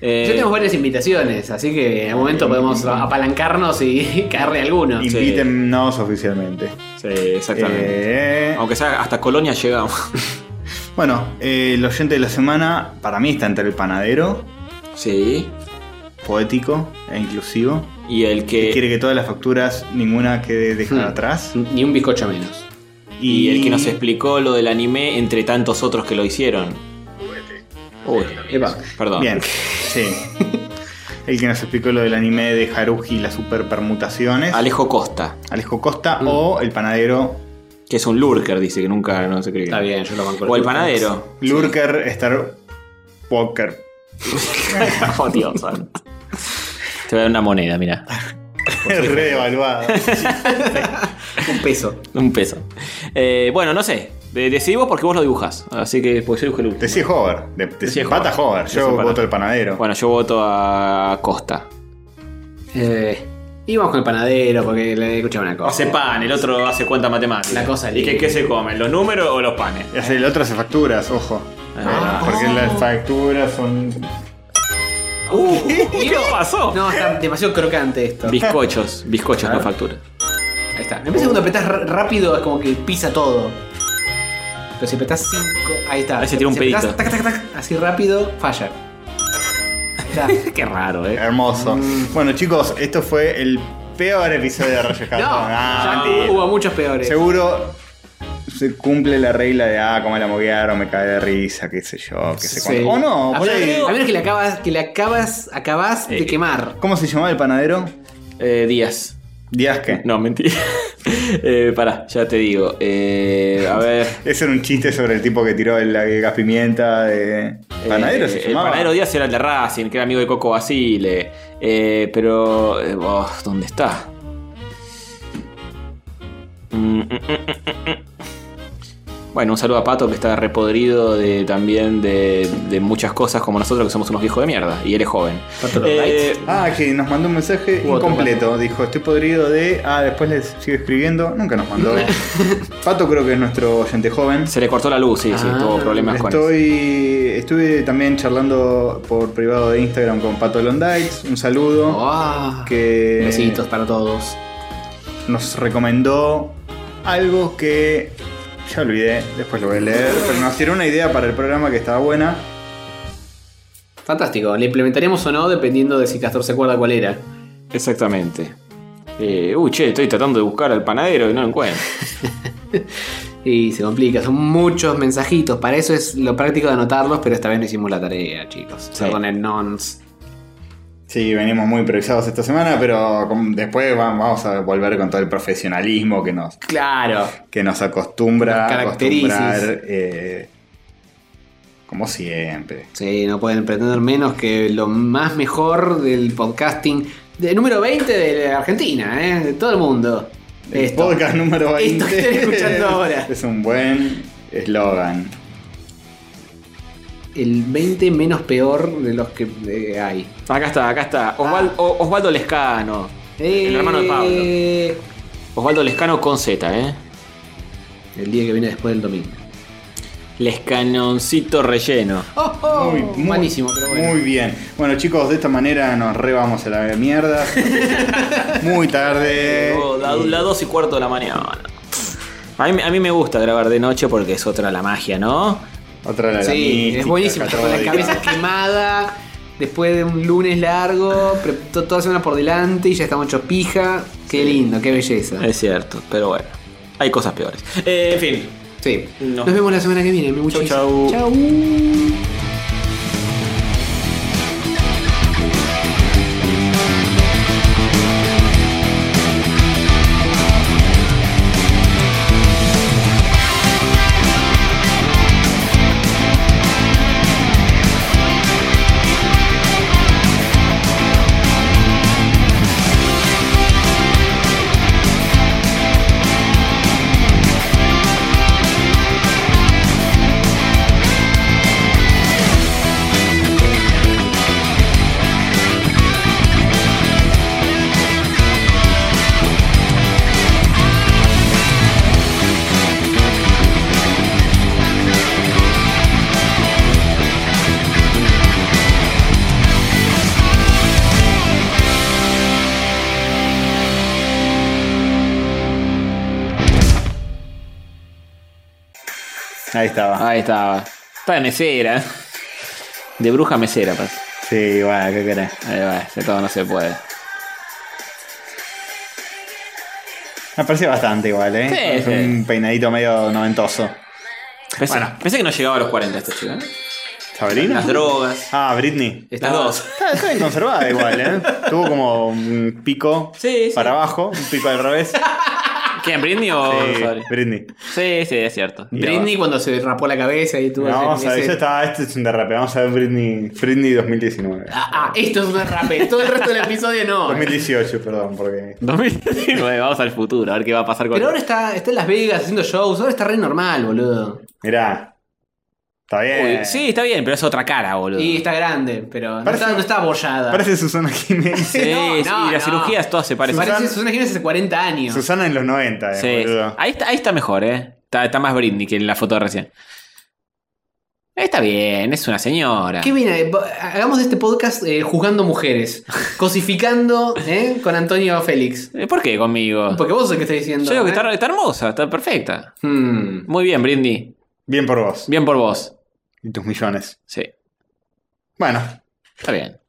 Eh,
Yo tengo varias invitaciones, así que en algún momento podemos apalancarnos y *laughs* caerle a alguno.
Invítennos oficialmente.
Sí, exactamente.
Eh,
Aunque sea hasta Colonia *laughs* llegamos.
Bueno, eh, el oyente de la semana para mí está entre el panadero,
Sí.
poético e inclusivo.
Y el
Que
que.
quiere que todas las facturas, ninguna quede dejada
Hmm.
atrás.
Ni un bizcocho menos.
Mm. Y el que nos explicó lo del anime entre tantos otros que lo hicieron. Uy,
Epa.
perdón.
Bien,
*laughs*
sí. El que nos explicó lo del anime de Haruji y las super permutaciones.
Alejo Costa,
Alejo Costa
Mm.
o el panadero
que es un lurker, dice que nunca no se cree.
Está bien, yo lo banco.
O el panadero.
Lurker Star Walker.
*laughs* Oh, Dios santo. Te voy a dar una moneda, mira.
Re devaluado.
Un peso.
Un peso. Eh, bueno, no sé. De- Decidí vos porque vos lo dibujas. Así que pues yo dibujo el último.
Decí Hover. De, decí
Decí
pata
Hover.
Hover.
Decí
Yo
pata.
voto el panadero.
Bueno, yo voto a Costa.
Eh, y vamos con el panadero porque le escuchaba una cosa.
Hace
*laughs*
pan, el otro hace cuenta matemática.
La cosa
¿Y qué,
linda.
qué se comen? ¿Los números o los panes?
Y hace- el otro hace facturas, ojo.
Ah.
Porque las facturas son.
*laughs* Uh, ¿Qué pasó?
No, está demasiado crocante esto.
Bizcochos, bizcochos, no factura.
Ahí está. Me parece que cuando apretás r- rápido es como que pisa todo. Pero si apretás 5. Ahí está.
Ahí se tira un
Si apretás
pedito.
tac, tac, tac, así rápido, falla. Está.
*laughs* Qué raro, eh.
Hermoso. Bueno, chicos, esto fue el peor episodio de Rayo
No,
Cartón. Ah,
ya
mentira.
hubo muchos peores.
Seguro. se cumple la regla de, ah, cómo la movieron, me cae de risa, qué sé yo, qué sé
Sí.
cuánto. O no,
A
por ahí- Eh,
menos, a menos que le acabas, que le acabas, acabas de quemar.
¿Cómo se llamaba el panadero?
Eh, Díaz.
¿Díaz qué?
No, mentira. eh, pará, ya te digo. Eh, a *laughs* ver.
Ese era un chiste sobre el tipo que tiró el, el gas pimienta de. Panadero
Eh,
se
El
llamaba.
panadero Díaz era el de Racing, que era amigo de Coco Basile. Eh, pero. eh, oh, ¿Dónde está? Mm, mm, mm, mm, mm, mm. Bueno, un saludo a Pato que está repodrido de, también de, de muchas cosas como nosotros que somos unos viejos de mierda y él es joven. Eh,
ah, que nos mandó un mensaje
Hubo otro,
incompleto. Dijo, estoy podrido de. Ah, después les sigo escribiendo. Nunca nos
*laughs*
mandó. Pato creo que es nuestro oyente joven.
Se le cortó la luz, sí, sí,
Ah.
tuvo problemas con eso.
Estoy, estuve también charlando por privado de Instagram con Pato Londaitz. Un saludo.
Oh,
que
Ah, Besitos para todos.
Nos recomendó algo que ya olvidé, después lo voy a leer. Pero nos tiró una idea para el programa que estaba buena.
Fantástico. Le implementaríamos o no dependiendo de si Castor se acuerda cuál era.
Exactamente. Eh, uy, che, estoy tratando de buscar al panadero y no lo encuentro.
Y se complica, son muchos mensajitos. Para eso es lo práctico de anotarlos, pero esta vez no hicimos la tarea, chicos. Perdón el nons.
Sí, venimos muy improvisados esta semana, pero con- después va- vamos a volver con todo el profesionalismo que nos,
Claro.
que nos acostumbra
Nos
a
caracteriza.
acostumbrar, eh, como siempre.
Sí, no pueden pretender menos que lo más mejor del podcasting. De número 20 de la Argentina, ¿eh? de todo el mundo.
El
Esto.
podcast número 20.
Esto que están escuchando ahora.
*laughs* Es un buen eslogan.
El 20 menos peor de los que eh, hay.
Acá está, acá está. Osval-
Ah.
o- Osvaldo Lescano. El hermano de
Pablo.
Osvaldo Lescano con Z, ¿eh?
El día que viene después del domingo.
Lescanoncito relleno.
¡Oh, oh!
Muy, muy-
Malísimo, pero bueno.
Muy bien. Bueno, chicos, de esta manera nos re vamos a la
*laughs*
mierda. Muy tarde.
Oh, la, la dos y cuarto de la mañana. A mí, a mí me gusta grabar de noche porque es otra la magia, ¿no?
Otra la
Sí, es buenísimo. Con la cabeza quemada, después de un lunes largo, pre- to- toda la semana por delante y ya estamos hechos pija. Qué lindo, qué belleza.
Es cierto, pero bueno. Hay cosas peores. Eh, en fin.
Sí.
No.
Nos vemos la semana que viene. Muchas
chau.
Chau.
Ahí estaba.
Ahí estaba. Está de mesera. De bruja mesera, parece.
Sí, bueno, ¿qué querés?
Ahí va, de todo no
*laughs*
se puede.
Me parecía bastante igual, ¿eh?
Sí,
es
sí.
un peinadito medio noventoso.
Pensé, pensé que no llegaba a los 40 este chico, ¿eh?
¿Sabrina?
Las drogas.
Ah, Britney.
Las dos.
Está, está Ah, bien conservada igual, ¿eh? Tuvo como un pico
Sí, sí.
para abajo, un pico al
*laughs*
revés.
¿Quién, Britney o
Sí,
Oh, Sorry?
Britney.
Sí, sí, es cierto.
Britney cuando se rapó la cabeza y tú.
Vamos a ver, ya está, este es un derrape. Vamos a ver Britney, Britney 2019.
Ah, ah, esto es un rape. Todo el resto del episodio no.
2018, perdón, porque.
2019, vamos al futuro, a ver qué va a pasar con
Pero ahora está, está en Las Vegas haciendo shows. Ahora está re normal, boludo.
Mirá. Está bien.
Uy, Sí, está bien, pero es otra cara, boludo.
Y está grande, pero no
Parece-
está, no está abollada.
Parece Susana Jiménez.
Sí,
no,
sí,
no,
y las
no.
cirugías todas se parecen.
Parece Susana Jiménez hace 40 años.
Susana en los 90, eh,
Sí, sí.
boludo.
Ahí, está, ahí está mejor, ¿eh? Está, está más Britney que en la foto de recién. Está bien, es una señora.
¿Qué viene? Bo- Hagamos este podcast eh, juzgando mujeres. Cosificando ¿eh? con Antonio Félix.
Eh, ¿Por qué conmigo?
Porque vos sos el que estás diciendo.
Yo digo que
¿eh?
está, está hermosa, está perfecta.
Hmm.
Muy bien, Britney.
Bien por vos.
Bien por vos.
Y tus millones.
Sí,
Bueno,
está bien.